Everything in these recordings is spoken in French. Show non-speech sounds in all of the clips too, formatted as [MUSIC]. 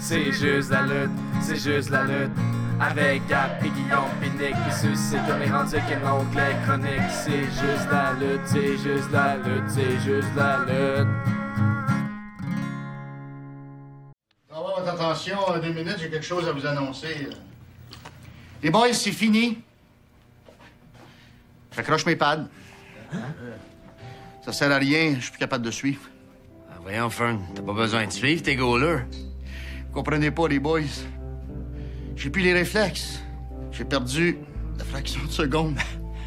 CJDLF C'est juste la lutte, c'est juste la lutte. Avec Gap et Guillaume Pinique qui sucent comme les rendus qui montent les chroniques. C'est juste la lutte, c'est juste la lutte, c'est juste la lutte. Au revoir, votre attention, euh, deux minutes, j'ai quelque chose à vous annoncer. euh. Les boys, c'est fini. J'accroche mes pads. Ça sert à rien, je suis plus capable de suivre. Ah, voyons, Fern, t'as pas besoin de suivre tes goalers. Vous comprenez pas, les boys. J'ai plus les réflexes. J'ai perdu la fraction de seconde.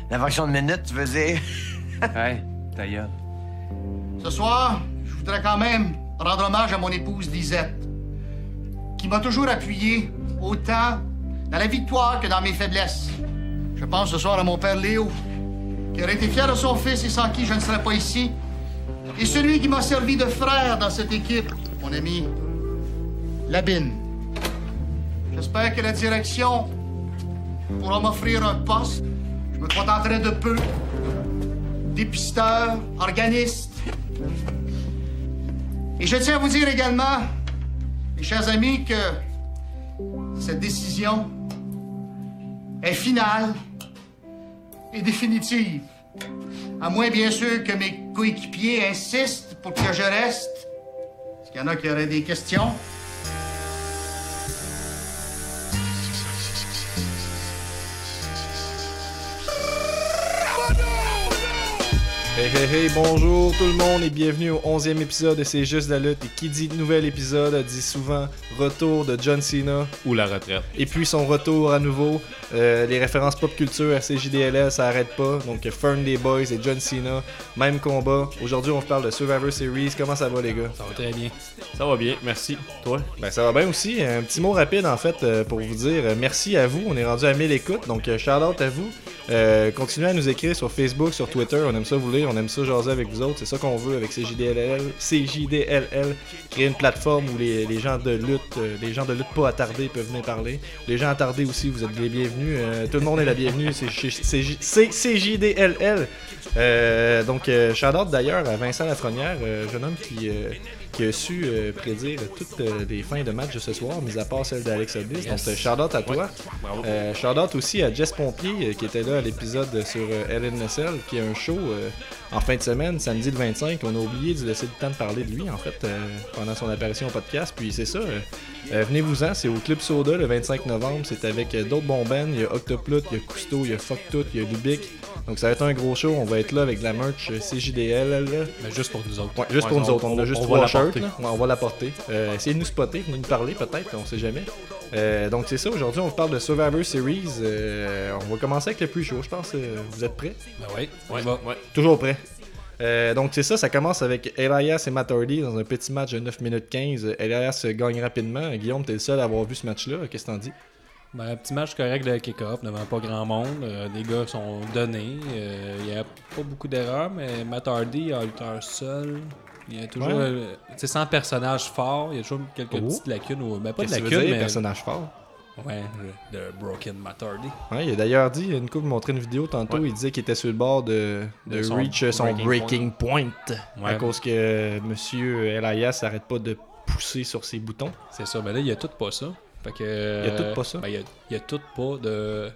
La fraction de minute, tu veux dire? Hey, ta gueule. Ce soir, je voudrais quand même rendre hommage à mon épouse Lisette, qui m'a toujours appuyé autant dans la victoire que dans mes faiblesses. Je pense ce soir à mon père Léo, qui aurait été fier de son fils et sans qui je ne serais pas ici, et celui qui m'a servi de frère dans cette équipe, mon ami Labine. J'espère que la direction pourra m'offrir un poste. Je me contenterai de peu. Dépisteur, organiste, et je tiens à vous dire également, mes chers amis, que cette décision est finale et définitive. À moins, bien sûr, que mes coéquipiers insistent pour que je reste. Est-ce qu'il y en a qui auraient des questions? Hey hey hey, bonjour tout le monde et bienvenue au 11e épisode de C'est juste la lutte. Et qui dit nouvel épisode dit souvent retour de John Cena Ou la retraite. et puis son retour à nouveau. Euh, les références pop culture à CJDLS, ça arrête pas. Donc Fern des Boys et John Cena, même combat. Aujourd'hui, on vous parle de Survivor Series. Comment ça va les gars Ça va Oh, très bien. Ça va bien, merci. Toi? Ben, ça va bien aussi. Un petit mot rapide, en fait, euh, pour vous dire euh, merci à vous. On est rendu à 1000 écoutes, donc euh, shout-out à vous. Euh, continuez à nous écrire sur Facebook, sur Twitter. On aime ça vous lire, on aime ça jaser avec vous autres. C'est ça qu'on veut avec CJDLL. CJDLL, créer une plateforme où les, les gens de lutte, euh, les gens de lutte pas attardés peuvent venir parler. Les gens attardés aussi, vous êtes les bienvenus. Euh, tout le monde est la bienvenue. C'est chez- c'est J- c'est CJDLL. Euh, donc, euh, shout-out d'ailleurs à Vincent Lafrenière, euh, jeune homme qui... euh, qui a su euh, prédire toutes euh, les fins de match de ce soir, mis à part celle d'Alex Obis. Donc, euh, shout-out à toi. Euh, shout-out aussi à Jess Pompier, euh, qui était là à l'épisode sur euh, LNSL, qui a un show euh, en fin de semaine, samedi le 25. On a oublié de laisser le temps de parler de lui, en fait, euh, pendant son apparition au podcast. Puis c'est ça. euh, euh, Venez-vous-en, c'est au Club Soda le 25 novembre. C'est avec euh, d'autres bons bands. Il y a Octoplot, il y a Cousteau, il y a Fuck Tout, il y a Lubic. Donc ça va être un gros show. On va être là avec de la merch euh, CJDL. là. Mais juste pour nous autres. Ouais, juste pour nous autres, on, a juste trois la shirts. là. Ouais, on va la porter. Euh, essayez de nous spotter, venez nous parler peut-être, on sait jamais. Euh, donc c'est ça, aujourd'hui on vous parle de Survivor Series. Euh, on va commencer avec le plus chaud, je pense. euh, vous êtes prêts? Ben oui, ouais, ouais. Toujours prêt. Euh, donc c'est ça, ça commence avec Elias et Matt Hardy dans un petit match de 9 minutes 15. Elias euh, gagne rapidement. Guillaume, t'es le seul à avoir vu ce match-là. Qu'est-ce que t'en dis? Ben, un petit match correct de kick-off devant pas grand monde. Euh, les gars sont donnés. Euh, Il n'y a pas beaucoup d'erreurs, mais Matt Hardy a lutteur seul. Il y a toujours. Ouais. euh, tu sais, sans personnage fort, il y a toujours quelques Oh. petites lacunes. Ou, ben, pas de Qu'est-ce que tu lacunes, veux dire, mais. personnage fort? Ouais, le- de Broken Matt Hardy. Ouais, il a d'ailleurs dit, Nico me montrait une vidéo tantôt, il disait qu'il était sur le bord de, de De son reach euh, son breaking breaking point. À Ouais. cause que Monsieur euh, Elias n'arrête pas de pousser sur ses boutons. C'est ça, mais là, il y a tout pas ça. Fait que. Il y a tout pas ça? Ben, il y a- il y a, tout pas de.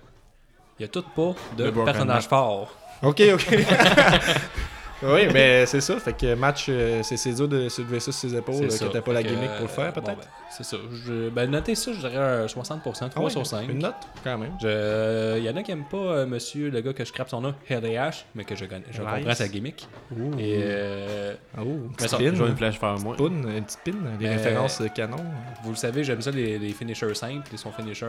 Il y a tout pas de Le Broken Oh, personnage fort. Ok, ok. [LAUGHS] oui, mais c'est ça. Fait que match, euh, c'est c'est dur de soulever ça sur ses épaules, C'est euh, ça. que t'as pas la Fait que, gimmick pour le faire, bon, peut-être. ben, c'est ça. Je- ben, notez ça, je dirais un 60%, 3 Ah ouais, sur 5. Une note, quand même. Je, euh, y en a qui aiment pas euh, monsieur, le gars que je crappe son nom, HDH, mais que je, connais, je Nice. comprends sa gimmick. Et euh, Oh, une Mais petite ça- pin. je vais Une une petite flèche faire moi. pin, une petite pin, des Mais- références euh, canon. vous le savez, j'aime ça les, les finishers simples, et son finisher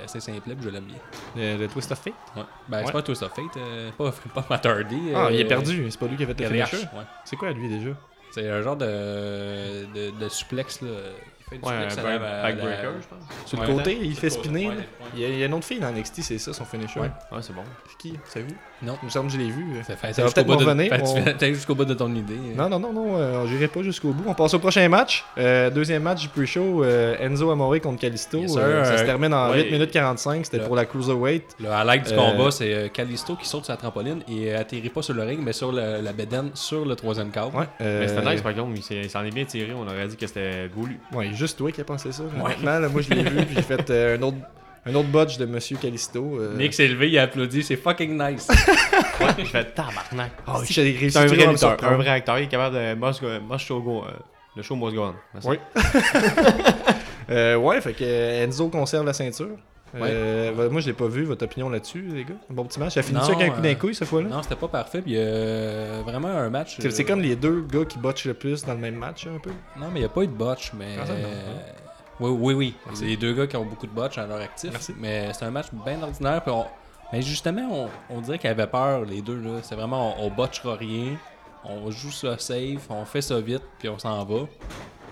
est assez simple, puis je l'aime bien. euh, Le, le Twist of Fate. Ouais. Ben, Ouais. c'est pas Twist of Fate, euh, pas, [LAUGHS] pas Matt Hardy, Ah, euh, il est perdu. C'est pas lui qui a fait le RDH, finisher. ouais. C'est quoi, lui, déjà? C'est un genre de, de, de suplex là, fait du Ouais, un flex à back- la- à backbreaker, euh, la- je pense. Sur le Ouais. côté, il Sur fait le côté, spinner. ouais, là. ouais. Il y a- il y a une autre fille dans NXT, c'est ça son finisher. Ouais, ouais c'est bon. C'est qui Savez-vous Non. Il me semble que je l'ai vu. Ça fait Ça t'as va jusqu'au peut-être bout de- revenir, fait- tu on- fais- t'as jusqu'au bout de ton idée. Non, non, non, non, euh, j'irai pas jusqu'au bout. On passe au prochain match. Euh, deuxième match du pre-show, euh, Enzo Amore contre Calisto. Yes, sir. Euh, ça se Euh, termine en ouais. 8 minutes 45, c'était Là. pour la Cruiserweight. Le highlight du Euh, combat, c'est euh, Callisto qui saute sur la trampoline et euh, atterrit pas sur le ring, mais sur la, la bédaine, sur le troisième cadre. Ouais, euh, Mais c'était nice hein. par contre, il s'est- il s'en est bien tiré, on aurait dit que c'était [LAUGHS] goulu. ouais, juste toi qui as pensé ça. Honnêtement, là, moi je l'ai vu, puis j'ai fait euh, un autre... Un autre botch de Monsieur Calisto. euh, Nick s'est levé, il a applaudi, c'est fucking nice. Je fais tabarnak. oh, j'ai réussi C'est un toujours vrai à me lutteur, surprendre. un vrai acteur, il est capable de. Must go, must show go, euh, le show must go on. Merci. Oui. Euh, ouais, fait que Enzo conserve la ceinture. Euh, va- moi, je l'ai pas vu, votre opinion là-dessus, les gars. Un bon petit match. Ça finit ça Non, avec un coup d'un euh, couille, cette fois-là non, c'était pas parfait, puis euh, vraiment un match. C'est c'est euh, comme les deux gars qui botchent le plus dans le même match, un peu. Non, mais il n'y a pas eu de botch, mais. Ah, ça, non, euh, Oui, oui, oui. C'est les deux gars qui ont beaucoup de botch à leur actif. Mais c'est un match bien ordinaire. puis on- Mais justement, on, on dirait qu'ils avaient peur, les deux. là. C'est vraiment, on, on botchera rien. On joue ça safe, on fait ça vite, puis on s'en va.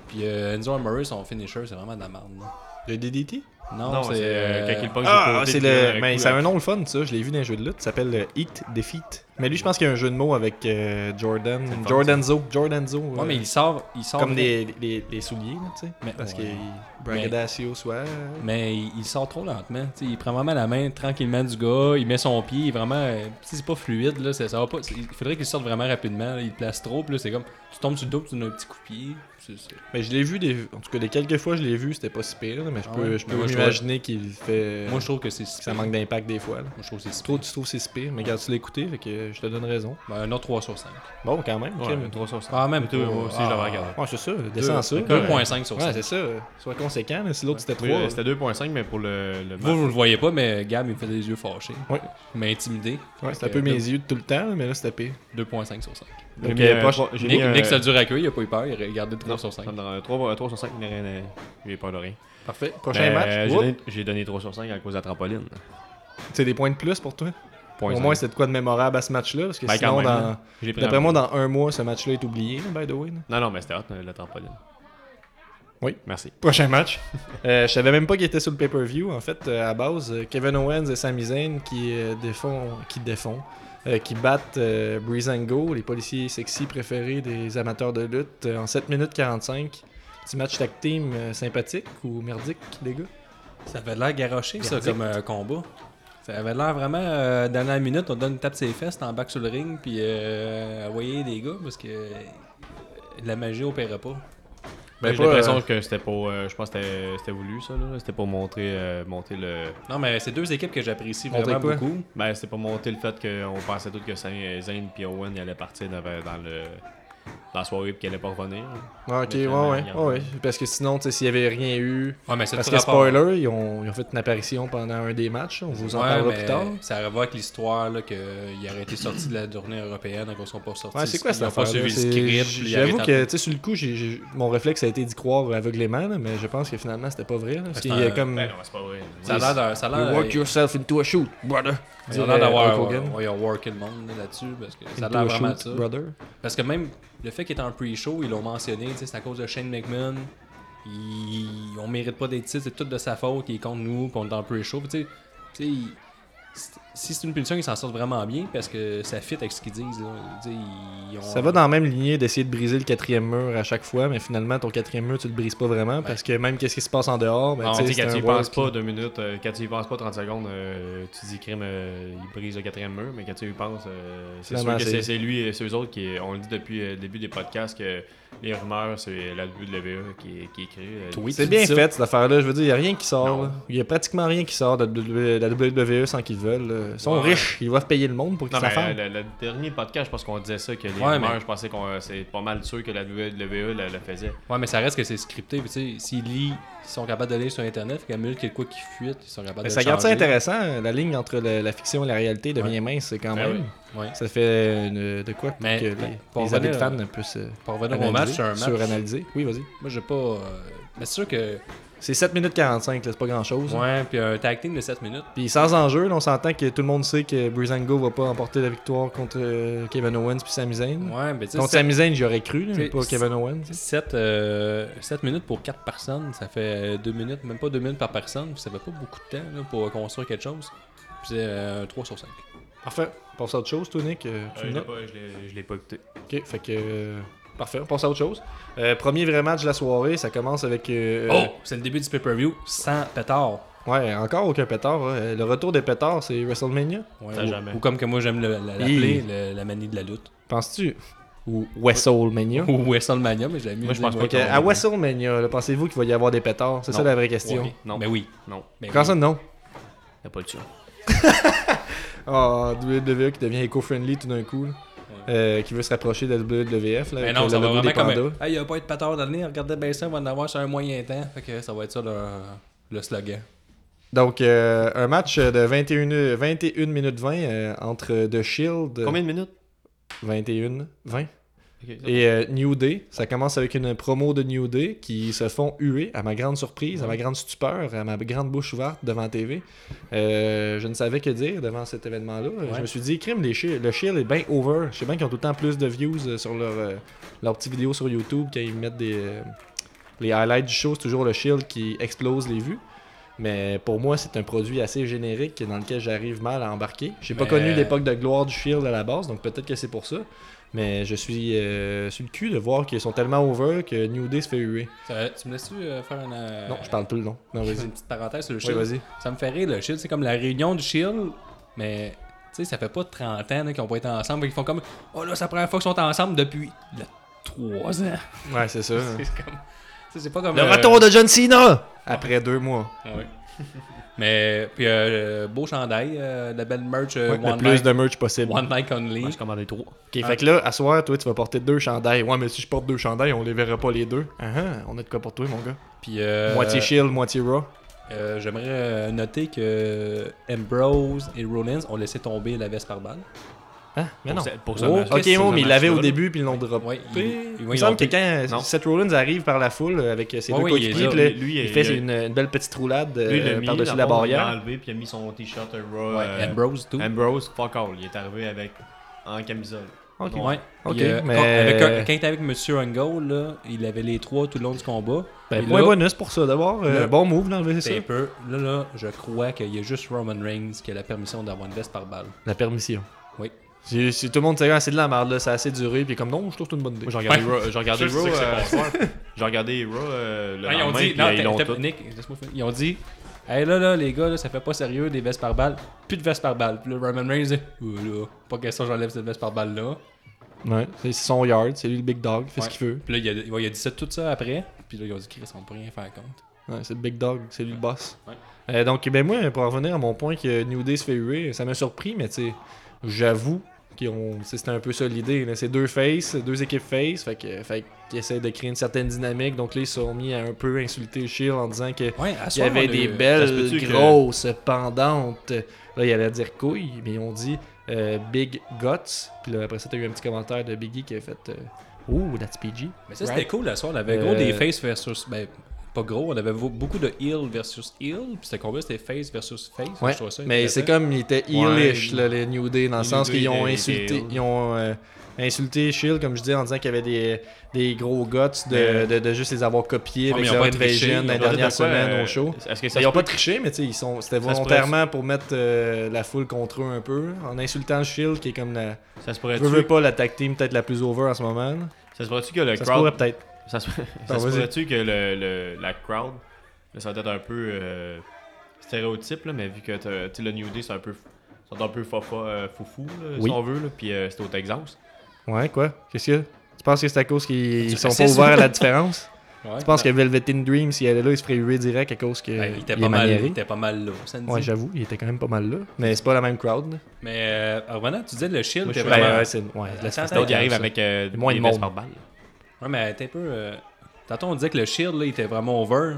Puis euh, Enzo Amore, son finisher, c'est vraiment de la merde. là. Le DDT Non, Non, c'est. c'est euh, euh, quand il punch du Ah, côté, c'est puis il met un le. Mais coup ça a là. un nom le fun, ça. Je l'ai vu dans un jeu de lutte. Ça s'appelle euh, Heat Defeat. Mais lui, je pense qu'il y a un jeu de mots avec euh, Jordan. fun, Jordanzo. Jordanzo. Ouais, mais il sort. Il sort euh, Comme vite. des, les, les souliers, là, tu sais. Mais- Parce ouais. que Braggadocio soit. euh, Mais il, il sort trop lentement. tu sais, il prend vraiment la main tranquillement du gars, il met son pied, il est vraiment. euh, tu sais, c'est pas fluide, là, ça, ça va pas. c'est- Il faudrait qu'il sorte vraiment rapidement. là, il te place trop, puis là, c'est comme. Tu tombes sur le dos, puis tu donnes un petit coup de pied. c'est- c'est- Mais je l'ai vu, des... en tout cas, des quelques fois, je l'ai vu, c'était pas si pire, là, mais je Ah peux, ouais? je Mais peux moi, je m'imaginer qu'il fait. Moi, je trouve que c'est. que ça manque d'impact des fois. là. Moi, je trouve que c'est Trop, tu trouves c'est si pire, mais regarde, tu l'as écouté, fait que euh, je te donne raison. Ben, un autre 3 sur 5. Bon, quand même. Ouais, Kim. un 360. Ah, même. Deux, moi aussi, je l'avais regardé. Ouais, c'est ça, descends ça. 2.5 sur 5. Ouais, c'est ça. euh, Sois conséquent, là, si l'autre c'était Oui, 3. euh, C'était 2.5, mais pour le, le vous, vous match. le voyez pas, mais Gab, il me fait des yeux fâchés. Ouais. Il m'a intimidé. Euh, Ouais, c'était un Fait peu que mes yeux de tout le temps, là, mais là c'était pire. 2.5 sur 5. J'ai Donc, mis, euh, euh, proche- trois- j'ai Nick, mis, euh, Nick, ça a dur à cueillir, il a pas eu peur, il a regardé 3 sur 5. Non, non, non, 3, 3 sur 5, mais rien, euh, j'ai peur de rien. Parfait. Prochain Mais, euh, match. j'ai whoop, donné- J'ai donné 3 sur 5 à cause de la trampoline. C'est des points de plus pour toi. Point Au cinq. moins c'était de quoi de mémorable à ce match-là. Parce que Ben, quand sinon, même, dans- là. Je l'ai pris d'après dans- moi, dans un mois, ce match-là est oublié, là, by the way. là. Non, non, mais c'était hot, euh, la trampoline. Oui. Merci. Prochain match. Euh, je savais même pas qu'il était sur le pay-per-view, en fait, euh, à base. Euh, Kevin Owens et Sami Zayn qui euh, défont, qui défont, euh, qui battent euh, Breezango, les policiers sexy préférés des amateurs de lutte, euh, en 7 minutes 45. Petit match tag team euh, sympathique ou merdique, les gars? Ça avait l'air garoché, ça, comme euh, combat. Ça avait l'air vraiment, euh, dernière minute, on donne une tape ses fesses, en back sur le ring, puis euh, envoyer des gars, parce que euh, la magie opérait pas. Ben, j'ai pas, l'impression euh, que c'était pour. euh, je pense que c'était- c'était voulu, ça. là. C'était pour montrer, euh, monter le. Non, mais c'est deux équipes que j'apprécie Montrer vraiment quoi? beaucoup. Ben, c'était pour monter le fait qu'on pensait tous que Zayn Zayn et Owen ils allaient partir dans, dans le. Dans la soirée, puis qu'ils allaient pas revenir. Ah, ok, ouais, Mais finalement, ouais, il y en ouais, a- ouais. Parce que sinon, tu sais, s'il y avait rien eu. Ouais, mais c'est Parce tout que rapport. spoiler, ils ont, ils ont fait une apparition pendant un des matchs, on vous en Ouais, parlera mais plus tard. Ça a à voir avec l'histoire là, qu'il aurait été sorti de la journée européenne, donc ils sont pas sortis. Ouais, c'est quoi Ils cette ont pas affaire suivi le script, puis ils J'avoue arrêtent que, tu sais, sur le coup, j'ai- j'ai- mon réflexe a été d'y croire aveuglément, là, mais je pense que finalement, c'était pas vrai. là, parce c'est qu'il y a un- comme... Ben, non, c'est pas vrai. Ça a l'air d'un- ça a l'air euh, yourself into a shoot, brother. ils ont dirait l'air d'avoir Hulk Hogan. ouais, ils ont worké le monde là, là-dessus, parce que ça a into l'air a vraiment de shoot, ça. brother. Parce que même le fait qu'il est en pre-show, ils l'ont mentionné, tu sais, c'est à cause de Shane McMahon. Il- on mérite pas d'être titres, c'est tout de sa faute, il est contre nous, qu'on est en pre-show. Tu sais, tu sais, il- c'est- si c'est une punition, ils s'en sortent vraiment bien parce que ça fit avec ce qu'ils disent. là. Tu sais, ils ont- Ça va dans la même lignée d'essayer de briser le quatrième mur à chaque fois, mais finalement, ton quatrième mur, tu le brises pas vraiment, parce que même qu'est-ce qui se passe en dehors, ben, Ah, tu tu sais, sais, c'est quand tu un y penses work, pas deux minutes, euh, quand tu y penses pas 30 secondes, euh, tu dis crime, euh, il brise le quatrième mur, mais quand tu y penses, euh, c'est sûr Finalement, que c'est- c'est c'est lui et ceux autres qui, on le dit depuis euh, le début des podcasts, que les rumeurs, c'est la de l'EVE qui, qui écrit. euh, Oui, C'est tu bien dis ça. fait cette affaire-là. Je veux dire, il n'y a rien qui Non. sort. Il n'y a pratiquement rien qui sort de W- la WWE sans qu'ils veulent. là. Ils sont Ouais. riches. Ils doivent payer le monde pour qu'ils Non, s'en mais euh, fassent. le, le dernier podcast, je pense qu'on disait ça, que les Ouais, rumeurs, mais- je pensais qu'on euh, c'est pas mal sûr que la WWE le, le faisait. Ouais, mais ça reste que c'est scripté. puis Tu sais, s'ils lisent, ils sont capables d'aller sur Internet, fait qu'à la minute qu'il y a de quoi qui fuite, ils sont capables Mais de ça garde ça changer. intéressant. La ligne entre le- la fiction et la réalité devient mince quand Ben même. Ouais. Ça fait une- de quoi pour Mais ben, que les, pour les amis de revenir, fans puissent euh, Pour revenir au analyser, match, c'est un match. suranalyser. Oui, vas-y. Moi, j'ai pas. euh, Mais c'est sûr que C'est 7 minutes 45, là, c'est pas grand chose. Ouais, puis un tag team de 7 minutes. Puis sans enjeu, là, on s'entend que tout le monde sait que Breezango va pas emporter la victoire contre euh, Kevin Owens puis Sami Zayn. Ouais, ben tu Contre Sami Zayn, j'aurais cru, là, mais c'est- pas Kevin Owens. 7, euh, minutes pour 4 personnes, ça fait 2 minutes, même pas 2 minutes par personne. Ça fait pas beaucoup de temps là, pour construire quelque chose. Puis c'est euh, un 3 sur 5. Parfait. On Passe à autre chose, toi, Nick. euh, tu Euh, je me l'ai notes? pas- je l'ai- je l'ai pas écouté. Ok, fait que. euh, parfait, on passe à autre chose. Euh, premier vrai match de la soirée, ça commence avec. euh, Oh, c'est le début du pay-per-view sans pétard. Ouais, encore aucun pétard. hein. Le retour des pétards, c'est WrestleMania, Ouais, Ça, ou, jamais. ou comme que moi j'aime le- la- l'appeler, le- la manie de la lutte. [LAUGHS] penses-tu Ou WrestleMania Ou WrestleMania, mais je l'ai mis. Moi, je pense pas Fait que, à WrestleMania, là, pensez-vous qu'il va y avoir des pétards C'est ça Non. la vraie question. Ouais, non. Mais Ben oui. Non, Mais Quand oui. ça, non y a pas le tien. Ah, WWE qui devient éco-friendly tout d'un coup. là. Ouais. Euh, qui veut se rapprocher de la WWF. Là, Mais avec Ben non, le ça va logo des vraiment comme. pandas. Hey, il va pas être pétard d'avenir, regardez bien ça, on va en avoir sur un moyen temps. Fait que ça va être ça le, le slogan. Donc, euh, un match de 21, euh, 21 minutes 20 euh, entre The Shield. euh, Combien de minutes 21, 20. Ok, c'est bon. Et euh, New Day, ça commence avec une promo de New Day qui se font huer, à ma grande surprise, à ma grande stupeur, à ma grande bouche ouverte devant TV. Euh, je ne savais que dire devant cet événement-là. Je me suis dit, crime, les Shi- le Shield est bien over. Je sais bien qu'ils ont tout le temps plus de views euh, sur leur, euh, leurs petites vidéos sur YouTube quand ils mettent des, euh, les highlights du show. C'est toujours le Shield qui explose les vues. Mais pour moi, c'est un produit assez générique dans lequel j'arrive mal à embarquer. J'ai pas Mais- connu l'époque de gloire du Shield à la base, donc peut-être que c'est pour ça. Mais je suis euh, sur le cul de voir qu'ils sont tellement over que New Day se fait huer. Ça- tu me laisses-tu euh, faire un. euh, Non, je parle tout le long. Non, vas-y. une petite parenthèse sur le Oui, Shield. vas-y. ça me fait rire, le Shield. C'est comme la réunion du Shield, mais tu sais, ça fait pas 30 ans là, qu'ils ont pas été ensemble. Ils font comme Oh là, c'est la première fois qu'ils sont ensemble depuis 3 ans. Ouais, c'est [LAUGHS] ça. hein. c'est comme. tu sais, C'est pas comme. Le euh, retour de John Cena Après deux mois. Ouais. [LAUGHS] Mais, puis, euh, beau chandail, euh, la belle merch euh, Ouais, one, le plus night, de merch possible. one Night Only. Moi, j'ai commandé Ah, trois. Ok, fait que là, à soir, toi, tu vas porter deux chandails. Ouais, mais si je porte deux chandails, on les verra pas les deux. Ah ah, on a de quoi pour toi, mon gars. Puis, euh, Moitié Shield, moitié Raw. euh, J'aimerais euh, noter que Ambrose et Rollins ont laissé tomber la veste par balle. Ah, mais non. Pour ce- Pour Oh, match- Ok, ce Mo, mais ils l'avaient au match-là, début, puis ils l'ont droppé. Ouais, ils- ils- il ils me l'ont semble que pris. quand Non. Seth Rollins arrive par la foule euh, avec ses Ouais, deux ouais, il est coéquipiers, là. puis là, Lui- lui, il il- fait il- une, une belle petite roulade euh, Lui, il l'a mis, dans par-dessus le la fond, barrière. Il l'a enlevé, puis il a mis son t-shirt euh, Raw. Ouais, euh, Ambrose, tout. Ambrose, fuck all. Il est arrivé avec. En camisole. Ok. Non, Ouais. Ok, Puis, euh, mais- quand, avec, un- quand il était avec Monsieur Ungold, là, il avait les trois tout le long du combat. Ben, Et point là, bonus pour ça, d'abord. Euh, Là. bon move d'enlever ça. c'est un peu. Là, là, je crois qu'il y a juste Roman Reigns qui a la permission d'avoir une veste par balle. La permission. Oui. Si, si tout le monde sait ah, c'est de la merde, là, ça a assez duré, puis comme non, je trouve que c'est une bonne idée. Moi, j'ai regardé Ouais. Raw. J'ai regardé Je sais Raw. que c'est euh, pas [LAUGHS] J'ai regardé Raw euh, le Ah, ils ont lendemain, dit, puis, non, euh, ils t'as- l'ont t'as- tout. Nick, laisse-moi finir. Ils ont dit, hey là, là, les gars, là, ça fait pas sérieux des vestes par balle. Plus de vestes par balle. Puis le Roman Reigns dit, Ouh, là, pas question, j'enlève cette veste par balle là. Ouais, c'est son yard, c'est lui le big dog, il fait Ouais. ce qu'il veut. Puis là, il a, ouais, il a dit ça, tout ça après. Puis là, ils ont dit, Chris, on peut rien faire compte. Ouais, c'est le big dog, c'est lui le boss. Ouais. Euh, donc, ben moi, pour en revenir à mon point que New Day se fait huer, ça m'a surpris, mais tu sais, j'avoue que c'était un peu ça l'idée. là. C'est deux faces, deux équipes face, fait que- fait qu'ils essaient de créer une certaine dynamique. Donc là, ils se sont mis à un peu insulter Shield en disant que Ouais, à Il y avait des belles, peut-tu que- grosses, pendantes. Là, il allait dire couille, mais on dit euh, Big Guts. Puis là, après ça, t'as eu un petit commentaire de Biggie qui a fait euh, Ouh, that's PG. Mais ça, c'était cool la soirée. On avait gros Euh, des face versus. Ben, pas gros, on avait vo- beaucoup de heel versus heel. Puis c'était combien C'était face versus face. Ouais, Je trouvais ça mais intéressant. c'est comme, ils étaient Ouais, heelish, là, les New Day, dans le les sens New Day qu'ils ont étaient insulté, heel. ils ont euh, insulté Shield, comme je dis, en disant qu'il y avait des, des gros guts de, Mais- Ah, de, de juste les avoir copiés Ouais, avec mais ils ont leur pas triché, invasion dans ils ont les Ils ont dit dernières de quoi, semaines euh, au show. Est-ce que ça Ils se ont peut- pas triché, mais tu sais, ils sont- c'était Ça se volontairement pour mettre euh, la foule contre eux un peu, en insultant le Shield qui est comme la, ça se Je veux pourrait-tu pas la tag team peut-être la plus over en ce moment. là. ça se pourrait-tu que le Ça se crowd pourrait peut-être. Ça se, ça Ah, se vas-y. pourrait-tu que le, le- la crowd, là, ça va être un peu euh, stéréotype, là, mais vu que t'as- tu sais, le New Day, c'est un peu, sont un peu fofa, euh, foufou, là, Oui. si on veut, là, puis euh, c'était au Texas. Ouais, quoi Qu'est-ce que Tu penses que c'est à cause qu'ils Du sont pas racisme. ouverts à la différence Ouais. Tu penses que Velvet in Dream, s'il allait là, il se ferait huer direct à cause que. Ben, il était il pas est mal, maniéré. il était pas mal là. Samedi. Ouais, j'avoue, il était quand même pas mal là. Mais c'est pas la même crowd. là. mais euh, revenant, tu disais le shield. Moi, je était suis- Ben, vraiment- Euh, ouais, c'est. Ouais, là, c'est- Attends, D'autres, ils attends, arrivent ça. avec euh, des moins de monde. vestes par balle. Ouais, mais t'es un peu. euh, Tantôt, on disait que le shield, là, il était vraiment over.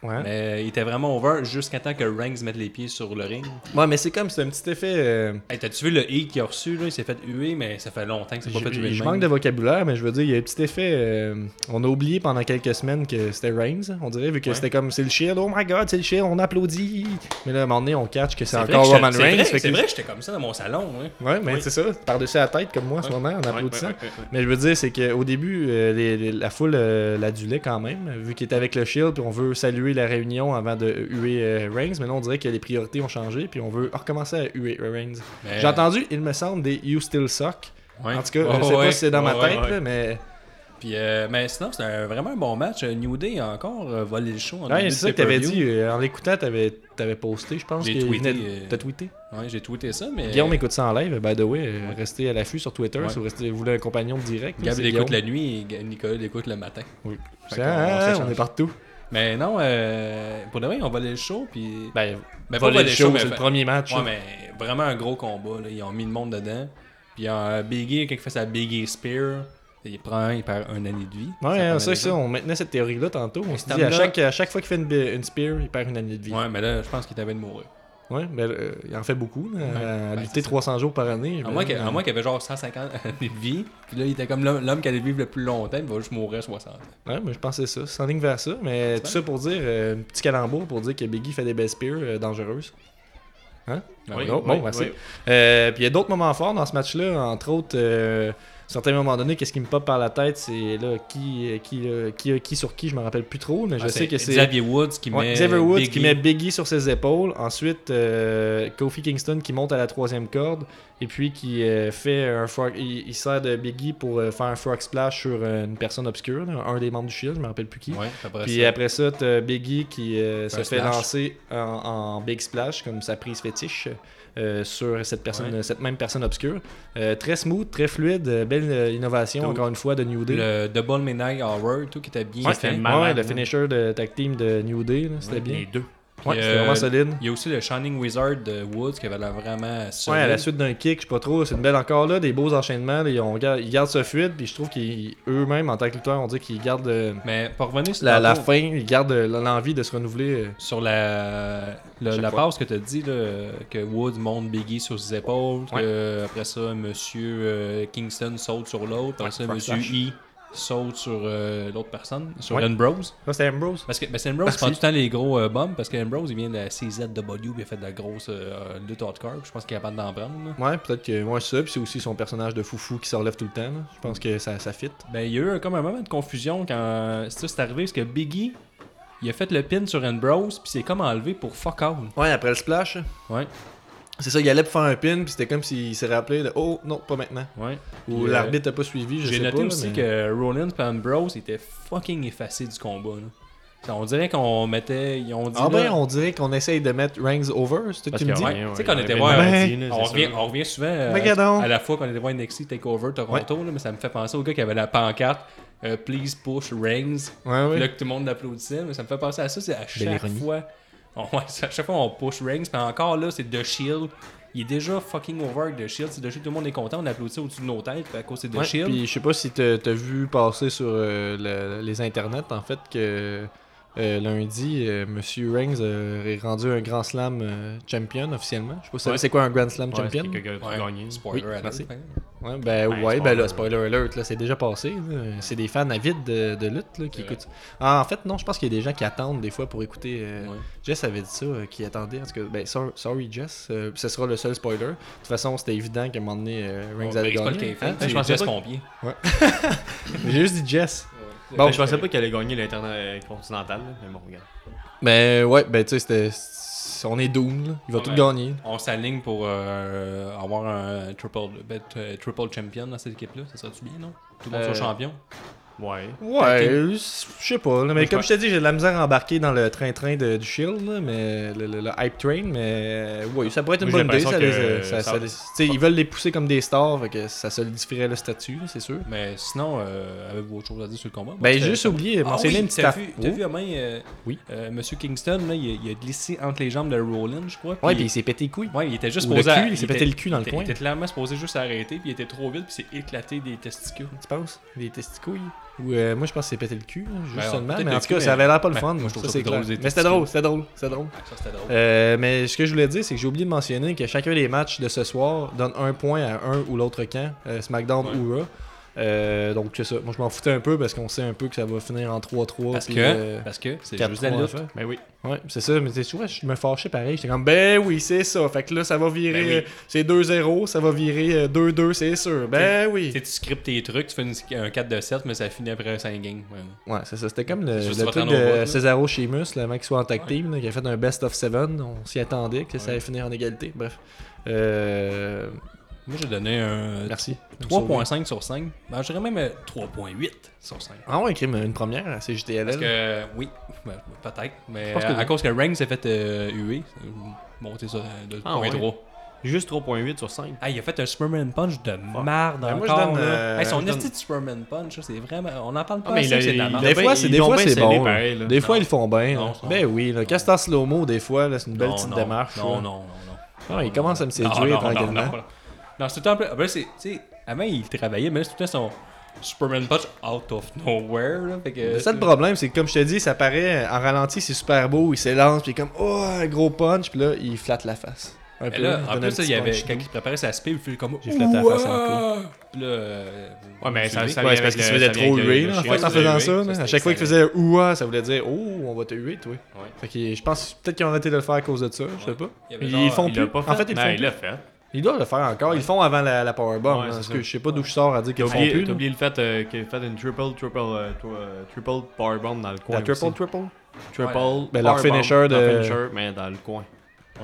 Ouais. Mais il était vraiment over jusqu'à temps que Ranks mette les pieds sur le ring. Ouais, mais c'est comme, c'est un petit effet. euh, Hey, T'as-tu vu le hit qu'il a reçu là? Il s'est fait huer, mais ça fait longtemps que c'est pas fait je huer. je de manque de même. vocabulaire, mais je veux dire, il y a un petit effet. euh, on a oublié pendant quelques semaines que c'était Reigns, on dirait, vu que Ouais. c'était comme c'est le shield, oh my god, c'est le shield, on applaudit. Mais là, à un moment donné, on catch que c'est C'est vrai encore que j'étais- Roman c'est Reigns. vrai- fait C'est que- vrai que j'étais comme ça dans mon salon. hein. ouais. Ouais, mais Oui. c'est ça, par-dessus la tête, comme moi en ce moment, en applaudissant. Mais je veux dire, c'est qu'au début, euh, les- les- la foule euh, l'adulait quand même, vu qu'il était avec le Shield, puis on veut saluer la réunion avant de huer euh, Reigns. Mais là, on dirait que les priorités ont changé, puis on veut recommencer à huer euh, Reigns. Mais- J'ai entendu, il me semble, des You Still Suck. Ouais. En tout cas, Ouais, je sais ouais, pas si c'est dans ma ouais, tête, ouais. là, mais. Puis, euh, mais sinon, c'était un- vraiment un bon match. Euh, New Day a encore euh, volé le show. en Ouais, début c'est de ça que t'avais pay-per-view. dit. euh, en l'écoutant, t'avais, t'avais posté, je pense. J'ai qu'il tweeté, venait- euh, T'as tweeté. Ouais, j'ai tweeté ça, mais. Guillaume écoute ça en live, by the way. euh, Restez à l'affût sur Twitter Ouais. si vous, restez- vous voulez un compagnon de direct. Gab c'est l'écoute Guillaume. la nuit et Ga- Nicolas l'écoute le matin. Oui. C'est- Fait qu'on- ah, on on, est s'échange. partout. Mais non, euh, pour de vrai, on volait le show. Puis... Ben, Ben, voler pas le voler show, mais c'est le fa- premier match. Ouais, mais vraiment un gros combat. Là. Ils ont mis le monde dedans. Puis il y a un Biggie, quelqu'un qui fait sa Biggie Spear. Il prend un, il perd un année de vie. Ouais, hein, prend ça, un ça, on maintenait cette théorie-là tantôt. On se cet dit, à homme-là- chaque, à chaque fois qu'il fait une, bi- une spear, il perd une année de vie. année. Ouais, mais là, je pense qu'il t'avait de mourir. Ouais, ben, euh, il en fait beaucoup. là, à ben, lutter c'est ça. 300 jours par année. À ben, moins qu'il euh, à moins qu'il avait genre 150 années de vie. Puis là, il était comme l'homme l'homme qui allait vivre le plus longtemps. ben, Il va juste mourir à 60 ans. Ouais, mais je pensais ça. C'est en ligne vers ça. Mais tout ça pour dire, euh, un petit calembour pour dire que Biggie fait des belles spears euh, dangereuses. Ben Oui, oui. Oh, oui, bon, merci. oui. Euh, puis il y a d'autres moments forts dans ce match-là. Entre autres, euh, à certains moments donnés, qu'est-ce qui me pop par la tête, c'est là qui, euh, qui, euh, qui, euh, qui sur qui, je me rappelle plus trop, mais Ah, Ben, je sais que c'est Xavier Woods qui Ouais, met. Xavier Woods qui Biggie. met Biggie sur ses épaules. Ensuite, euh, Kofi Kingston qui monte à la troisième corde. Et puis qui euh, fait un frog. Il, il sert de Biggie pour euh, faire un frog splash sur euh, une personne obscure, là, un des membres du Shield, je me rappelle plus qui. Ouais, après Puis ça. après ça, t'as Biggie qui euh, se Un fait splash. lancer en, en Big Splash, comme sa prise fétiche, euh, sur cette, personne, cette même personne obscure. Euh, très smooth, très fluide, euh, belle euh, innovation, Cool. encore une fois, de New Day. Le hein. Double Midnight Hour, tout qui était bien Ouais, fait. c'était Puis, mal. malade, Ouais, le là. finisher de tag team de New Day, là, c'était bien. Les deux. Ouais, c'était euh, vraiment solide. Il y a aussi le Shining Wizard de Woods qui avait l'air vraiment solide. Ouais, à la suite d'un kick, je sais pas trop. C'est une belle encore là, des beaux enchaînements. là, ils, ont- ils gardent ce fluide, puis je trouve qu'eux-mêmes, en tant que lutteurs, on dit qu'ils gardent euh, Mais pour revenir sur la, la tantôt, fin, ils gardent euh, l'envie de se renouveler. euh. sur la, le- Chaque la fois. passe que tu as dit, là, que Woods monte Biggie sur ses épaules, Ouais. que après ça, Monsieur euh, Kingston saute sur l'autre, après ça, front Monsieur slash. E saute sur euh, l'autre personne, sur Ouais. Ambrose. Ça, c'était Ambrose. Parce que ben, c'est Ambrose qui prend tout le temps les gros euh, bombes, parce que Ambrose, il vient de la CZW, puis il a fait de la grosse euh, lutte hardcore, puis je pense qu'il est capable d'en prendre. là. Ouais, peut-être que moi, c'est ça. Puis c'est aussi son personnage de foufou qui se relève tout le temps. là. Je pense que ça, ça fit. Ben, il y a eu comme un moment de confusion quand ça c'est arrivé, parce que Biggie, il a fait le pin sur Ambrose, puis c'est comme enlevé pour fuck all. Ouais, après le splash, Ouais, c'est ça, il allait pour faire un pin, puis c'était comme s'il s'est rappelé de Oh, non, pas maintenant. ouais. Ou Puis, euh, l'arbitre n'a pas suivi, je J'ai sais noté pas, aussi mais- que Rollins et Ambrose étaient fucking effacés du combat. là. Ça, On dirait qu'on mettait. Ils ont dit, Ah ben, là, on dirait qu'on essaye de mettre Rangs over, c'est tout que Parce tu me que, dis. ouais, Tu sais ouais, qu'on on était avait voir- euh, mardi, là, on c'est revient, sûr. on revient souvent euh, Mais gadon. à la fois qu'on était voir NXT Takeover Toronto, là, mais ça me fait penser au gars qui avait la pancarte euh, Please push Reigns. Ouais, ouais. Puis Là que tout le monde l'applaudissait, mais ça me fait penser à ça. C'est à chaque l'ironie. fois. on- [LAUGHS] ouais, c'est à chaque fois on push Reigns, puis encore là, c'est The Shield. Il est déjà fucking over avec The Shield. C'est The Shield, tout le monde est content, on applaudit au-dessus de nos têtes, puis à cause c'est The Ouais, Shield. Puis je sais pas si t'as t'as vu passer sur euh, le- les internets en fait que euh, lundi, euh, Monsieur Reigns euh, est rendu un Grand Slam euh, champion officiellement. Je sais pas si vous savez Ouais. c'est quoi un Grand Slam Ouais, champion. c'est que quelqu'un qui a Ouais, gagné. Spoiler Oui, alert, merci. hein. Ouais, ben Ouais, ouais, ben spoiler. là, spoiler alert, là, c'est déjà passé. là. C'est des fans avides de, de lutte là, qui écoutent. Ah, en fait, non, je pense qu'il y a des gens qui attendent des fois pour écouter. euh, Ouais. Jess avait dit ça, euh, qui attendait. En tout cas, ben, sor- sorry Jess, euh, ce sera le seul spoiler. De toute façon, c'était évident qu'à un moment donné, euh, Reigns Ouais, allait mais c'est pas le gagner. K-Fan, Hein? c'est je pensais Jess pas que- Pompier. [LAUGHS] J'ai juste dit Jess. Bon, Bon, Ben, je pensais pas qu'elle allait gagner l'intercontinental, là, mais bon, regarde. Mais ouais, ben tu sais, c'était. c'est- On est Doom, là. Il va Ouais, tout ben, gagner. On s'aligne pour euh, avoir un triple, bet- euh, triple champion dans cette équipe-là. Ça serait-tu bien, non? Tout le monde Euh, soit champion. Ouais. Ouais, c'est- je sais pas. là, mais Ouais, comme je- je t'ai dit, j'ai de la misère à embarquer dans le train-train de- du Shield, là, mais le, le- le hype train, mais ouais, ça pourrait être une Moi, j'ai bonne idée. l'impression Ça que, les- euh, ça- ça ça va- les- tu sais, ils veulent les pousser comme des stars, fait que ça solidifierait le statut, là, c'est sûr. Mais sinon, euh, avez-vous autre chose à dire sur le combat? Ben, Moi, j'ai c'était- juste oublié de Ah mentionner oui, une petite t'as affaire. vu, t'as vu à main, euh, Oui. euh, Monsieur Kingston, là, il, a- il a glissé entre les jambes de Rollins, je crois. Ouais, puis il s'est pété les couilles. ouais, il était juste Ou le posé à- cul, il s'est était- pété le cul dans le il était- coin. Il était clairement supposé juste arrêter, puis il était trop vite, puis il s'est éclaté des testicules. Tu penses Des testicouilles. Ou, euh, moi, je pense que c'est pété le cul, hein, juste Ben, seulement. peut-être Mais en le tout cul, cas, ça mais- avait l'air pas le ben, fun. moi, je trouve ça, ça c'est drôle, clair. les Mais c'était étiquettes. drôle, c'était drôle, c'était drôle. Ça, c'était drôle. Euh, mais ce que je voulais dire, c'est que j'ai oublié de mentionner que chacun des matchs de ce soir donne un point à un ou l'autre camp, euh, SmackDown ou Raw. Euh, donc, c'est ça. Moi, je m'en foutais un peu parce qu'on sait un peu que ça va finir en 3-3. Parce puis, que, euh, parce que c'est quatre juste la trois à lutte. la fin. Ben oui. Ouais, c'est ça. Mais tu vois, je me fâchais pareil. J'étais comme, ben oui, c'est ça. Fait que là, ça va virer. Ben oui. euh, c'est 2-0, ça va virer euh, 2-2, c'est sûr. Ben oui. Tu sais, tu scriptes tes trucs, tu fais une- un 4 de 7, mais ça finit après 5 games. Ouais. Ouais, c'est ça. C'était comme le, Juste le votre truc nom au bout, de là. Cesaro Sheamus, le mec qui soit en tag team, là, qui a fait un best of seven. On s'y attendait que ça allait finir en égalité. Bref. Euh, Moi, j'ai donné un merci. 3.5 sur 5. Ben, je dirais même euh, 3.8 sur 5. Ah ouais, crime, une première à CJTLL. Parce que, oui, ben, peut-être, mais pense que euh, à oui. cause que Reign s'est fait euh, huer, euh, monter ça euh, à 2.3. Ah, ouais. Juste 3.8 sur 5. Hey, il a fait un Superman Punch de marde Ben, moi, je encore. donne, là. euh, Hey, son je donne- esti de Superman Punch, ça, c'est vraiment. On en parle pas Ah, mais assez il a- que c'est de la il merde. Des a- fois, ben, c'est ils des l'ont fois bien c'est scellé bon. pareil, là. là. Des fois Non. ils le font bien. Non, là. ça- ben oui, là, quand c'est en slow-mo, des fois, là, c'est une belle Non, petite non, démarche. Non, là. non, non, non. Ah, il commence à me séduire Non, non, non, tranquillement. Non, non. Non, c'est tout le temps. plus- après, c'est- tu sais, avant, il travaillait, mais là, c'est tout le temps son Superman Punch out of nowhere. Là, fait que, C'est ça le problème, c'est que comme je te dis, ça paraît euh, en ralenti, c'est super beau, il s'élance, puis il est comme oh, un gros punch, puis là, il flatte la face. Un Mais là, il en donne un plus, ça, petit il y avait, punch quand il préparait sa spé, il fait comme. J'ai flatté la face à un Ouah! Puis là. euh, Ouais, mais vous suivez? ça- ça- Ouais, c'est avec parce qu'il se le- faisait ça trop vient que huer, le là. En chien fait, en se faisant ça, huait, ça, là, à c'était chaque fois qu'il faisait ouah, ça voulait dire oh, on va te huer, toi. Fait que je pense peut-être qu'ils ont arrêté de le faire à cause de ça, je sais pas. Il y avait genre- Ils font Il l'a plus. pas fait. En fait, ils le Non, font il plus. l'a fait. Ils doivent le faire encore, ils le font avant la la powerbomb. Ouais, là, c'est Parce ça. que je sais pas d'où je sors à dire qu'ils le font T'as plus. oublié, t'as là. oublié le fait euh, qu'il a fait une triple, triple, euh, tw- euh, triple powerbomb dans le coin. La triple, aussi. triple. Triple. Ouais. Ben, leur powerbomb, finisher de- leur finisher, mais dans le coin.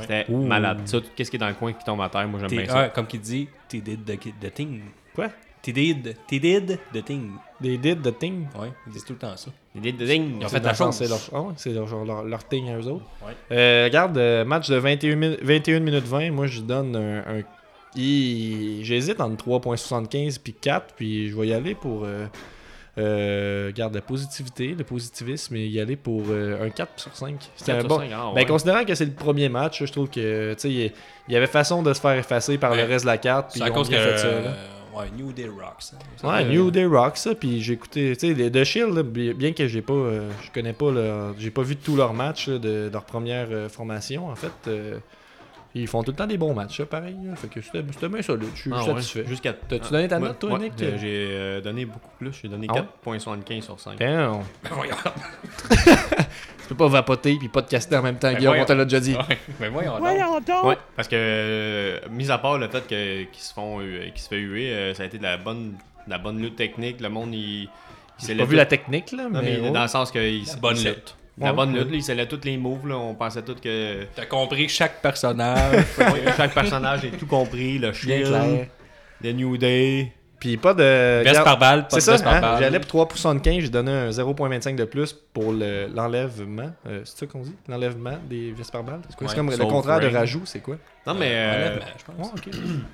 C'était Ouh. malade. Ça, tout- qu'est-ce qui est dans le coin qui tombe à terre, moi j'aime T'es- bien ah, ça. comme qu'il dit, t'es did the, the thing. Quoi? T'es did, t'es did the thing. Des did, de thing. Ouais, ils disent tout le temps ça. Il est ding. Ils ont C'est fait dans la le fond, chose. C'est leur, ah ouais, c'est leur, genre leur, leur thing à eux autres. Ouais. Euh, regarde, euh, match de 21, mi- 21 minutes 20. Moi, je donne un. un- Hi- J'hésite entre 3.75 puis 4. Puis je vais y aller pour. euh, euh, regarde, la positivité, le positivisme, et y aller pour euh, un 4 sur 5. C'était un bon. ah Ah Ben, considérant que c'est le premier match, je trouve que tu sais, il y- il y avait façon de se faire effacer par Ouais. le reste de la carte. Puis C'est à ils ont cause que. bien fait ça, là. euh, ouais, New Day Rocks. hein. Ça, Ouais, euh, New Day Rock, ça. Puis j'ai écouté, tu sais, les- The Shield, là, bi- bien que j'ai pas, euh, je connais pas, leur- j'ai pas vu tous leurs matchs là, de, de leur première euh, formation, en fait. euh, ils font tout le temps des bons matchs, ça, pareil. là. Fait que c'était c'était bien solide, je suis je suis satisfait. Ah Jusqu'à. T'as-tu donné ta Ouais, note, toi, ouais, Nick? euh, J'ai euh, donné beaucoup plus. J'ai donné Ah ouais? 4.75 sur 5. Damn. [LAUGHS] voyons. Tu peux pas vapoter puis podcaster en même temps, Ben Guillaume, on voyons. te l'a déjà dit. Ouais, ben voyons. donc. Ouais, parce que, euh, mis à part le fait que- qu'ils se font, euh, qu'ils se fait huer, euh, ça a été de la bonne, de la bonne lutte technique. Le monde, il, il J'ai s'élève pas vu tout- la technique, là, Non, mais. mais dans le sens que il, La il bonne s'est- lutte. La Ouais, bonne ouais. lutte, là, il s'allait tous les moves, là, on pensait tous que T'as compris chaque personnage. [LAUGHS] chaque personnage est tout compris, le Bien shield, clair. The New Day. Puis pas de. Veste Garde- par balle, pas C'est de ça, veste par hein, balle. j'allais pour 3,75, j'ai donné un 0,25 de plus pour le- l'enlèvement. Euh, c'est ça qu'on dit L'enlèvement des vestes par balle C'est quoi? C'est Ouais, comme le sauf contraire de Ring. rajout, c'est quoi Non, mais. euh, Honnêtement, je pense.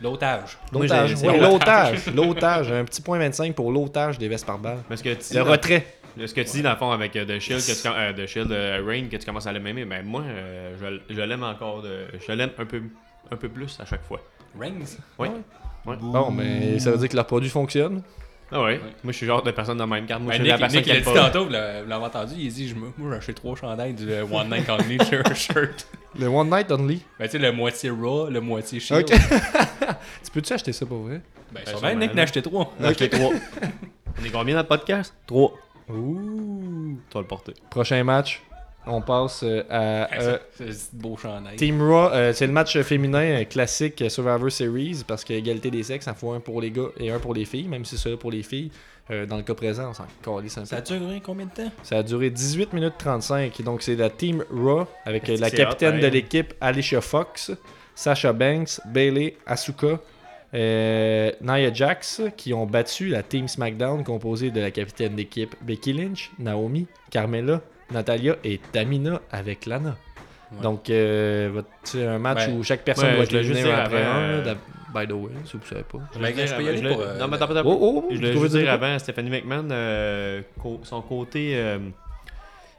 L'otage. Moi, L'otage. j'ai- ouais, c'est l'otage. [LAUGHS] L'otage. Un petit point 25 pour l'otage des vestes par balle mais ce que tu dis, Le dans, retrait. ce que tu dis dans le fond avec euh, The Shield, que tu, com- euh, The Shield euh, Rain, que tu commences à l'aimer, mais moi, euh, je, l- je l'aime encore, de- je l'aime un peu, un peu plus à chaque fois. Rings. Oui. Ah Ouais. Bon, mais ça veut dire que leur produit fonctionne. Ah ouais. Moi, je suis le genre de personne dans la même carte. Moi, Ben, je Nick, suis la personne Nick, qui il a aime dit pas. tantôt, vous l'avez vous l'avez entendu, il dit je me- Moi, j'ai acheté trois chandails du euh, One Night [LAUGHS] Only shirt- shirt. Le One Night Only. Ben, tu sais, le moitié Raw, le moitié Shield. Ok. tu peux-tu acheter ça pour vrai Ben, Ben, sûrement, sûrement, Nick là. n'a acheté trois. Non, [LAUGHS] j'étais trois. On est combien dans le podcast Trois. Ouh. Tu vas le porter. Prochain match, on passe euh, à. Ben, euh, ça, C'est c'est beau chandail. Team Raw, euh, c'est le match euh, féminin euh, classique euh, Survivor Series parce que égalité des sexes, ça faut un pour les gars et un pour les filles, même si c'est ça pour les filles. euh, dans le cas présent, on s'en calisse un peu. Ça a duré combien de temps Ça a duré 18 minutes 35. Donc, c'est la Team Raw avec euh, la C'est hot, hein? capitaine de pareil. l'équipe Alicia Fox, Sasha Banks, Bailey, Asuka, euh, Nia Jax qui ont battu la Team SmackDown composée de la capitaine d'équipe Becky Lynch, Naomi, Carmella, Natalia et Tamina avec Lana. Ouais. Donc, euh, votre- c'est un match Ouais. où chaque personne Ben, Ouais, va je être voulais juste éliminée dire un après avant, un. là, euh, d'a- By the way, si vous savez pas. Ben, je peux y aller je voulais- pour, euh, Non, mais attends, attends. Oh, oh, oh, Je vous voulais trouvez juste dire ça? avant, Stephanie McMahon, euh, co- son côté euh,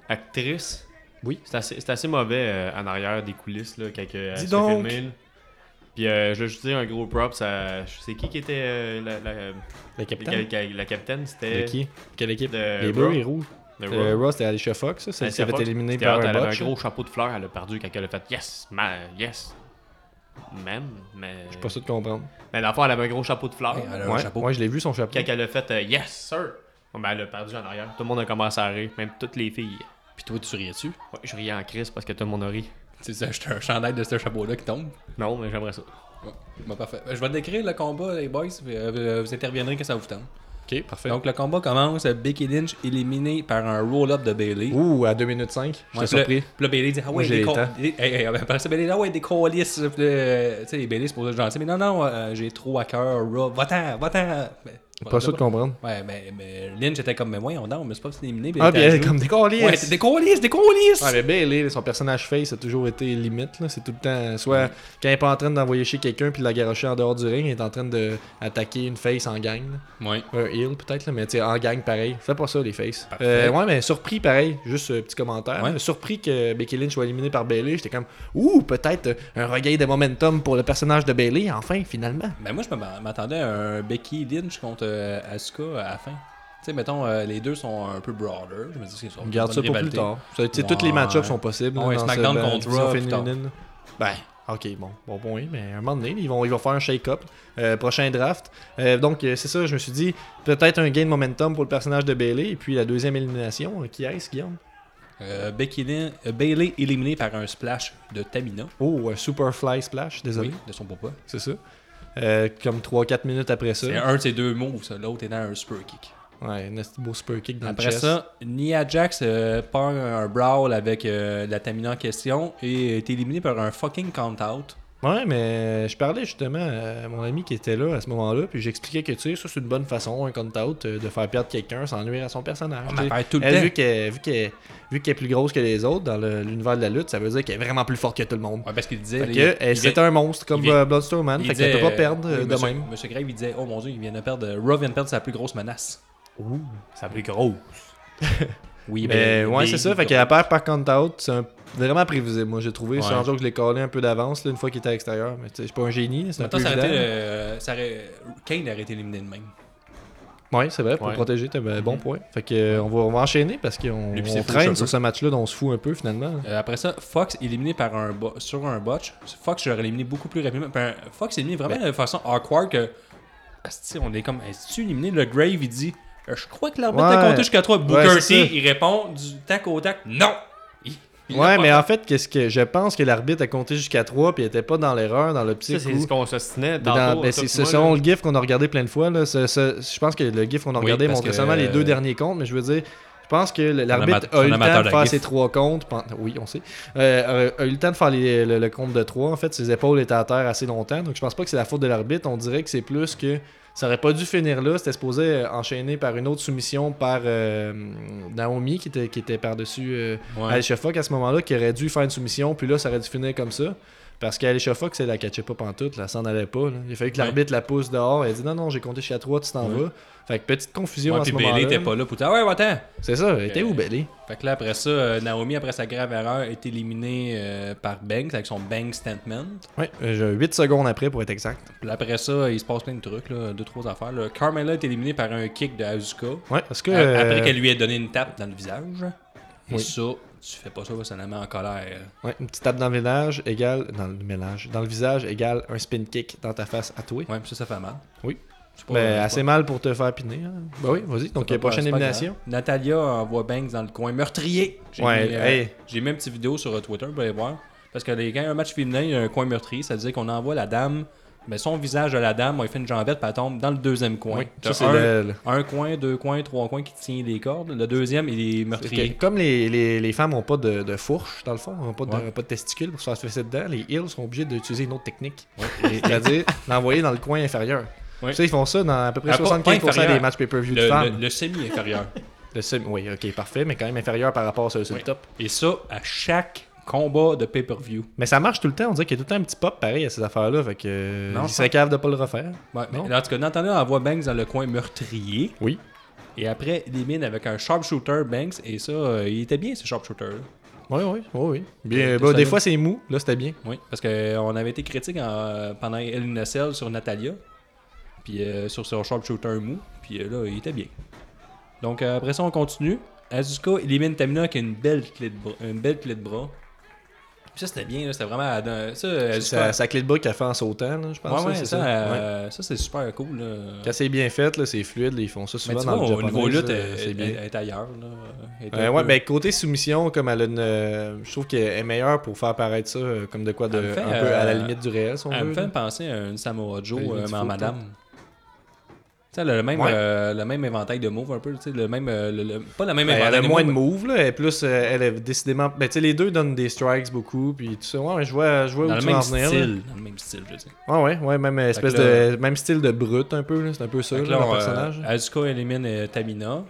actrice, Oui. c'est assez, c'est assez mauvais euh, en arrière des coulisses là, quand euh, elle Dis se fait donc. filmer, là. Puis Puis euh, je veux juste dire un gros props à. C'est qui qui était euh, la, la, Le la- capitaine. la- la capitaine C'était. Ben, De qui Quelle équipe De Les Raw. Bleus et Rouges. Le Euh, Raw. Raw, c'était Alicia Fox, ça, celle qui Alicia s'avait Fox. éliminé C'était par hot, un elle avait botch. un là. gros chapeau de fleurs, elle a perdu quand elle a fait Yes, ma, yes. Même, mais. Pas sûr de comprendre. Mais dans le fond, elle avait un gros chapeau de fleurs. Hey, elle a un Ouais, Ah, ben, chapeau. ouais, je l'ai vu son chapeau. Quand elle a fait euh, Yes, sir. Bon, ben, elle a perdu en arrière. Tout le monde a commencé à rire, même toutes les filles. Puis toi, tu riais-tu? Ouais, je riais en crise parce que tout le monde a ri. Tu sais, acheté un chandail de ce chapeau-là qui tombe. Non, mais j'aimerais ça. Bon, parfait. Ben, Je vais décrire le combat, les boys. puis, euh, Vous interviendrez quand ça vous tente. Ok, parfait. Donc, le combat commence. Becky Lynch éliminée par un roll-up de Bailey. Ouh, à 2 minutes 5, j'étais surpris. Puis là, Bailey dit Ah Moi, ouais, j'ai des les co- temps. des- hey, hey, après ça, Bailey dit Ah ouais, des colis. Puis là, euh, Tu sais, Bailey, c'est pour être gentil. Mais non, non, euh, j'ai trop à cœur. Raw, va-t'en, va-t'en. Ben, Pas sûr de comprendre. Ouais, mais, mais Lynch était comme Mais voyons, donc, mais c'est pas possible d'éliminer. Ah, puis elle elle était est comme des colis. à- Ouais, c'est des colis, des colis. Ouais, mais Bailey, son personnage face a toujours été limite. là. C'est tout le temps. Soit quand il est pas en train d'envoyer chez quelqu'un puis de la garocher en dehors du ring, il est en train d'attaquer une face en gang. là. Ouais. Un heel peut-être, là, mais tu sais, en gang pareil. Fais pas ça, les faces. Euh, ouais, mais surpris pareil. Juste euh, petit commentaire. Ouais. Surpris que Becky Lynch soit éliminée par Bailey. J'étais comme, ouh, peut-être euh, un regain de momentum pour le personnage de Bailey, enfin, finalement. Ben moi, je me- m'attendais à un Becky Lynch contre euh, Asuka à la fin. Tu sais, mettons, euh, les deux sont un peu broader. Je me dis qu'ils sont Garde ça pour plus tard. Ça, tu sais, Tous les Ouais. match-ups sont possibles. là, Ouais, dans SmackDown cette, euh, contre division Raw, plus tard. féminine. Ben, ok, bon, bon, bon, oui, mais à un moment donné, ils vont, ils vont faire un shake-up. euh, prochain draft. Euh, donc, euh, c'est ça, je me suis dit, peut-être un gain de momentum pour le personnage de Bailey. Et puis la deuxième élimination, euh, qui est-ce, Guillaume Euh, Becky Lynch, euh, Bailey éliminée par un splash de Tamina. Oh, euh, Superfly Splash, désolé. Oui, de son papa. C'est ça. Euh, comme 3-4 minutes après ça. C'est un de ses deux moves, ça. L'autre étant un super kick. Ouais, un esti beau super kick dans le Après chest. ça, Nia Jax euh, part un brawl avec euh, la Tamina en question et est éliminée par un fucking count-out. Ouais, mais je parlais justement à mon ami qui était là à ce moment-là, puis j'expliquais que tu sais, ça c'est une bonne façon, un count-out, euh, de faire perdre quelqu'un sans nuire à son personnage. On tu sais. perd Ah, tout le Elle, temps. vu qu'elle vu qu'elle- vu qu'elle est plus grosse que les autres dans le- l'univers de la lutte, ça veut dire qu'elle est vraiment plus forte que tout le monde. Ouais, parce qu'il disait. Fait là, que, il- elle, il vient- c'est un monstre comme il vient- euh, Bloodstone Man, il fait qu'elle disait, peut pas perdre euh, euh, oui, de monsieur- même. Monsieur Grave, il disait Oh mon dieu, il vient de perdre. Raw vient de perdre sa plus grosse menace. Ça a pris gros. [LAUGHS] Oui, Mais ben, ouais, des- c'est ça. Fait qu'elle perd par count-out. C'est un- vraiment prévisible. Moi, j'ai trouvé. Ouais. Sans jour que je l'ai collé un peu d'avance là, une fois qu'il était à l'extérieur. Mais tu sais, je suis pas un génie. C'est un peu Attends, ça aurait évident. été, euh, ça aurait- Kane aurait été éliminé de même. Ouais, c'est vrai. Pour Ouais. protéger, t'as un bon point. Fait que, euh, on, va, on va enchaîner parce qu'on Lui, puis on ses faux traîne cheveux. sur ce match-là. dont On se fout un peu finalement. Euh, après ça, Fox éliminé par un bo- sur un botch. Fox, je l'aurais éliminé beaucoup plus rapidement. Ben, Fox éliminé vraiment de façon awkward que. Asti, on est comme. Est-ce éliminé? Le Grave, il dit Euh, Je crois que l'arbitre Ouais. a compté jusqu'à 3. Booker Ouais, c'est T, ça. il répond du tac au tac Non Il- il l'a Ouais, pas mais fait. en fait, qu'est-ce que je pense que l'arbitre a compté jusqu'à 3 puis il était pas dans l'erreur, dans le petit Ça, c'est ce coup. qu'on s'ostinait Dans- tantôt, ben, toi c'est puis c'est moi, selon là. le gif qu'on a regardé plein de fois. là. Ce- ce- je pense que le gif qu'on a Oui, regardé parce montrait que, seulement les deux euh, derniers comptes, mais je veux dire, je pense que le- l'arbitre ama- a eu un le amateur temps de de faire gif. ses trois comptes. pen- Oui, on sait. Euh, a, a eu le temps de faire les- le, le compte de trois. En fait, ses épaules étaient à terre assez longtemps, donc je pense pas que c'est la faute de l'arbitre. On dirait que c'est plus que. Ça aurait pas dû finir là, c'était supposé euh, enchaîner par une autre soumission par euh, Naomi qui était, qui était par-dessus euh, Ouais. Alicia Fox à ce moment-là qui aurait dû faire une soumission, puis là, ça aurait dû finir comme ça. Parce qu'Alicia Fox, elle la catchait pas pantoute, là, elle s'en allait pas. là. Il a fallu que Ouais. l'arbitre la pousse dehors, elle dit non, non, j'ai compté jusqu'à 3, tu t'en Ouais. vas. Fait que petite confusion Ouais, à ce puis Bailey était moment-là. pas là pour dire Ah ouais, attends C'est ça, elle était où, Euh, Bailey Fait que là, après ça, euh, Naomi, après sa grave erreur, est éliminée euh, par Banks avec son Banks Statement. Ouais, euh, j'ai 8 secondes après pour être exact. Puis là, après ça, il se passe plein de trucs, là, deux, trois affaires. là. Carmella est éliminée par un kick de Azuka. Ouais, parce que. Euh, euh, Après qu'elle lui ait donné une tape dans le visage. Et Oui. ça, tu fais pas ça parce que ça la met en colère. ouais, une petite tape dans le ménage égale. Dans le ménage. Dans le visage égale un spin kick dans ta face à toi. Ouais, puis ça, ça fait mal. Oui. C'est pas- Ben, c'est assez pas- mal pour te faire piner. hein. Ben oui, vas-y. Donc, c'est pas- prochaine c'est pas élimination. grave. Natalia envoie Banks dans le coin meurtrier. J'ai Ouais, mis, euh, hey. J'ai mis une petite vidéo sur euh, Twitter pour aller voir. Parce que les- quand il y a un match féminin, il y a un coin meurtrier, ça veut dire qu'on envoie la dame, mais son visage de la dame, on lui fait une jambette, puis elle tombe dans le deuxième coin. Oui, T'as ça, c'est un, le- un coin, deux coins, trois coins qui tient les cordes. Le deuxième, il est Parce meurtrier. que comme les, les, les femmes n'ont pas de, de fourche, dans le fond, n'ont pas, de- Ouais. pas de testicules pour se faire fesser dedans, les heels sont obligés d'utiliser une autre technique. Et- C'est-à-dire [LAUGHS] l'envoyer dans le coin inférieur. Ouais. Tu sais, ils font ça dans à peu près Ah, pas- pas 75% inférieur. des matchs pay-per-view de Le, femmes. le- le semi-inférieur. Le semi- oui, ok, parfait, mais quand même inférieur par rapport à ceux sur le top. Et ça, à chaque combat de pay-per-view. Mais ça marche tout le temps, on dirait qu'il y a tout le temps un petit pop pareil à ces affaires-là, fait que euh, Non, ils je seraient caves de pas le refaire. Ouais, mais Non. en tout cas, Nathaniel envoie Banks dans le coin meurtrier Oui. et après élimine avec un sharpshooter Banks et ça, euh, il était bien ce sharpshooter. Oui, oui, oui. Bien, C'était bah, des solide. fois, c'est mou. Là, c'était bien. Oui, parce qu'on avait été critique en- euh, pendant El Nacelle sur Natalia, puis euh, sur son sharpshooter mou, puis euh, là, il était bien. Donc euh, après ça, on continue. Azuka élimine Tamina avec une belle clé de bras. Une belle clé de bras. Puis ça, c'était bien, là, c'était vraiment. dans- Ça, Azuka. Sa, sa clé de bras qu'elle fait en sautant, là, je pense. ouais, ouais, là, c'est ça, ça. Ouais. euh, ça, c'est super cool. là. Quand c'est bien fait, là, c'est fluide. là, ils font ça souvent Mais tu vois, dans le au japonais, niveau lutte, euh, là, elle, c'est bien. elle- elle est ailleurs. Là. Elle est Euh, un ouais, peu- ben côté soumission, comme elle a une, euh, je trouve qu'elle est meilleure pour faire paraître ça euh, comme de quoi de, Elle me fait, un peu à la euh, limite du réel, si on Elle me veut. fait là. penser à une Samoa Joe, Elle est euh, mais en multifocal. madame. Tu sais, elle a le même, Ouais. euh, le même éventail de moves un peu, tu sais, le même... euh, le- le- pas le même Ben, elle éventail a moins de moves. moves, là, et plus euh, elle est décidément. Ben, tu sais, les deux donnent des strikes beaucoup, puis tout ça. Ouais, ouais, je vois, je vois Dans où le tu veux en même venir. là. style. Dans le même style, je sais. Ouais, ouais, ouais, même espèce que de, même style de brut un peu, là, c'est un peu ça, Fait que là, là, le on, euh, personnage. Azuka élimine euh, Tamina.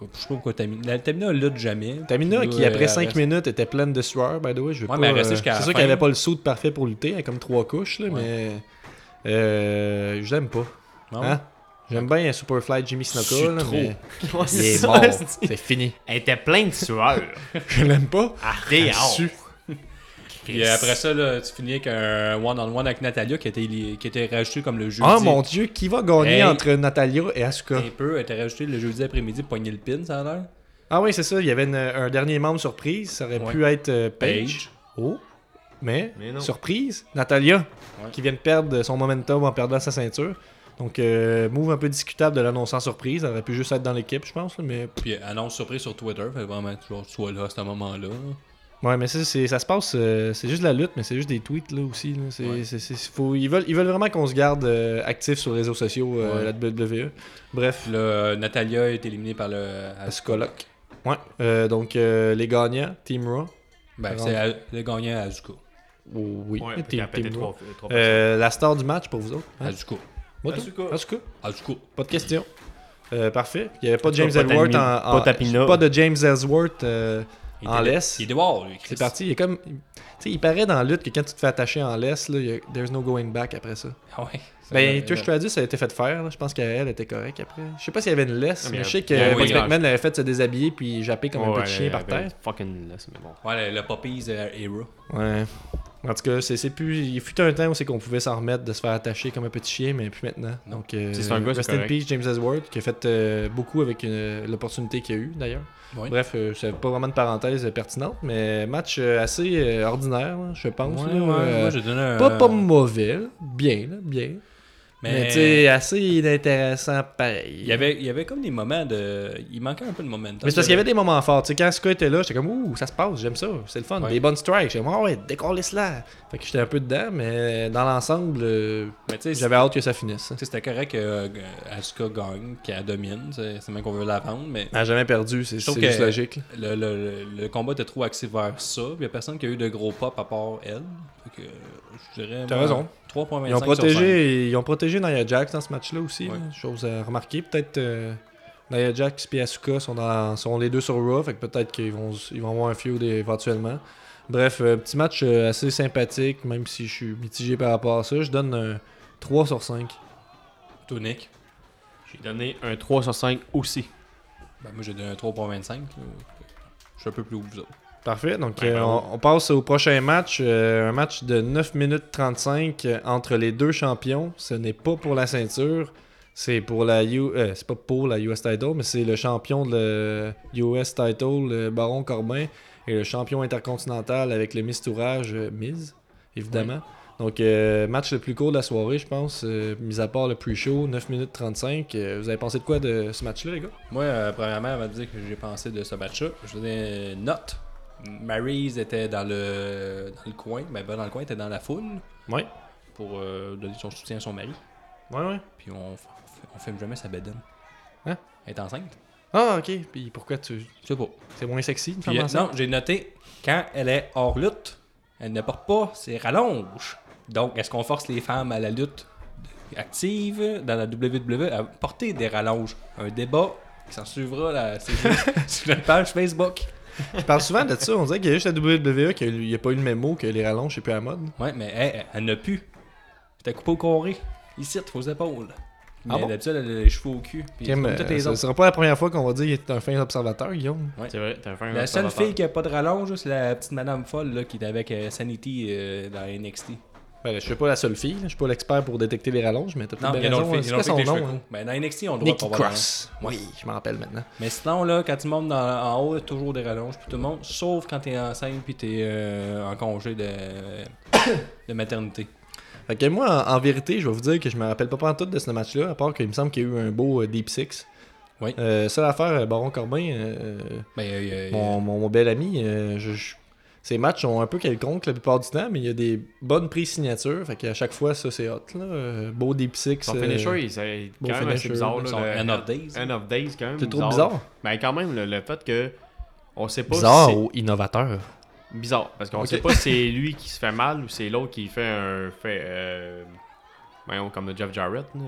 Je sais pas pourquoi Tamina... la- Tamina lutte jamais. Tamina, Puis là, euh, qui après elle 5 reste- minutes était pleine de sueur, by the way. Je veux pas, Ouais, mais elle restait euh, jusqu'à la C'est sûr fin. qu'elle avait pas le saut de parfait pour lutter, elle a comme trois couches, là, mais. Euh, je l'aime pas. Ah Non? Hein? J'aime bien Superfly Jimmy Snuka, suis là, trop. mais Ouais, il est ça, mort. [LAUGHS] c'est- C'est fini. Elle était pleine de sueur. Je l'aime pas. Arrête. Su. [LAUGHS] Puis euh, après ça, là, tu finis avec un one-on-one avec Natalia qui était, qui était rajouté comme le jeudi. Ah mon dieu, qui va gagner Hey. entre Natalia et Asuka? Un peu, elle était rajoutée le jeudi après-midi pour poigner le pin, ça a l'air. Ah oui, c'est ça, il y avait une- un dernier membre surprise, ça aurait Ouais. pu être euh, Paige. Page. Oh, mais, Mais non. surprise, Natalia, Ouais. qui vient de perdre son momentum en perdant sa ceinture. Donc, euh, move un peu discutable de l'annonce en surprise. Elle aurait pu juste être dans l'équipe, je pense. là, Mais, Puis euh, annonce surprise sur Twitter, fait vraiment toujours sois là à ce moment-là. ouais, mais ça, c'est- ça se passe. euh, c'est juste de la lutte, mais c'est juste des tweets là, aussi. là. C'est- Ouais. c'est- c'est- faut- ils, veulent, ils veulent vraiment qu'on se garde euh, actif sur les réseaux sociaux, euh, Ouais. la WWE. Bref, Puis là, euh, Natalia est éliminée par le Asuka. Ascoloc. Ouais. Euh, donc, euh, les gagnants, Team Raw. Ben, c'est à- le gagnant à Azuka. Oh, oui, Ouais, puis elle Team, a pété Team Raw. trois trois personnes. Euh, la star du match pour vous autres. hein? Azuka. Moi, toi? Asuka. Asuka. Azuka. Pas de question. Euh, parfait. Il n'y avait pas de James Pas Ellsworth en, Tamina- en- pas Tapina. pas de James Ellsworth euh, Il en était- laisse. Il est dehors, lui, Chris. C'est parti. Il est comme, tu sais, il paraît dans la lutte que quand tu te fais attacher en laisse, là, il y a- there's no going back après ça. Ah ouais. Ça, Ben, euh, Trish Stratus a été fait faire. là. Je pense qu'elle était correcte après. Je sais pas s'il y avait une laisse, Non, mais, mais je sais que il y a- Vince oui, McMahon l'avait fait se déshabiller puis japper comme un Ouais, petit chien elle par avait terre. Fucking laisse, mais bon. Ouais, le, le Poppies euh, Era. Ouais. En tout cas, c'est c'est plus. Il fut un temps où c'est qu'on pouvait s'en remettre de se faire attacher comme un petit chien, mais plus maintenant. Donc, euh, Si c'est un gars, c'est Rest in correct. peace, James Ellsworth, qui a fait euh, beaucoup avec euh, l'opportunité qu'il y a eu d'ailleurs. Ouais. Bref, euh, c'est pas vraiment de parenthèse euh, pertinente, mais match euh, assez euh, ordinaire, là, je pense. là, euh, moi, j'ai donné un. pas, pas mauvais, là. bien, là, bien. Mais, Mais, tu sais, assez inintéressant pareil. il y, avait, il y avait comme des moments de. Il manquait un peu de momentum. Mais c'est parce qu'il y avait des moments forts. Tu sais, quand Scott était là, j'étais comme, ouh, ça se passe, j'aime ça, c'est le fun. Ouais. Des bonnes strikes. J'étais comme, Ah ouais, décolle cela. Fait que j'étais un peu dedans, mais dans l'ensemble, euh, Mais tu sais, j'avais hâte que ça finisse. tu sais, c'était correct que euh, Asuka gagne, qu'elle domine. C'est c'est même qu'on veut la vendre, mais. Elle a Ah, jamais perdu, c'est trouve c'est que- juste logique. là. Le, le- le- le combat était trop axé vers ça. Il n'y a personne qui a eu de gros pop à part elle. Fait que, je dirais. T'as moi, raison. 3.25 Ils ont, sur cinq. protégé, ils ont protégé Nia Jax dans ce match-là aussi. Ouais. là. Chose à remarquer. Peut-être euh, Nia Jax et Asuka sont, dans- sont les deux sur Raw. Fait que peut-être qu'ils vont, s- ils vont avoir un feud éventuellement. Bref, euh, petit match euh, assez sympathique, même si je suis mitigé par rapport à ça. Je donne euh, 3 sur 5. Toi, Nick. J'ai donné un 3 sur 5 aussi. Ben, moi, j'ai donné un 3.25. là. Je suis un peu plus haut que vous autres. Parfait. Donc, Ben, euh, bravo. on, on passe au prochain match. euh, un match de 9 minutes 35 euh, entre les deux champions. Ce n'est pas pour la ceinture. C'est pour la U... euh, c'est pas pour la US Title, mais c'est le champion de la US Title, le Baron Corbin, et le champion intercontinental avec le mistourage euh, Miz, évidemment. Donc, euh, match le plus court de la soirée, je pense, euh, mis à part le pre-show, 9 minutes 35. Euh, vous avez pensé de quoi de ce match-là, les gars? Moi, euh, premièrement, avant de dire que j'ai pensé de ce match-là, je donnais une note. Maryse était dans le, dans le coin, ben pas dans le coin, elle était dans la foule Ouais. pour euh, donner son soutien à son mari. Ouais, ouais. Puis on, f- on filme jamais sa bédaine. Hein? Elle est enceinte? Ah, ok. Puis pourquoi tu. Je sais pas. C'est moins sexy de Puis, euh, faire ça? non, j'ai noté, quand elle est hors lutte, elle ne porte pas ses rallonges. Donc, est-ce qu'on force les femmes à la lutte active dans la WWE à porter des rallonges? Un débat qui s'en suivra là, c'est juste [LAUGHS] sur notre page Facebook. Je parle souvent de ça. On dirait qu'il y a juste la E WWE qu'il n'y a pas eu le mémo que les rallonges, c'est plus à la mode. Ouais, mais hey, elle, elle n'a plus. T'as coupé au carré. Ici, aux épaules. Mais Ah bon? d'habitude, elle a les cheveux au cul. Puis Kim, comme toutes les euh, ce autres. sera pas la première fois qu'on va dire qu'il est un fin observateur, Guillaume. C'est vrai, t'as fait un La seule observateur. fille qui a pas de rallonge, c'est la petite madame folle là, qui était avec euh, Sanity euh, dans NXT. Ben, je suis pas la seule fille, là. je suis pas l'expert pour détecter les rallonges, mais t'as Non, peut-être il y bien en raison. a hein. fait. C'est Ils ont quoi fait son des nom? cheveux hein? courts. Ben, dans NXT, on doit Nikki pas voir. Cross. Oui, je m'en rappelle maintenant. Mais sinon, là, quand tu montes dans- en haut, toujours des rallonges pour tout le monde, sauf quand t'es enceinte puis t'es euh, en congé de, [COUGHS] de maternité. Fait que moi, en, en vérité, je vais vous dire que je me rappelle pas en tout de ce match-là, à part qu'il me semble qu'il y a eu un beau euh, Deep Six. Oui. Euh, seule affaire, euh, Baron Corbin, euh, euh, Ben, euh, euh, mon, mon- mon bel ami, euh, je- je- ses matchs sont un peu quelconques la plupart du temps, mais il y a des bonnes prises signatures. Fait qu'à chaque fois, ça, c'est hot. Là. Euh, beau Deep Six. Son euh, finisher, il c'est beau quand même finisher, assez bizarre. là, Là, son le- End of Days. End of Days, quand même. C'est trop bizarre. Mais quand même, le, le fait que. On sait pas Bizarre si ou innovateur. oh. c'est bizarre. Parce qu'on Ok. sait pas si c'est lui qui se fait mal ou c'est l'autre qui fait un. Fait, euh, voyons, comme le Jeff Jarrett. là.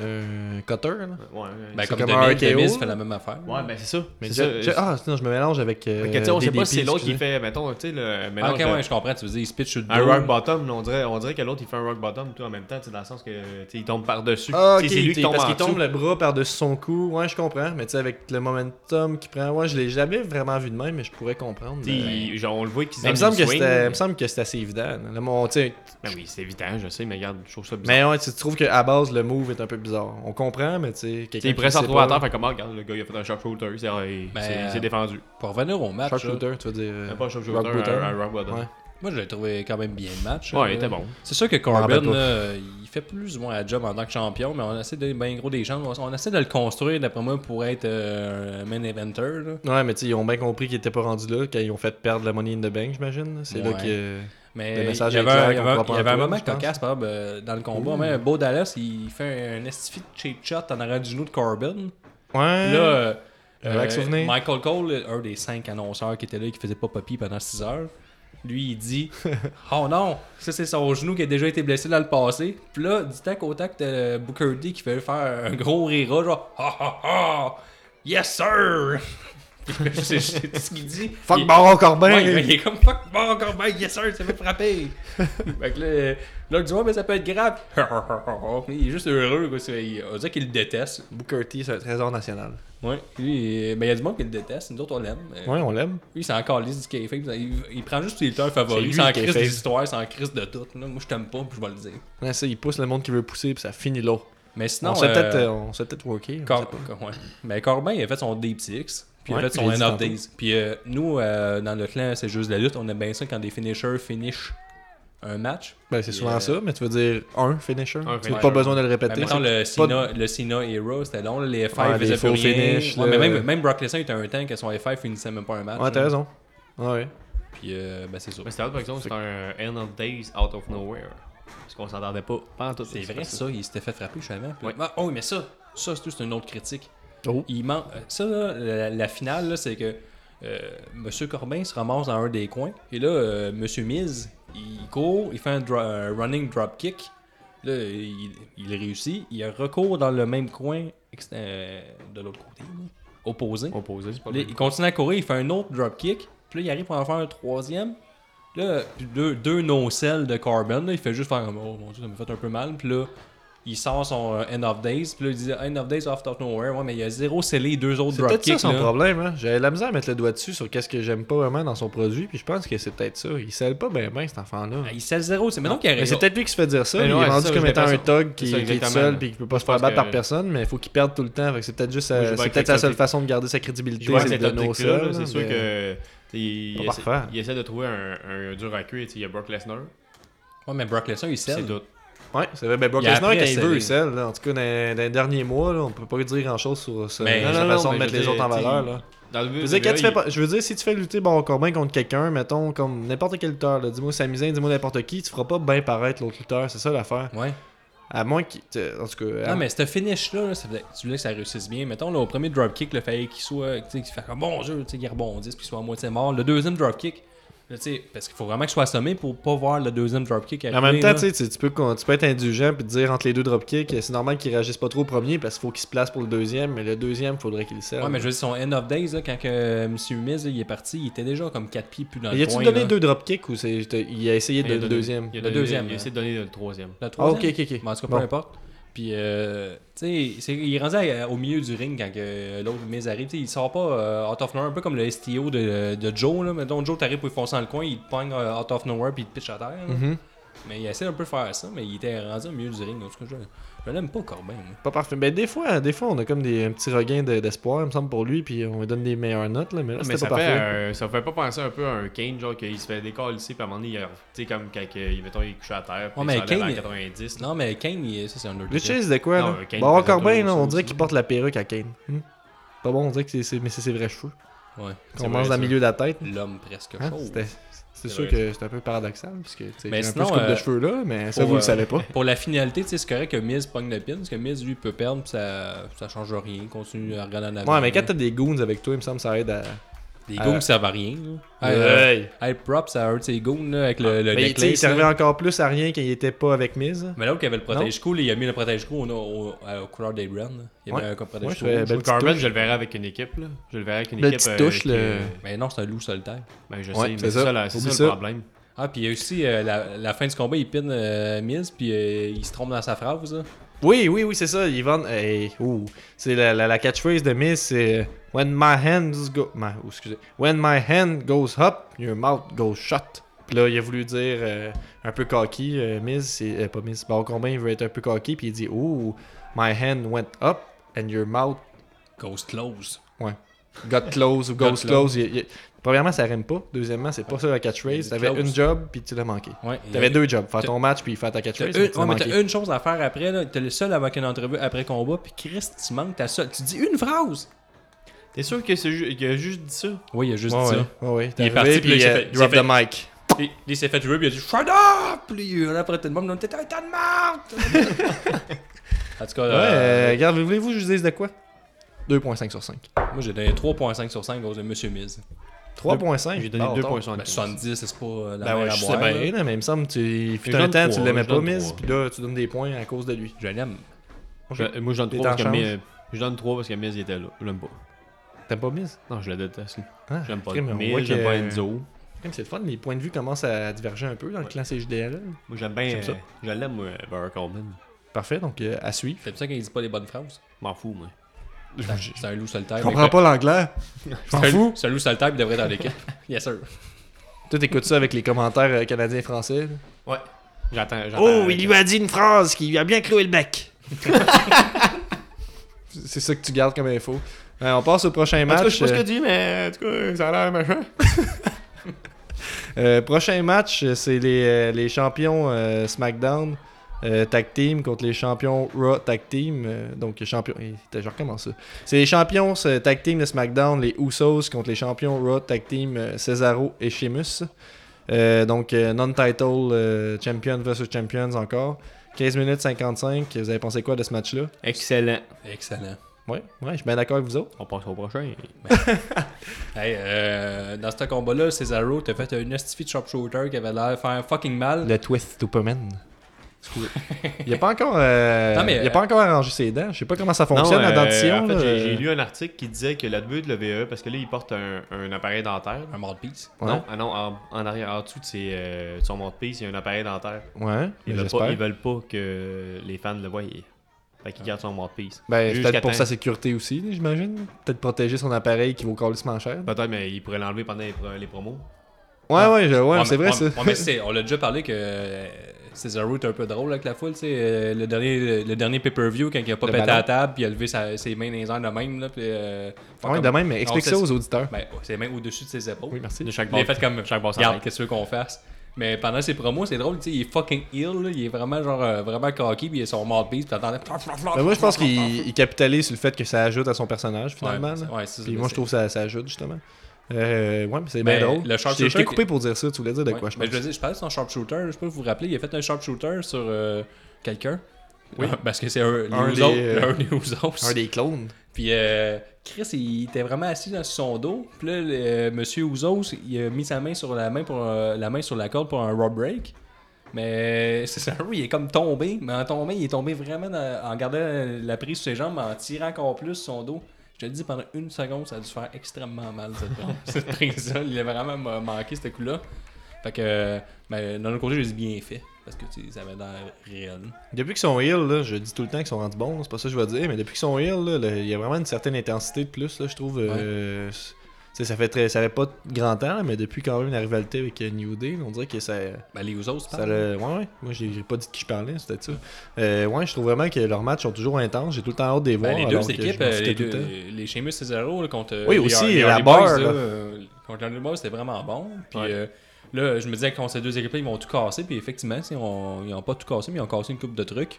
Euh, Cutter, là. Ouais, ben, c'est- comme comme The Miz, RKO, The Miz là. fait la même affaire. ouais, ben c'est ça. Mais C'est Je- ça. je- ah, sinon, je me mélange avec. euh, Fait que, tu sais, on sait DDP, pas si c'est l'autre qui excusez. fait, mettons, tu sais, le Ah, mélange ok, de- ouais, je comprends. Tu veux dire, il se pitch sur le dos. un rock bottom, là, on dirait, on dirait que l'autre il fait un rock bottom tout en même temps, tu sais, dans le sens que tu sais, il tombe par-dessus. Ah, Tu ok, sais, c'est lui qui tombe parce en qu'il tombe dessous. le bras par-dessus son cou. Ouais, je comprends. Mais tu sais, avec le momentum qu'il prend, ouais, je l'ai jamais vraiment vu de même, mais je pourrais comprendre. Tu sais, Euh, il- genre, on le voit qu'il Mais il me donne semble une que swing. c'était, il me semble que c'était assez évident. là. Le mon- tu sais, Ben oui, c'est évident, je sais, mais regarde, je trouve ça bizarre. mais ouais, tu tu trouves qu'à base, le move est un peu bizarre. On comprend, mais tu sais, quelqu'un. Tu sais, il qui pourrait se sait retrouver pas- à terre, fait comme, ah, regarde, le gars il a fait un sharpshooter, c'est- ah, il Ben, c'est- il euh, s'est défendu. Pour revenir au match, là, Sharpshooter, tu veux dire. euh, Même pas un sharpshooter, rock bottom. un, un rock bottom. Ouais. moi, je l'ai trouvé quand même bien le match. Ouais, là. il était bon. C'est sûr que m'en Corbin, rappelle pas. là, il fait plus ou moins la job en tant que champion, mais on essaie de bien gros des chances. On essaie de le construire, d'après moi, pour être euh, un main eventer. Là. Ouais, mais tu sais, ils ont bien compris qu'ils étaient pas rendus là quand ils ont fait perdre la money in the bank, j'imagine. là. C'est là Ouais. que. Mais Le message il y est avait, un- clair il y qu'on avait un- croit pas il y avait en un toi, moment je pense. cocasse, par exemple, euh, dans le combat. Même Beau Dallas, il fait un estifi de cheap shot en arrière du genou de Corbin. Ouais. Là, euh, Un vague souvenir. Michael Cole, un des cinq annonceurs qui était là et qui faisait pas papy pendant 6 heures, lui, [LAUGHS] il dit Oh non, ça c'est son genou qui a déjà été blessé dans le passé. Puis là, du tac au tac, t'as euh, Booker D qui fait faire un gros rira, genre Ah ah ah Yes sir [LAUGHS] Puis c'est c'est ce qu'il dit. Fuck Il- Baron Corbin! Ouais, il est comme fuck bon encore ben yes sir, ça [LAUGHS] m'a frappé. fait que là, l'autre dit ouais mais ça peut être grave. [LAUGHS] il est juste heureux quoi, c'est- il- on dirait qu'il le déteste. Booker T, c'est un trésor national. Ouais. Lui, ben il y a du monde qui le déteste, nous autres on l'aime. mais Ouais, on l'aime. Lui il s'en calisse du kayfabe, il, il prend juste ses lutteurs favoris, C'est il lui, s'en le crisse kayfabe. des histoires, il s'en crisse de tout. là. Moi je t'aime pas, puis je vais le dire. Ouais, ça, il pousse le monde qui veut pousser, puis ça finit là. Mais sinon, on s'est euh, peut-être euh, on s'est peut-être worké. on Cor- sait pas. Cor- ouais. Mais Corbin, il a fait son Deep Six, puis il Ouais, a fait son je l'ai End dit of tantôt. Days. Puis euh, nous, euh, dans le clan, c'est juste la lutte, on aime bien ça quand des finishers finissent un match. Ben, c'est Puis, souvent euh, ça, mais tu veux dire un finisher. Un tu n'as finisher. pas besoin de le Ben, répéter. mettons, le C'est pas de- Cena, le Cena Hero, c'était long, là, les F5 Ouais, faisaient les plus faux rien. finish, Ouais, mais là. même, même Brock Lesnar était un temps que son F5 finissait même pas un match. Ouais, t'as là. raison. Ouais, ouais. Puis, euh, ben, c'est ça. Mais c'était autre, par exemple, c'est un End of Days Out of Nowhere. Parce qu'on s'entendait pas pendant tout C'est vrai, ça, il s'était fait frapper, justement. Puis- Ouais. Ah, oh, mais ça, ça, c'est c'est une autre critique. Oh. Il manque. Ça, là, la, la finale, là, c'est que euh, Monsieur Corbin se ramasse dans un des coins. Et là, euh, Monsieur Miz, il court, il fait un, dro- un running drop kick. Là, il, il réussit. Il recourt dans le même coin ex- euh, de l'autre côté, là, opposé. Opposé, c'est pas Là, vrai. il continue à courir, il fait un autre drop kick. Puis là, il arrive pour en faire un troisième. Là, puis deux, deux no-cells de Carbon, là, il fait juste faire comme Oh mon dieu, ça me fait un peu mal. Puis là, il sort son euh, End of Days. Puis là, il dit End of Days off of nowhere. Ouais, mais il y a zéro scellé et deux autres C'est peut-être ça dropkicks. son là. problème. Hein? J'avais la misère à mettre le doigt dessus sur qu'est-ce que j'aime pas vraiment dans son produit, puis je pense que c'est peut-être ça. Il sale pas bien ben cet enfant-là. Ah, Il scelle zéro. C'est maintenant qu'il Mais arrive. c'est peut-être lui qui se fait dire ça. Mais il ouais, est rendu c'est ça, comme j'ai étant un l'impression. tog qui, C'est ça, qui est tout exactement. seul puis qui peut pas se pense faire battre que- par personne, mais il faut qu'il perde tout le temps. Fait que c'est peut-être juste Moi, je sa- vais c'est avec peut-être la la seule critique. façon de garder sa Je vois crédibilité, c'est cette de nos optique-là, là, seuls. c'est sûr que. t'sais, Il Pas essaie, parfait. il essaie de trouver un, un dur à cuire. t'sais, Il y a Brock Lesnar. Ouais, mais Brock Lesnar, il C'est scelle. tout. Ouais, c'est vrai. Ben, Brock Il a Lesnar, quand appris à il veut, sceller. il scelle. là. En tout cas, dans, dans les derniers mois, là, on peut pas dire grand-chose sur sa Mais- sa Ben, Non, non, façon non, de mais mettre je les veux autres en dire, valeur. tu- Là. Dans le Je veux, dire, quand tu fais pas pas- je veux dire, si tu fais lutter Baron Corbin contre quelqu'un, mettons, comme n'importe quel lutteur, là, dis-moi Samizin, dis-moi n'importe qui, tu feras pas bien paraître l'autre lutteur, c'est ça l'affaire. Ouais. À moins qu'il. tu- En tout cas. à- Non, mais ce finish-là, là, ça faisait- tu voulais que ça réussisse bien. Mettons, là, au premier dropkick, le fallait qu'il soit. Tu sais, qu'il fasse comme bon jeu, tu sais, qu'il rebondisse, puis qu'il soit à moitié mort. Le deuxième dropkick, là, tu sais, parce qu'il faut vraiment qu'il soit assommé pour pas voir le deuxième dropkick arriver. En même temps, là. tu sais, tu tu peux, con- tu peux être indulgent puis te dire entre les deux dropkicks, c'est normal qu'il réagisse pas trop au premier parce qu'il faut qu'il se place pour le deuxième, mais le deuxième, faudrait qu'il le serve. Ouais, mais je veux dire, son end of days, là, quand que euh, M. Miz là, il est parti, il était déjà comme 4 pieds plus dans Il le a-tu coin. donné là. deux dropkicks ou c'est- il a essayé de le deuxième Il a Le donné- deuxième, hein. Il a essayé de donner le troisième. La Ah, ok, troisième? ok, ok. Mais en tout cas, Bon. peu importe. Puis, euh, tu sais, c'est- il est rendu à- au milieu du ring quand que l'autre Miz arrive. Tu sais, il sort pas euh, out of nowhere, un peu comme le STO de, de Joe. Là. Mettons, Joe t'arrive pour il foncer dans le coin, il te pogne euh, out of nowhere puis il te pitch à terre. là. Mm-hmm. Mais il essaie un peu de faire ça, mais il était rendu au milieu du ring. En tout cas, je, je l'aime pas Corbin. moi. Pas parfait. Mais des fois, des fois, on a comme des, un petit regain de- d'espoir, il me semble, pour lui, puis on lui donne des meilleures notes, là, mais là, Ah, Mais Ah, c'était ça pas fait, parfait. un- ça fait pas penser un peu à un Kane, genre qu'il se fait décoller ici, puis à un moment donné, il a- tu sais, comme quand que, il- mettons, il est couché à terre, puis Ouais, mais il s'enlève Kane, à il- 90. là. Non, mais Kane, il- ça c'est Le Undertaker. chase de quoi, Non, là euh, Kane Bon, faisait Corbin, toujours là, ça on dirait aussi. qu'il porte la perruque à Kane. Hmm? Pas bon, on dirait que c'est- c'est mais c'est ses vrais cheveux. Ouais. Qu'on C'est mange vrai, dans le ça. milieu de la tête. L'homme presque Hein? chaud. C'était- C'est sûr vrai, que c'est un peu paradoxal, parce que tu sais, Mais j'ai un peu sinon, ce coupe de euh, cheveux là, mais ça, pour, vous le euh, [LAUGHS] savez pas. Pour la finalité, tu sais, c'est correct que Miz pogne le pin, parce que Miz, lui, peut perdre, puis ça, ça change rien. Il continue à regarder en avant. Ouais, mais quand t'as des goons avec toi, il me semble que ça aide à. Des Euh, goons qui servent à rien. là. Hey, euh, Hey! Ah, hey, props à un de ses goons, là, avec le, le Mais il- tu sais, il necklace. là. servait encore plus à rien quand il était pas avec Miz. Mais l'autre qui avait le protège cou, il a mis le protège cou au, au, euh, au- aux couleurs des brands. là. Il y avait Ouais. un comme protège Ouais, cou. je fais- rouge. belle petite Carmen, touche. je le verrai avec une équipe, là. Je le verrai avec une Belle équipe. petite euh, touche, qui, le- euh, Mais non, c'est un loup solitaire. Ben, je Ouais, sais, mais c'est c'est ça. ça, la- c'est Oublie ça ça. le problème. Ah, puis il y a aussi euh, la, la fin du combat, il pine euh, Miz, puis euh, il se trompe dans sa phrase. là. Oui, oui, oui, c'est ça. Ils vendent. Hey, ouh. C'est la, la, la catchphrase de Miss, c'est When my hands go. ma- oh, excusez. When my hand goes up, your mouth goes shut. Puis là, il a voulu dire euh, un peu cocky. euh, Miss, c'est euh, pas Miss. Bon, combien il veut être un peu cocky, puis il dit Ouh, my hand went up and your mouth Ghost close. got close ou [LAUGHS] Got goes close. close. Il- il- Premièrement, ça rime pas. Deuxièmement, c'est pas ça la Il catchphrase. dit T'avais close. une job, puis tu l'as manqué. Ouais, il- T'avais deux jobs, faire t'as- ton match puis faire ta T'as catchphrase. une, mais tu l'as ouais, mais t'as manqué. une chose à faire après, là. T'es le seul avec une entrevue après combat, puis Chris, tu manques ta seule. Tu dis une phrase! T'es sûr que c'est ju- qu'il a juste dit ça? Oui, il a juste Ouais, dit ouais, ça. ouais, ouais. T'es Il est arrivé, parti, puis puis il s'est euh, fait- il s'est drop the fait- mic. Puis il s'est fait jouer, puis il a dit Shut up! Puis il a apprêté le monde, t'es un tas de [LAUGHS] marde! en tout cas, Ouais, euh, euh, regarde, voulez-vous que je vous dise de quoi 2.5 sur 5. moi j'ai donné 3.5 sur 5 à cause de Monsieur Miz. 3.5 J'ai donné bon, attends. 2.75. Ben, 70, c'est pas euh, la Ben ouais, mer à je sais boire, là. bien, là, mais il me semble que tu il fut Je un donne temps, tu trois, l'aimais je pas donne mise, trois. puis là, tu donnes des points à cause de lui. Je l'aime. Je- Moi, je donne T'es 3 parce en que chance. Miz- je donne 3 parce que Miz il était là. Je l'aime pas. T'aimes pas mise Non, je le déteste. lui. Ah, J'aime pas crime, on voit Miz, que- j'aime pas Enzo. crime, C'est le fun, les points de vue commencent à diverger un peu dans le clan CJDL. Moi, j'aime bien. J'aime ça. euh, Je l'aime, moi, Barack Coleman. Parfait, donc euh, à suivre. C'est pour ça qu'il dit pas les bonnes phrases. M'en fous, moi. C'est un- C'est un loup solitaire. Ben, Je mais comprends pas quoi- [LAUGHS] l'anglais. Je m'en C'est un- fous. C'est un loup solitaire, puis il devrait être dans [LAUGHS] l'équipe. yes, sir. Toi, t'écoutes ça avec les commentaires euh, canadiens et français. là. Ouais. J'attends. j'attends Oh, avec- il lui a dit une phrase qui lui a bien cloué le bec. [LAUGHS] C'est ça que tu gardes comme info. Euh, on passe au prochain En tout match. cas, je sais pas ce euh, que dit, mais en tout cas, ça a l'air machin. Euh, prochain match, euh, c'est les, euh, les champions euh, SmackDown euh, Tag Team contre les champions Raw Tag Team. euh, donc, champions. eh, t'as- Je recommence ça. C'est les champions euh, Tag Team de SmackDown, les Usos, contre les champions Raw Tag Team euh, Cesaro et Sheamus. Euh, donc, euh, non-title euh, champion versus champions encore. 15 minutes 55. Vous avez pensé quoi de ce match-là Excellent. Excellent. Ouais, ouais, je suis bien d'accord avec vous autres. On passe au prochain. Hey, euh, dans ce combat-là, Cesaro, t'as fait une astifi de sharpshooter qui avait l'air de faire fucking mal. Le twist Superman. Il a pas encore, euh, Non, mais, il a euh, pas encore arrangé ses dents. Je sais pas comment ça fonctionne la euh, dentition. en fait, là. j'ai- j'ai lu un article qui disait que la WWE, de l'EVE, parce que là, il porte un, un appareil dentaire. Un mordpiece. Ouais. Non, ah non en, en arrière, en dessous de, ses, euh, de son mont-piece, il y a un appareil dentaire. Ouais, mais Ils veulent, pas, j'espère. Ben, ils veulent pas que les fans le voient. Fait qu'ils gardent son mont-piece. Ben, Jusqu'à peut-être pour temps. sa sécurité aussi, là, j'imagine. Peut-être protéger son appareil qui vaut carrément cher. Peut-être, mais ils pourraient l'enlever pendant les, pro- les promos. Ouais, ouais, je- ouais, Ouais, c'est mais- vrai ça. ouais, ouais, mais c'est- on l'a déjà parlé que euh, Cesaro est un peu drôle avec la foule, tu sais. euh, le dernier, le dernier pay-per-view, quand il a pas Le pété ballon. la table, puis il a levé sa- ses mains dans les airs de même, là, puis... euh, fait Ouais, comme- de même, mais explique Non, ça c'est- aux auditeurs. Ben, ses mains au-dessus de ses épaules. Oui, merci. De chaque Il bord. est fait comme Chaque bord Regarde, s'arrête. qu'est-ce que tu veux qu'on fasse? Mais pendant ses promos, c'est drôle, tu sais, il est fucking ill, là, il est vraiment genre euh, vraiment cocky, puis il est son mordpiece, puis t'entends. Ben, moi, je pense qu'il il capitalise sur le fait que ça ajoute à son personnage, finalement. Ouais, là. ouais, c'est- Puis moi, je c'est- trouve que ça, ça ajoute, justement. Euh, ouais, mais c'est Mais bien drôle. le Je t'ai- je t'ai sharpshooter coupé pour dire ça, tu voulais dire de Ouais, quoi, je ben, pense. je veux dire, je parle de son sharpshooter, je sais pas si vous vous rappelez, il a fait un sharpshooter sur euh, quelqu'un. Oui. Parce que c'est un, les Un des, Usos, euh, un des [LAUGHS] Usos. Un des clones. Puis euh, Chris, il était vraiment assis dans son dos. Puis là, le, euh, Monsieur Ouzos, il a mis sa main sur la main, pour, euh, la main sur la corde pour un rob break. Mais euh, c'est ça, il est comme tombé. Mais en tombant, il est tombé vraiment dans- en gardant la prise sur ses jambes, mais en tirant encore plus son dos. Je te le dis, pendant une [LAUGHS] seconde, ça a dû se faire extrêmement mal, cette, cette prise-là. Il a vraiment ma- manqué ce coup-là. Fait que, euh, mais d'un autre côté, je les ai bien fait. Parce que, tu sais, ça avait l'air réel. Depuis qu'ils sont heal, là, je dis tout le temps qu'ils sont rendus bons, là, c'est pas ça que je veux dire, mais depuis qu'ils sont heal, là, le- il y a vraiment une certaine intensité de plus, là, je trouve. euh, c'est- c'est- ça fait très, ça fait pas grand temps, là, mais depuis quand même la rivalité avec euh, New Day, on dirait que ça, Ben, les Usos, ça le- ouais, ouais. Moi, j'ai j'ai pas dit de qui je parlais, c'était ça. Euh, ouais, je trouve vraiment que leurs matchs sont toujours intenses. J'ai tout le temps hâte de les voir. Ben, les alors deux que je équipes, m'en euh, foutais les, tout le deux, temps. les Sheamus et Cesaro là, contre euh, Oui, les- aussi, les la Hardy barre, Boys, là. euh, contre les Hardy Boys, c'était vraiment bon. Puis Ouais. euh, là, je me disais que contre ces deux équipes-là, ils vont tout casser. Puis effectivement, si on- ils n'ont pas tout cassé, mais ils ont cassé une coupe de [LAUGHS] trucs.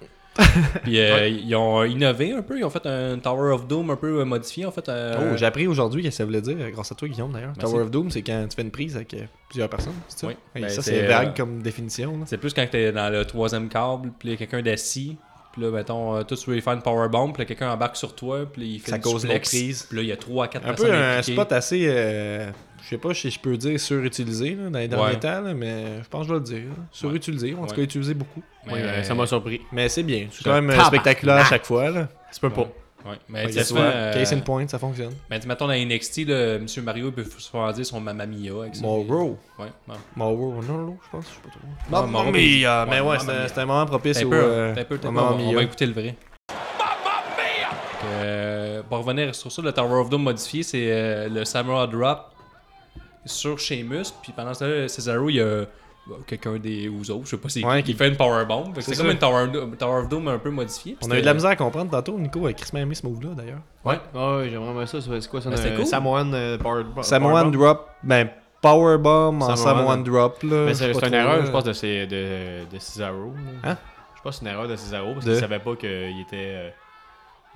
puis euh, ils ont innové un peu. Ils ont fait un Tower of Doom un peu euh, modifié. En fait, euh, Oh, j'ai appris aujourd'hui que ça voulait dire, euh, grâce à toi, Guillaume d'ailleurs. Merci. Tower of Doom, c'est quand tu fais une prise avec euh, plusieurs personnes, c'est ça Oui. Et Ben, ça, c'est, c'est vague euh, comme définition. là. c'est plus quand t'es dans le troisième câble, puis il y a quelqu'un d'assis. Puis là, mettons, euh, toi, tu veux faire une powerbomb, puis là, quelqu'un embarque sur toi, puis il fait Ça une cause suplex, l'autre prise. Puis là, il y a 3 à 4 Un personnes peu un impliquées. spot assez, euh, je sais pas si je peux dire surutilisé là, dans les derniers Ouais. temps, là, mais je pense que je vais le dire. là. Surutilisé, ou en tout Ouais. cas utilisé beaucoup. Mais, Ouais, euh, euh, ça m'a surpris. Mais c'est bien, c'est Je quand même euh, spectaculaire à chaque fois. Là. Tu peux pas. ouais. Mais Fait que ça se soit fait, euh, Case in point, ça fonctionne. Ben, dis, mettons, dans NXT, là, M. Mario il peut se faire dire son Mamma Mia avec ça. Morrow. Ouais, non. Morrow, non, non, je pense, je sais pas trop. Mamma Morrow, Mia. Mais ouais, Mamma c'est Mia. un- c'est un moment propice T'as au. peur, euh, t'as peur, t'as Mamma peur, on- On Mia. va écouter le vrai. Mamma Mia! pour revenir sur ça, le Tower of Doom modifié, c'est euh, le Samurai Drop sur Sheamus. Puis pendant ce temps-là, Cesaro, il y a bah, quelqu'un des Ouzo, je sais pas si Ouais, qui qui- fait une Powerbomb. Fait que C'est C'est ça. comme une Tower, Tower of Doom un peu modifiée. puis On a eu de la c'était- misère à comprendre tantôt, Nico, avec Chris m'a aimé ce move-là d'ailleurs. Ouais, Ah ouais, ouais, j'aimerais bien ça. ça, C'est quoi ça? Ben, c'était un cool. Samoan euh, Power Power Samoan Bomb? drop, ben powerbomb en Samoan. Samoan drop là. Mais je sais c'est pas c'est une trop, erreur, là. je pense, de, ces- de, de Cesaro. là. Hein? Je pense que c'est une erreur de Cesaro parce De- qu'il savait pas qu'il était. euh,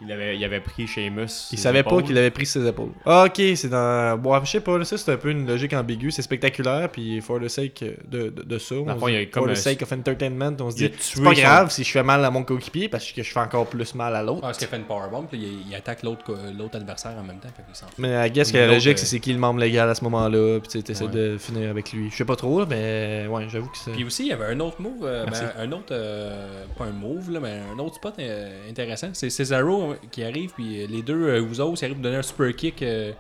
il, avait, il avait pris Sheamus. Il savait pas qu'il avait pris ses épaules. Ah, ok, c'est dans. Bon, je sais pas, là, ça c'est un peu une logique ambiguë, c'est spectaculaire, puis for the sake de, de, de ça, on Dans le se fond, il y a dit, comme for un- the sake of entertainment, on se Il a dit, tué c'est pas son- grave si je fais mal à mon coéquipier parce que je fais encore plus mal à l'autre. Ah, parce qu'il a fait une Powerbomb, puis il, il attaque l'autre co- l'autre adversaire en même temps. Fait qu'il s'en fout. Mais I guess que Mais la l'autre, logique, euh, c'est c'est qui le membre légal à ce moment-là, puis tu sais, t'essaies Ouais. de finir avec lui. Je sais pas trop, là, mais ouais, j'avoue que c'est. Puis aussi, il y avait un autre move, euh, ben, Merci. un autre, euh, pas un move, là, mais un autre spot euh, intéressant. C'est Cesaro hein, qui arrive, puis euh, les deux euh, Usos ils arrivent de donner un super kick euh,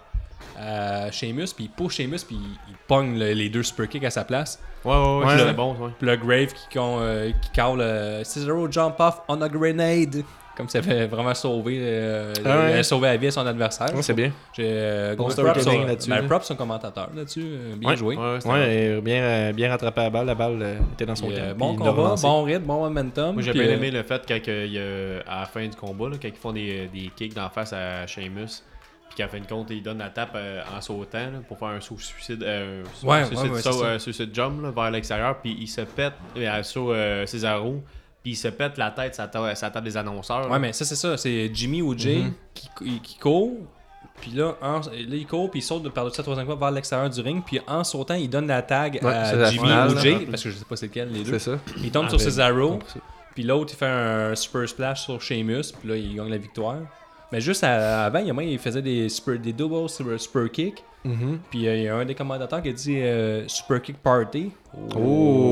à Sheamus, puis il push Sheamus, puis il, il pogne le- les deux super kicks à sa place. Ouais, ouais, ouais, Ouais. c'était bon, ouais. Puis le Grave qui, con- euh, qui call euh, Cesaro jump off on a grenade. Comme ça fait vraiment sauver, euh, Ah ouais. il a sauvé la vie à son adversaire. Ouais, c'est bien. J'ai euh, Bon gros props storytelling au- là-dessus, ben, là. props au commentateur là-dessus. euh, bien joué. Ouais, ouais, c'était bon. Ouais, et bien, euh, bien rattrapé la balle, la balle euh, était dans son Puis, camp, euh, puis bon il l'a combat, relancé. bon rythme, bon momentum. Moi, j'ai puis, bien euh, aimé le fait quand, que, il y a- à la fin du combat, là, quand ils font des, des kicks d'en face à Sheamus, puis qu'à fin de compte, ils donnent la tape euh, en sautant là, pour faire un saut suicide, euh, un Ouais, suicide, ouais, ouais, saut, c'est ça. euh, suicide jump là, vers l'extérieur, puis il se pète euh, sur euh, Cesaro, puis il se pète la tête sa table, sa table des annonceurs. là. Ouais, mais ça, c'est ça. C'est Jimmy ou Jay Mhm. qui, qui- qui court. Puis là, en- là, il court, puis il saute de- par-dessus la troisième fois vers l'extérieur du ring. Puis en sautant, il donne la tag Ouais, à c'est la Jimmy finale, ou là. Jay, parce que je sais pas c'est lequel, les deux. C'est ça. Ah, Il tombe sur Arrête. Cesaro, Compris ça. puis l'autre, il fait un super splash sur Sheamus, puis là, il gagne la victoire. Mais juste à- avant, il, y a moins, il faisait des, super, des doubles super, super kicks. Mhm. Puis euh, il y a un des commentateurs qui a dit euh, Super Kick Party.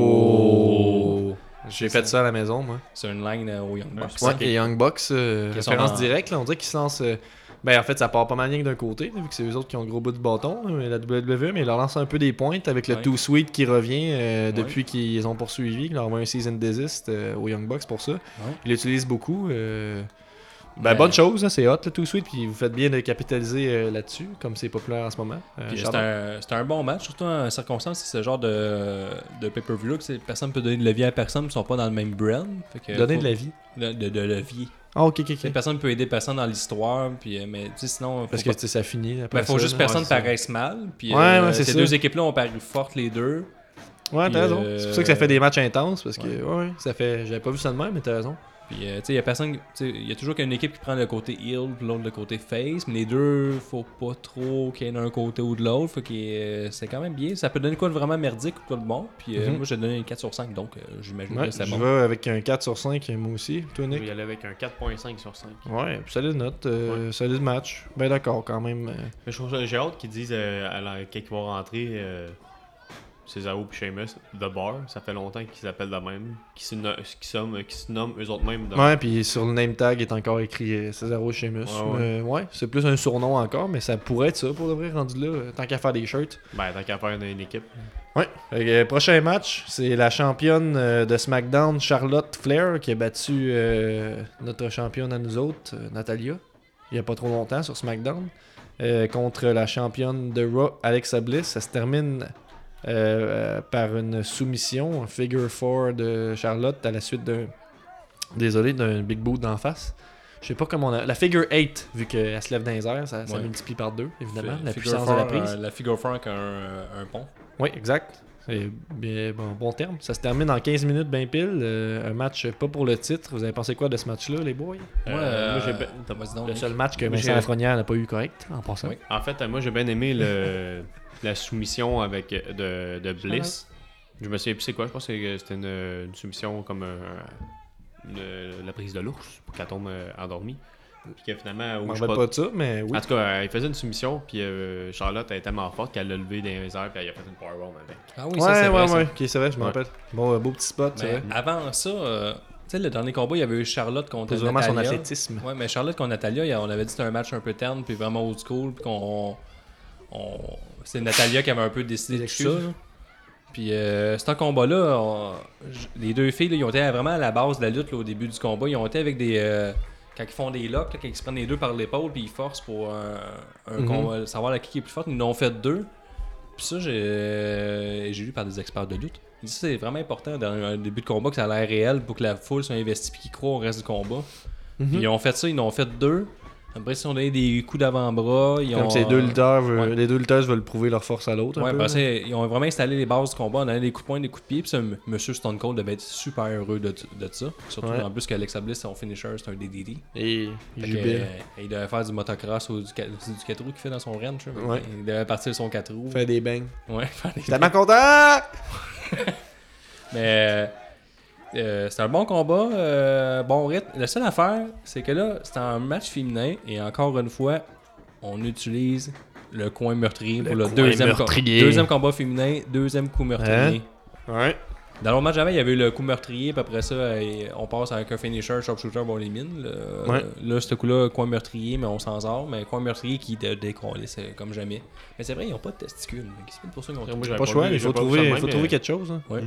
Oh. J'ai fait ça à la maison, moi. C'est une line euh, au Young Bucks. Ouais, et Young Bucks, euh, Qui sont référence en- directe, là, on dirait qu'ils se lancent. euh, ben, en fait, ça part pas mal rien que d'un côté, là, vu que c'est eux autres qui ont le gros bout du bâton, là, mais la WWE, mais ils leur lancent un peu des pointes avec le Ouais. Too Sweet qui revient euh, Ouais. depuis qu'ils ont poursuivi, qu'ils leur envoient un season desist euh, aux Young Bucks pour ça. Ils l'utilisent beaucoup. euh, Ben, Mais- bonne chose, là, c'est hot, le Too Sweet, puis vous faites bien de capitaliser euh, là-dessus, comme c'est populaire en ce moment. Euh, Puis C'était Charlotte. un, c'était un bon match, surtout en circonstance, c'est ce genre de, de pay-per-view là que c'est- personne peut donner de levier à personne qui sont pas dans le même brand. Fait que Donner euh, faut- de la vie. de, de- de levier. Ah, ok, ok, Tu sais, ok. Personne peut aider personne dans l'histoire, puis euh, mais tu sais, sinon faut Parce que pas- tu sais, ça finit après ben, faut ça, juste là. personne Ouais, c'est ça. paraisse mal. Puis Ouais, euh, ouais, c'est ces ça. deux équipes là ont paru fortes les deux. Ouais, Puis, t'as raison. euh, C'est pour ça que ça fait des matchs intenses parce que ouais. ouais, ouais, ça fait. J'avais pas vu ça de même, mais t'as raison. Puis euh, tu sais, il y a personne, tu sais, il y a toujours qu'une équipe qui prend le côté heel, puis l'autre le côté face, mais les deux faut pas trop qu'il y en ait d'un côté ou de l'autre. Fait que euh, c'est quand même bien, ça peut donner quoi de vraiment merdique ou quoi de bon. Puis euh, Mhm. moi j'ai donné une 4 sur 5 donc euh, j'imagine Ouais, que je c'est bon. vais avec un 4 sur 5 moi aussi, toi Je Nick. vais y aller avec un 4.5 sur 5. Ouais, solide note, euh, solide match. Ben d'accord quand même. euh. Mais je trouve ça- j'ai hâte qu'ils disent euh, à la- quand ils vont rentrer euh, Cesaro puis Sheamus, The Bar, ça fait longtemps qu'ils s'appellent de même, qu'ils se, no- qu'ils sommes- qu'ils se nomment eux autres mêmes. de même. Ouais, puis sur le name tag est encore écrit euh, Cesaro Sheamus. Ouais, ouais. Mais, ouais, c'est plus un surnom encore, mais ça pourrait être ça pour de vrai rendu là, euh, tant qu'à faire des shirts. Ben, tant qu'à faire une, une équipe. Ouais. Fait que, euh, prochain match, c'est la championne euh, de SmackDown, Charlotte Flair, qui a battu euh, notre championne à nous autres, euh, Natalia, il n'y a pas trop longtemps sur SmackDown, euh, contre la championne de Raw, Alexa Bliss. Ça se termine euh, euh, par une soumission, un figure four de Charlotte à la suite d'un. Désolé, d'un big boot d'en face. Je sais pas comment on a. La figure 8, vu qu'elle se lève dans les airs, ça, ça Ouais. multiplie par deux, évidemment, Fi- la figure puissance de four, la prise. euh, la figure four avec un, euh, un pont. Oui, exact. C'est bien, bon, bon terme. Ça se termine en 15 minutes, ben pile. Euh, un match pas pour le titre. Vous avez pensé quoi de ce match-là, les boys Euh, Moi, euh, moi, j'ai ben- t'as- vas-y donc, Le Nick. seul match que Moi, Vincent j'ai- Lafrenière n'a pas eu correct, en passant. Oui. En fait, euh, moi j'ai bien aimé le, [LAUGHS] la soumission avec euh, de, de Bliss. Je me souviens plus c'est quoi, je pense que c'était une, une soumission comme euh, une- la prise de l'ours pour qu'elle tombe euh, endormie. Puis que finalement, Je ou m'en je rappelle sais pas de ça, mais oui. Ah, En tout cas, elle faisait une soumission, puis euh, Charlotte elle est tellement forte qu'elle l'a levé dans les airs, puis elle a fait une powerbomb avec. Ah oui, ouais, ça, c'est vrai, ouais, ça. Ben, ouais. Ok, c'est vrai, je me Ouais. rappelle. Bon, euh, beau petit spot, c'est Mais vrai. avant ça, euh, tu sais, le dernier combat, il y avait eu Charlotte contre Pose vraiment son Natalia. athlétisme. Ouais, mais Charlotte contre Natalia, il y a- on avait dit que c'était un match un peu terne, puis vraiment old school, puis qu'on. on- C'est Natalia qui avait un peu décidé Des de tout ça. excuses. là. Puis, euh, ce combat-là, on- j- les deux filles, là, ils ont été à- vraiment à la base de la lutte là, au début du combat. Ils ont été avec des. euh, quand ils font des locks, là, quand ils se prennent les deux par l'épaule, puis ils forcent pour un, un Mhm. combat, savoir la qui est plus forte. Ils en ont fait deux. Puis ça, j'ai euh, j'ai lu par des experts de lutte. Ils disent que c'est vraiment important dans un début de combat que ça a l'air réel pour que la foule soit investie et qu'ils croient au reste du combat. Mhm. Puis ils ont fait ça, ils en ont fait deux. Après, ils ont donné des coups d'avant-bras. ils ont, Comme ces deux euh, lutteurs, veulent- ouais. les deux lutteuses veulent prouver leur force à l'autre. un Ouais, peu, ben, parce là. que ils ont vraiment installé les bases du combat en donnant des coups de poing, des coups de pied. Puis ça, M. Monsieur Stone Cold devait être super heureux de, de ça. Surtout Ouais. en plus qu'Alexa Bliss, son finisher, c'est un DDD. Et Fait que, jubile. euh, il devait faire du motocross ou du, qua- c'est du 4 roues qu'il fait dans son ranch. là. Ouais. Il devait partir son 4 roues. Fait des bangs. Ouais, [LAUGHS] faire des- Tellement content! Mais euh, euh, c'est un bon combat, euh, bon rythme. La seule affaire, c'est que là, c'est un match féminin et encore une fois, on utilise le coin meurtrier pour le coin deuxième, co- meurtrier. Hein? deuxième combat féminin, deuxième coup meurtrier. Ouais. Dans le match jamais, il y avait eu le coup meurtrier, puis après ça, euh, on passe avec un finisher, sharpshooter, bon les mines. Là, Ouais. là, ce coup-là, coin meurtrier, mais on s'en sort. Mais coin meurtrier qui te décrollé, c'est comme jamais. Mais c'est vrai, ils n'ont pas de testicules. mais qu'est-ce que C'est pour ça qu'ils ont tout- Moi, j'avais Pas le choix, vu- il faut j'avais pas vu trouver, ça de faut même, euh, trouver mais- quelque chose. hein. Ouais.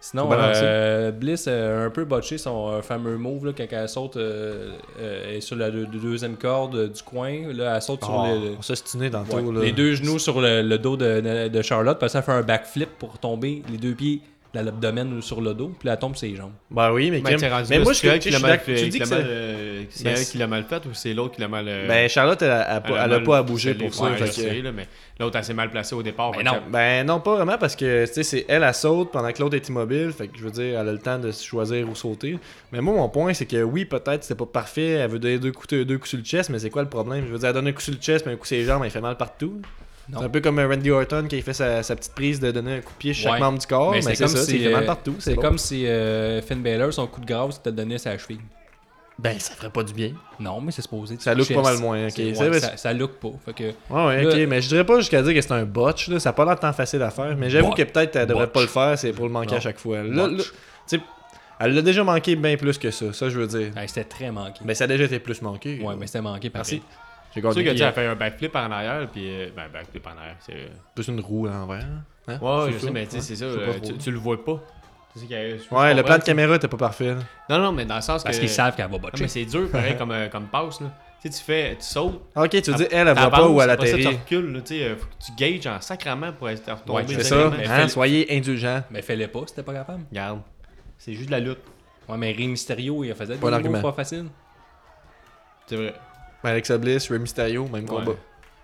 Sinon, Faut balancer. euh, Bliss a un peu botché son euh, fameux move là, quand elle saute euh, euh, elle est sur la deux- deuxième corde euh, du coin. Là, elle saute sur Oh, le- On s'est stiné dans le ouais, tour, là. les deux genoux sur le, le dos de, de Charlotte. Puis ça fait un backflip pour tomber les deux pieds dans l'abdomen ou sur le dos. Puis elle tombe sur ses jambes. Bah oui, mais, Mais, Kim- mais moi, je suis suis qui je l'a suis mal d'ac- fait. tu dis qui que l'a c'est- mal, euh, C'est Ben, elle c'est- qui l'a mal faite ou c'est l'autre qui l'a mal. euh, Ben, Charlotte, elle a, elle elle a mal pas à bouger installé. pour ça. Ouais, fait je que- sais, là, mais l'autre, elle s'est mal placée au départ. fait non. que- Ben non, pas vraiment, parce que tu sais, c'est elle, elle saute pendant que l'autre est immobile. Fait que je veux dire, elle a le temps de se choisir ou sauter. Mais moi, mon point, c'est que oui, peut-être c'était pas parfait. Elle veut donner deux coups, deux coups sur le chest, mais c'est quoi le problème Je veux dire, elle donne un coup sur le chest, mais un coup sur les jambes, elle fait mal partout. Non. C'est un peu comme euh, Randy Orton qui a fait sa, sa petite prise de donner un coup de pied sur chaque Ouais. membre du corps. Ah, Mais, c'est c'est ça, il fait euh, mal partout. C'est bon. comme si euh, Finn Balor, son coup de grâce, c'était de donner sa cheville. Ben, ça ferait pas du bien. Non, mais c'est supposé. Ça look Chest. pas mal moins, ok. C'est- ouais, C'est vrai, ça, ça look pas. Fait que, Ouais, ouais, ok, Là- mais je dirais pas jusqu'à dire que c'est un botch, là. Ça a pas l'air tant facile à faire, mais j'avoue Botch. que peut-être elle devrait Botch. pas le faire, c'est pour le manquer Non. à chaque fois. Là, Botch. là, tu sais, elle l'a déjà manqué bien plus que ça, ça je veux dire. ouais, c'était très manqué. Mais ça a déjà été plus manqué. ouais, mais c'était manqué. Ben, Merci. pareil. J'ai C'est sûr gardé que tu sais, elle fait un backflip en arrière, puis. euh, Ben, backflip en arrière, c'est. Ouais, plus une roue à l'envers. hein? ouais, C'est je ça, sais, mais tu sais, ouais. c'est ça, Je sais euh, pas tu, trop. tu le vois pas. Tu sais qu'il y a- je Ouais, le comprends, plan de tu sais. caméra était pas parfait. là. Non, non, mais dans le sens que. Parce qu'ils savent qu'elle va botcher. Non, mais c'est dur, [LAUGHS] pareil, comme, euh, comme passe, là. Tu sais, tu fais, tu sautes. Ok, tu veux Ah, dire, elle, elle voit pas t'avances, où elle après ça, atterrit. Tu recules, là, tu sais, euh, faut que tu gages en sacrament pour être retombé. Ouais, C'est ça, exactement. Mais hein, fais- soyez indulgents. Mais fais-le pas, c'était pas capable. Regarde, c'est juste de la lutte. Ouais, mais Ray Mysterio, il faisait Bon des moves argument. pas faciles. C'est vrai. Mais Alexa Bliss, Rey Mysterio, même combat.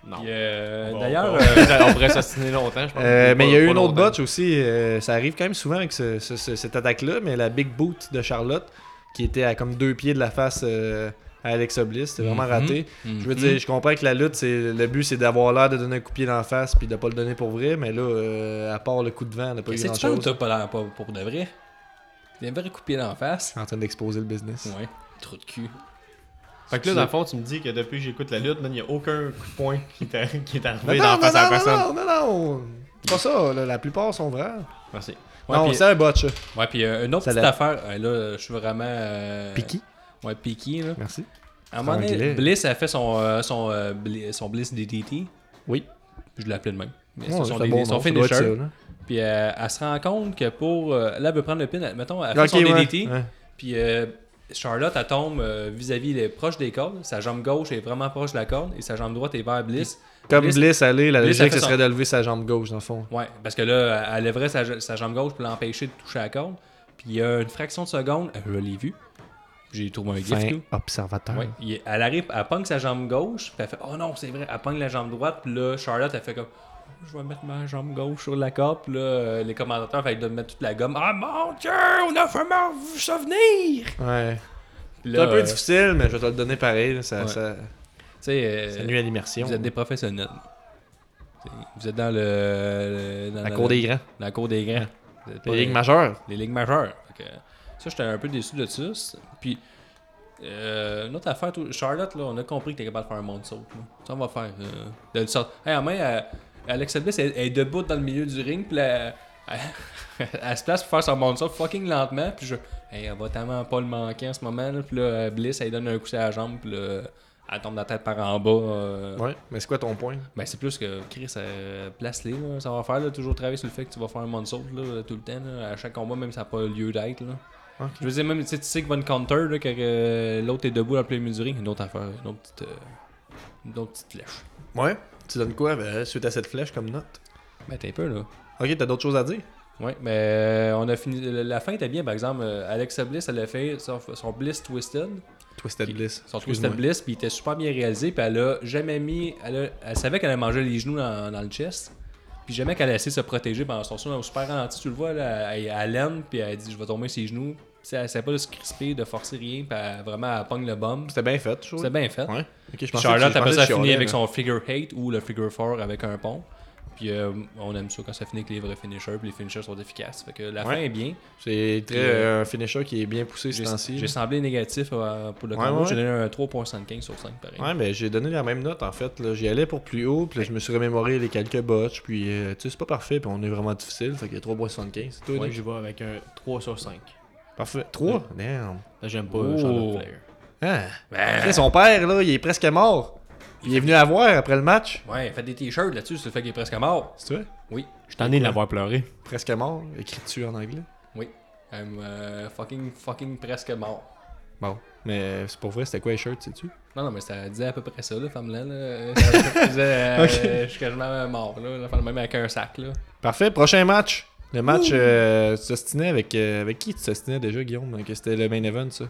Non. Puis, euh, Bon, D'ailleurs, on- euh, on pourrait s'assiner longtemps, je pense. Euh, mais il y a Pas- eu pas une autre longtemps. botch aussi. euh, ça arrive quand même souvent avec ce- ce- ce- cette attaque-là, mais la big boot de Charlotte, qui était à comme deux pieds de la face euh, à Alexa Bliss, c'était vraiment Mhm. raté. Je veux mhm. dire, je comprends que la lutte, c'est le but, c'est d'avoir l'air de donner un coup de pied dans la face puis de pas le donner pour vrai, mais là, euh, à part le coup de vent, elle n'a pas eu c'est tu grand-chose. parles, t'as pas l'air pas pour de vrai. T'es un vrai coupé dans la face. En train d'exposer le business. Ouais, trop de cul. Fait que là, dans le fond, tu me dis que depuis que j'écoute la lutte, man, il n'y a aucun coup de poing qui, t'a- qui est Mais arrivé non, dans la non, face à la non, personne. non, non, non, non. C'est pas ça, là, la plupart sont vrais. Merci. Ouais, non, puis- c'est un botch. Ouais, puis euh, une autre Ça petite l'a- affaire. euh, là, euh, je suis vraiment. euh, Ouais, piqué, là. Merci. À un moment donné, Anglais. Bliss a fait son, euh, son, euh, Bli- son Bliss DDT. Oui. Je l'appelais le même. Mais c'est son, DDT, son finisher. Puis euh, elle se rend compte que pour. euh, là, elle veut prendre le pin. elle- Mettons, elle fait son DDT. Puis euh, Charlotte, elle tombe euh, vis-à-vis les proches des cordes. Sa jambe gauche est vraiment proche de la corde et sa jambe droite est vers Bliss. Comme Bliss- Bliss allait, la Bliss a logique, fait ce serait son- de lever sa jambe gauche, dans le fond. Ouais, parce que là, elle lèverait sa, ja- sa jambe gauche pour l'empêcher de toucher la corde. Puis il y a une fraction de seconde, euh, je l'ai vu. J'ai trouvé un gif. tout. observateur. Ouais, il- elle arrive, elle pogne sa jambe gauche, puis elle fait Oh non, c'est vrai, elle pogne la jambe droite, puis là, Charlotte, elle fait comme Je vais mettre ma jambe gauche sur la corde, puis là, euh, les commentateurs, fait, ils doivent mettre toute la gomme Ah mon dieu, on a vraiment vu ça venir Ouais. Puis C'est là, un peu euh, Tu difficile, mais je vais te le donner pareil. là, Ça, Ouais. ça, sais, euh, ça nuit à l'immersion. vous êtes des professionnels. C'est- Vous êtes dans le. le- dans La cour des grands. dans la cour des grands. Vous êtes pas Les dans- ligues majeures. les ligues majeures. Fait que, ça, j'étais un peu déçu de ça. C'est- Puis, euh, une autre affaire, tout- Charlotte, là, on a compris que t'es capable de faire un moonsault. Là. Ça, on va faire. euh, de sorte. Hey, en main, elle- Alexa Bliss, elle, elle est debout dans le milieu du ring, puis là, elle, elle [LAUGHS] se place pour faire son moonsault fucking lentement, puis je... Hey, elle va tellement pas le manquer en ce moment, là. puis là, euh, Bliss, elle donne un coup sur la jambe, puis là, elle tombe la tête par en bas. euh. Ouais, mais c'est quoi ton point? Ben, c'est plus que Chris, euh, place-les, là, ça va faire, là, toujours travailler sur le fait que tu vas faire un moonsault, là, tout le temps, là, à chaque combat, même si ça n'a pas lieu d'être, là. Ok. Je veux dire, même, tu sais, tu sais qu'il va une counter, là, que euh, l'autre est debout dans le plein milieu du ring, une autre affaire, une autre petite, euh, une autre petite flèche. Ouais. Tu donnes quoi ben, suite à cette flèche comme note? Ben, t'es peu, là. Ok, t'as d'autres choses à dire? Ouais, mais euh, on a fini, la la fin était bien, par exemple, euh, Alexa Bliss, elle a fait son, son Bliss Twisted, Twisted Puis- Bliss. son Excuse-moi. Twisted Bliss, puis il était super bien réalisé, puis elle a jamais mis, elle, a- elle savait qu'elle allait manger les genoux dans, dans le chest, puis jamais qu'elle a essayé de se protéger pendant son saut, super ralenti, tu le vois, là, elle, elle laine, puis elle dit, je vais tomber sur ses genoux, puis elle savait pas de se crisper, de forcer rien, puis elle- vraiment, elle pogne le bomb. C'était bien fait, je trouve. C'était bien fait. Ouais. Ok, je Puis pensais Charlotte, que- je après pensais ça, que hein. je finit chialais, avec là. son figure 8 ou le figure 4 avec un pont. Puis euh, on aime ça quand ça finit avec les vrais finishers, puis les finishers sont efficaces. Fait que la Ouais. fin est bien. C'est très euh, un finisher qui est bien poussé ce J'ai temps-ci. j'ai semblé négatif euh, pour le Ouais, combo. ouais. J'ai donné un 3.75 sur 5, pareil. Ouais, mais j'ai donné la même note en fait. là. J'y allais pour plus haut, puis là, je me suis remémoré les quelques botches. Puis euh, tu sais, c'est pas parfait, puis on est vraiment difficile. Fait que 3.75, c'est tout. Toi, là. je vais avec un 3 sur 5. Parfait. 3 Damn. J'aime pas euh, Oh. Charlotte Flair. Ah. Tu sais, Son père, là, il est presque mort. Il est venu à voir après le match. Ouais, faites des t-shirts là-dessus, ça fait qu'il est presque mort. C'est vrai? Oui. Je t'en ai de l'avoir pleuré. Presque mort, écrit dessus en anglais. Oui. I'm euh, fucking, fucking presque mort. Bon. Mais euh, c'est pour vrai, c'était quoi les shirts, sais-tu? Non, non, mais ça disait à peu près ça, là, femme là. là. Ça [LAUGHS] faisait, euh, Je suis quasiment mort, là. La femme même avec un sac, là. Parfait, prochain match. Le match, euh, tu t'ostinais avec, euh, avec qui tu t'ostinais déjà, Guillaume? Que c'était le main event, ça.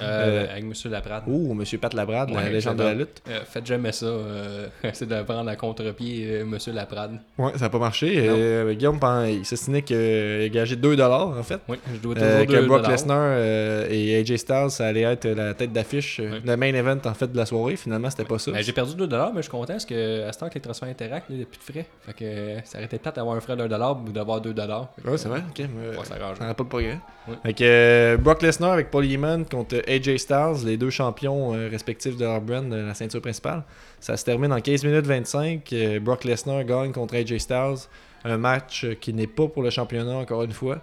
Euh, Euh, avec Monsieur Laprade. Oh, Monsieur Pat Labrade, la Ouais, légende de la j'adore. lutte. Euh, faites jamais ça. euh, [LAUGHS] c'est de prendre à contre-pied euh, Monsieur Laprade. Ouais, ça n'a pas marché. Euh, Guillaume, pen- il s'ostinait que euh, il a gagé 2$ en fait. Oui, je dois toujours Euh, deux que Brock dollars. Lesnar euh, et AJ Styles, ça allait être la tête d'affiche, euh, Ouais. le main event en fait de la soirée. Finalement, c'était pas ça. Ben, j'ai perdu 2 dollars, mais je suis content parce que à ce temps que les transferts interact, là, il n'y a plus de frais. Fait que euh, ça arrêtait peut-être d'avoir un frais d'un dollar ou d'avoir 2 dollars. Fait que, Ouais, c'est euh, vrai. Ok, mais, on va s'arranger. ça n'a pas de progrès. Ouais. Fait que, euh, Brock Lesnar avec Paul Heyman contre AJ Styles, les deux champions euh, respectifs de leur brand, de la ceinture principale. Ça se termine en 15 minutes 25. Euh, Brock Lesnar gagne contre AJ Styles. Un match euh, qui n'est pas pour le championnat, encore une fois.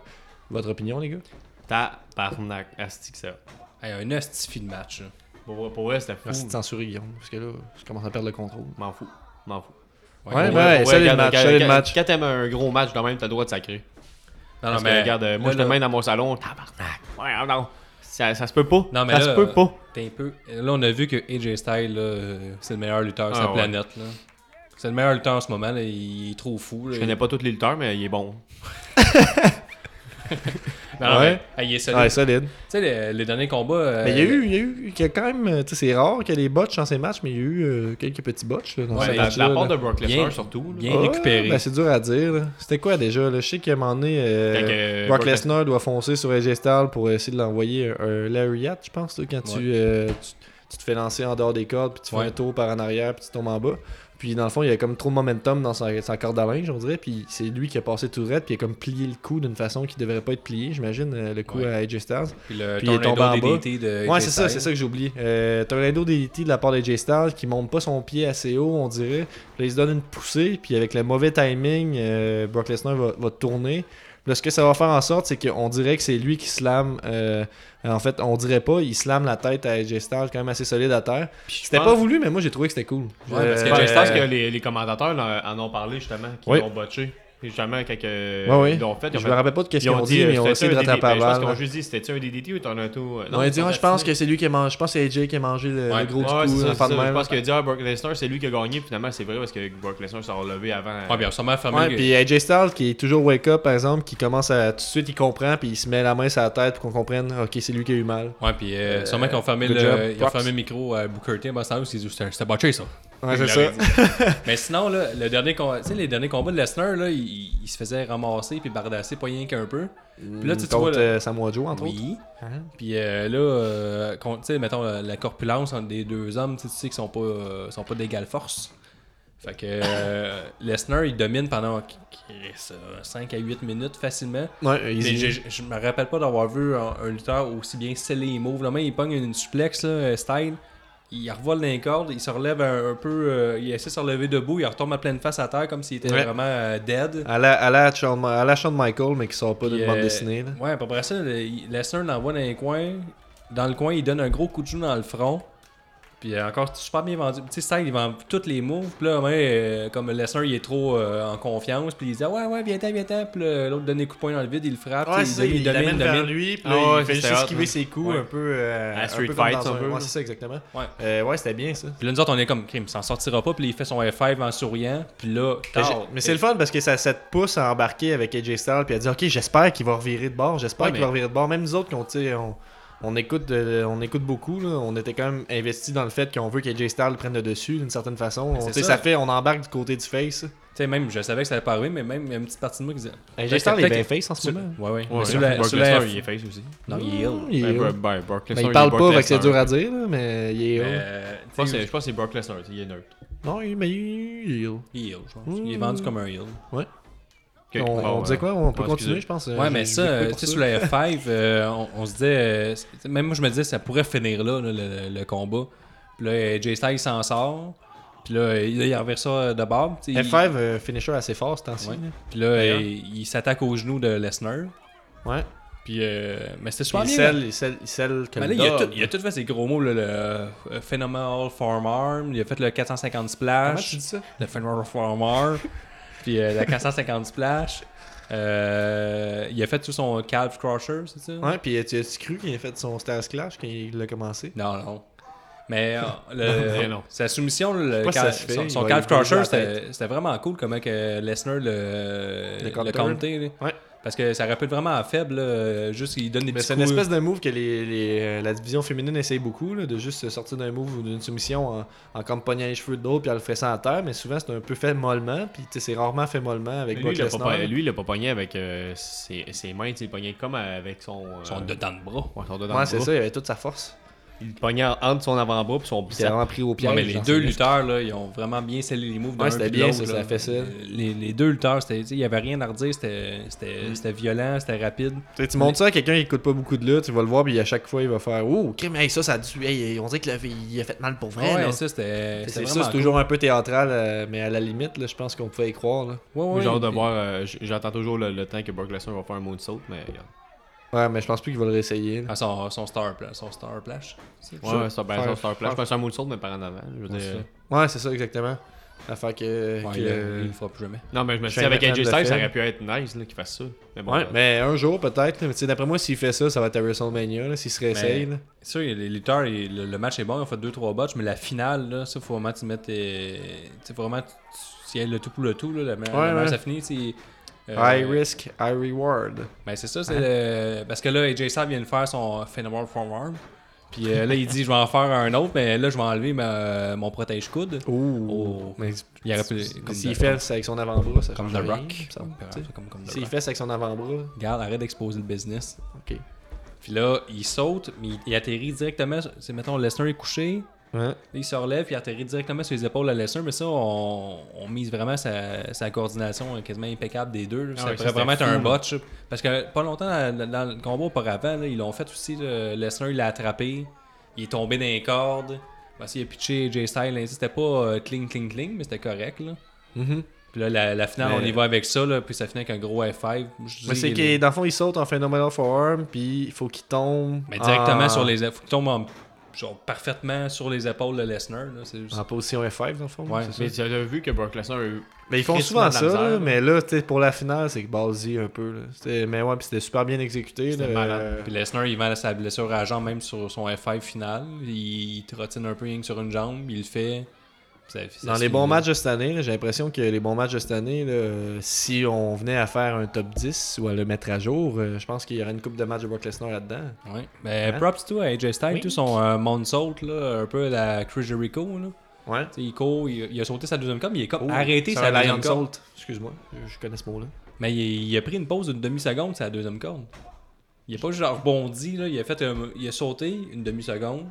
Votre opinion, les gars? Tabarnak, asti que ça. Hey, un astifi de match. là. Pour vrai- pour vrai, c'était fou. Merci de censurer, Guillaume, parce que là, je commence à perdre le contrôle. M'en fous. M'en fous. Ouais, Pour ouais, vrai, pour vrai, salut le regarde, match, regarde, salut le quand- match. Quand t'aimes un gros match, quand même, t'as le droit de sacrer. Non, non, Parce que mais. regarde, euh, moi, là, je te là, mets dans mon salon. Tabarnak. Ouais, non. Ça, ça se peut pas. Non, mais ça là, euh, se peut pas. T'es un peu. Là, on a vu que AJ Styles, là, euh, c'est le meilleur lutteur sur Ah, la ouais. planète. là. C'est le meilleur lutteur en ce moment. là, Il est trop fou. là. Je connais pas tous les lutteurs, mais il est bon. Non, non, mais, Ouais. hey, Ah, il est solide. Ah Ouais, solide. Tu sais, les, les derniers combats. euh, Mais il y a eu, il y a eu, il y a quand même, euh, tu sais, c'est rare qu'il y ait des botches dans ces matchs, mais il y a eu euh, quelques petits botches là, dans Ouais, ces De la, de la matchs-là. part là. de Brock Bien- Lesnar, surtout. là. bien récupéré. ben, c'est dur à dire. là. C'était quoi déjà là? Je sais qu'à un moment donné, euh, Quand que Brock Brock Lesnar doit foncer sur AJ Styles pour essayer de l'envoyer un, un lariat, je pense, là, quand tu, euh, tu, tu te fais lancer en dehors des cordes, puis tu fais Ouais. un tour par en arrière, puis tu tombes en bas. Puis dans le fond, il y a comme trop de momentum dans sa, sa corde à linge, on dirait. Puis c'est lui qui a passé tout raide, puis il a comme plié le coup d'une façon qui devrait pas être pliée, j'imagine, euh, le coup Ouais. à AJ Styles. Puis le Puis il est tornado tombé en bas. DDT de ouais, AJ c'est ça, Styles. c'est ça que j'ai oublié. Euh, Tornado DDT de la part d'AJ Styles qui monte pas son pied assez haut, on dirait. Puis là, il se donne une poussée, puis avec le mauvais timing, euh, Brock Lesnar va, va tourner. Puis là, ce que ça va faire en sorte, c'est qu'on dirait que c'est lui qui slame. euh, en fait, on dirait pas, il slame la tête à AJ Styles quand même assez solide à terre. Puis je C'était pense- pas voulu, mais moi j'ai trouvé que c'était cool. Ouais, parce que Euh, Ouais, je pense Euh, que les, les commentateurs là, en ont parlé justement, qui Oui. l'ont botché. Et Justement, quand euh, Ouais, ouais. ils l'ont fait, ils ont Je fait- me rappelle pas de qu'est-ce ils qu'ils ont euh, ont dit, mais ils ont c'était essayé de un DDT. rattraper la Ben, Je pense balle. qu'ils ont ouais. juste dit, c'était-tu un DDT ou t'en as tout. euh, Non, ils disent, Ah, je pense que c'est lui qui a mangé, je pense que c'est AJ qui a mangé le, le gros du Ouais, coup, c'est ça, un c'est affaire ça. de même. Je pense que dire ah, Brock Lesnar, c'est lui qui a gagné. puis Finalement, c'est vrai parce que Brock Lesnar s'est relevé avant. euh, Ouais, puis on s'en met à fermer Ouais, le- puis AJ Styles qui est toujours wake up par exemple, qui commence à tout de suite il comprend puis il se met la main sur la tête pour qu'on comprenne OK, c'est lui qui a eu mal. Ouais, puis euh, sûrement qu'ils ont fermé good job. le, ils ont Props. fermé le micro à Booker T. Ben, c'est eux, c'est juste- c'était c'était botché, ça. Ouais, c'est Il ça. l'aurait dit. Mais sinon, là, le dernier com- tu sais, les derniers combats de Lesnar, là, il, il se faisait ramasser puis bardasser, pas rien qu'un peu. Puis là, tu sais, tu Contre, vois. là- euh, Samoa Joe entre autres. oui. Puis euh, là, euh, con- tu sais, mettons la, la corpulence entre les deux hommes, tu sais, tu sais qu'ils sont pas, euh, sont pas d'égale force. Fait que euh, Lesnar, il domine pendant 5 à 8 minutes facilement. Ouais, Mais easy. j'ai- je me rappelle pas d'avoir vu un, un lutteur aussi bien sceller les moves. Là, même il pogne une suplex, là, euh, style. Il revole dans les cordes, il se relève un, un peu. euh, il essaie de se relever debout, il retombe à pleine face à terre comme s'il était Ouais. vraiment euh, dead. À la, à, la Shawn, Ma- à la Shawn Michael, mais qui sort pas d'une Puis, bande euh, dessinée. Là. Ouais, à peu près ça. le- il- Lesnar l'envoie dans les coins. Dans le coin, il donne un gros coup de genou dans le front. Puis euh, encore, c'est super bien vendu. Tu sais, Style, il vend toutes les moves. Puis là, ouais, euh, comme Lesnar, il est trop euh, en confiance. Puis il dit ah, Ouais, ouais, viens-t'en, viens-t'en. Puis là, l'autre donne des coups de poing dans le vide, il le frappe. tu sais, il, domine, il domine. lui, puis là, Ah il ouais, fait juste juste c'était hot, esquiver esquiver ses hein. coups Ouais. un peu À un Street peu comme Fight, dans un un peu, Ouais, là. c'est ça exactement. Ouais. Euh, ouais, c'était bien ça. Puis là, nous autres, on est comme, crime, il s'en sortira pas. Puis là, il fait son F5 en souriant. Puis là, Mais tard. j'ai- Mais c'est le fun parce que ça, ça te pousse à embarquer avec AJ Styles puis à dire Ok, j'espère qu'il va revirer de bord, j'espère Ouais, qu'il mais- va revirer de bord. Même nous autres, qu'on, tu sais, on, on, écoute, de- on écoute beaucoup, là, on était quand même investis dans le fait qu'on veut qu'AJ Styles prenne le dessus d'une certaine façon. On- c'est tu sais, ça. ça fait, on embarque du côté du face. Tu sais, même, je savais que ça allait pas arriver, mais même, il y a une petite partie de moi qui disait. AJ Peut-être- Styles est peut-être- bien face en ce moment. Ouais, ouais. Ouais, Mais sur ouais, la- Brock sur la- Lesnar, il est face aussi. Non, Mmh. il est ill. Il est- Ben, Bro- ben, Brock Mais Lesnar, il parle est Brock pas, fait que c'est hein. Lesnar. dur à dire, là, mais il est. Mais, heel. euh, Je tu pense que sais, c'est- je pense que c'est Brock Lesnar, il est neutre. Non, il- mais il est heel. il est ill, je pense. Il est vendu comme un heel. Ok, On, bon, on Ah, ouais. disait quoi On peut Ouais, continuer, excusez. je pense. Ouais, mais ça, euh, tu sais, sur [LAUGHS] le F5, euh, on, on se disait. euh, c'est- même moi, je me disais, ça pourrait finir là, là, le, le combat. Puis là, euh, Jay Styles s'en sort. Puis là, il, il envers ça euh, de barbe. tu sais, il- F5, euh, finisher assez fort ce temps-ci. Ouais. là. Puis là, euh, il, il s'attaque au genou de Lesnar. Ouais. Puis, euh, mais c'était super Il bien. scelle, il scelle, il scelle comme Mais Ben là, il a, dog. tout, il a tout fait ses gros mots, là, le euh, Phenomenal Farm Arm, il a fait le 450 Comment tu Splash, dis ça le Phenomenal Farm [LAUGHS] Arm, puis euh, le 450 Splash. Euh, il a fait tout son Calf Crusher, c'est ça? Ouais, puis tu as cru qu'il a fait son Stars Clash quand il a commencé? Non, non. [LAUGHS] Mais euh, le- Mais non. sa soumission, le sais pas si cal- ça se fait, son, il son va Calf lui bouger Crusher, la c'était c'était vraiment cool comment que Lesnar le, Le le counter. comptait. là. Ouais. Parce que ça rappelle vraiment à faible, là, juste il donne des Mais petits c'est une coups. espèce de move que les, les, euh, la division féminine essaye beaucoup, là, de juste se sortir d'un move ou d'une soumission en, en comme pognant les cheveux de l'autre puis elle le fait sans terre, mais souvent c'est un peu fait mollement, puis tu sais, c'est rarement fait mollement avec Lui, Brock il a pas Lesnar. pogné- lui, il a pas pogné avec euh, ses, ses mains, tu sais, il pognait comme avec son. euh, Ils sont dedans de bras. Ouais, son dedans Ouais, le c'est bras. ça, il avait toute sa force. Il pognait entre son avant-bras et son Il s'est bicep. vraiment pris au pied. Non, mais les deux lutteurs, là, ils ont vraiment bien scellé les moves. d'un Ouais, c'était puis bien, de l'autre, ça, ça là. fait ça. Les, les deux lutteurs, c'était- tu sais, il n'y avait rien à redire. C'était c'était- Mm. c'était violent, c'était rapide. Tu sais, tu montres ça à quelqu'un qui écoute pas beaucoup de lutte, tu vas le voir, puis à chaque fois il va faire Oh, crime, hey, ça, ça a dû. hey, on dirait qu'il avait- il a fait mal pour vrai. ouais, là. ça, c'était C'est c'était ça, vraiment c'est toujours un peu théâtral, euh, mais à la limite, là, je pense qu'on pouvait y croire. Là. cool. Ouais, Moi, ouais, J'ai hâte de puis- voir. euh, j- J'attends toujours le, le temps que Brock Lesnar va faire un moonsault, mais regarde. Ouais, mais je pense plus qu'il va le réessayer. là. Ah, son, son star, pla- son star Plash. Ouais, ouais, ça, ben, Faire- ça, c'est un plan. faire- Je pense que c'est un moonsault, mais par en avant. Je veux dire, c'est ça. Ouais, c'est ça, exactement. L'affaire que. Ouais, que- il le- il le fera plus jamais. Non, mais je me suis Je dit, avec suis AJ en train de le Styles, ça faire. aurait pu être nice là, qu'il fasse ça. Mais bon, Ouais, euh, mais un jour peut-être. là. Mais tu sais, d'après moi, s'il fait ça, ça va être à WrestleMania, là, s'il se réessaye. Mais- là. C'est sûr, les lutteurs, ils- le, le match est bon, ils ont fait 2-3 botches, mais la finale, là, ça, faut vraiment que tu mettes. tes- Tu sais, faut vraiment que tu- tu y ailles le tout pour le tout, là, le, ma- Ouais, le match ouais. a fini, tu sais, euh, High risk, high reward. Ben c'est ça, c'est le- parce que là, AJ Styles vient de faire son Fenway Forearm. Puis euh, là, il dit, je vais en faire un autre, mais là, je vais enlever ma- mon protège-coude. Ouh. Oh. Mais Il aurait pu. Comme s'il The- fait ça avec son avant-bras, ça Comme change The rien, Rock. il me semble, tu sais. Comme, comme The S'il Rock. fait ça avec son avant-bras, Regarde, arrête d'exposer le business. ok. Puis là, il saute, mais il, il atterrit directement. sur- C'est mettons, Lesnar est couché. Ouais. Il se relève puis il atterrit directement sur les épaules à Lesnar, mais ça, on, on mise vraiment sa, sa coordination quasiment impeccable des deux. là. Ah ça ouais, ça, pourrait vraiment être c'était un fou, botch. là. Parce que pas longtemps dans, dans le combat auparavant, là, ils l'ont fait aussi. là. Lesnar, il l'a attrapé, il est tombé dans les cordes. Ben, s'il a pitché Jay Styles, ainsi, c'était pas euh, cling cling cling, mais c'était correct. Là. Puis là, la, la finale, on y va avec ça, là, puis ça finit avec un gros F5. Je Mais dis- c'est que dans le fond, il saute en Phenomenal Forearm, puis il faut qu'il tombe. Mais directement en- sur les épaules. tombe en- genre, parfaitement sur les épaules de Lesnar. là, c'est juste- En position F5, dans le fond. Ouais. Ah. c'est ça. Mais tu as vu que Brock Lesnar a eu. Mais ils font souvent Christmas de la ça, là, misère. mais là, tu sais, pour la finale, c'est basé un peu. là. C'était- Mais ouais, puis c'était super bien exécuté. C'était là. malade. Euh, Puis Lesnar, il vend sa blessure à la jambe, même sur son F5 final. Il, il trottine un peu rien que sur une jambe, il le fait. Ça- ça Dans se les bons finit. matchs de cette année, là, j'ai l'impression que les bons matchs de cette année, là, euh, si on venait à faire un top 10 ou à le mettre à jour, euh, je pense qu'il y aurait une coupe de matchs de Brock Lesnar là-dedans. Ouais. Hein? Ben, props to AJ Styles, tout son euh, moonsault, là, un peu à la Chris Jericho. Là. Ouais. Tu sais, Il court, il, il a sauté sa deuxième corde, mais il est comme Oh, arrêté c'est sa un deuxième Lion corde. Salt. Euh, Excuse-moi, je- je connais ce mot-là. Mais il, il a pris une pause d'une demi-seconde sa deuxième corde. Il a pas juste rebondi, là, il, a fait un- il a sauté une demi-seconde.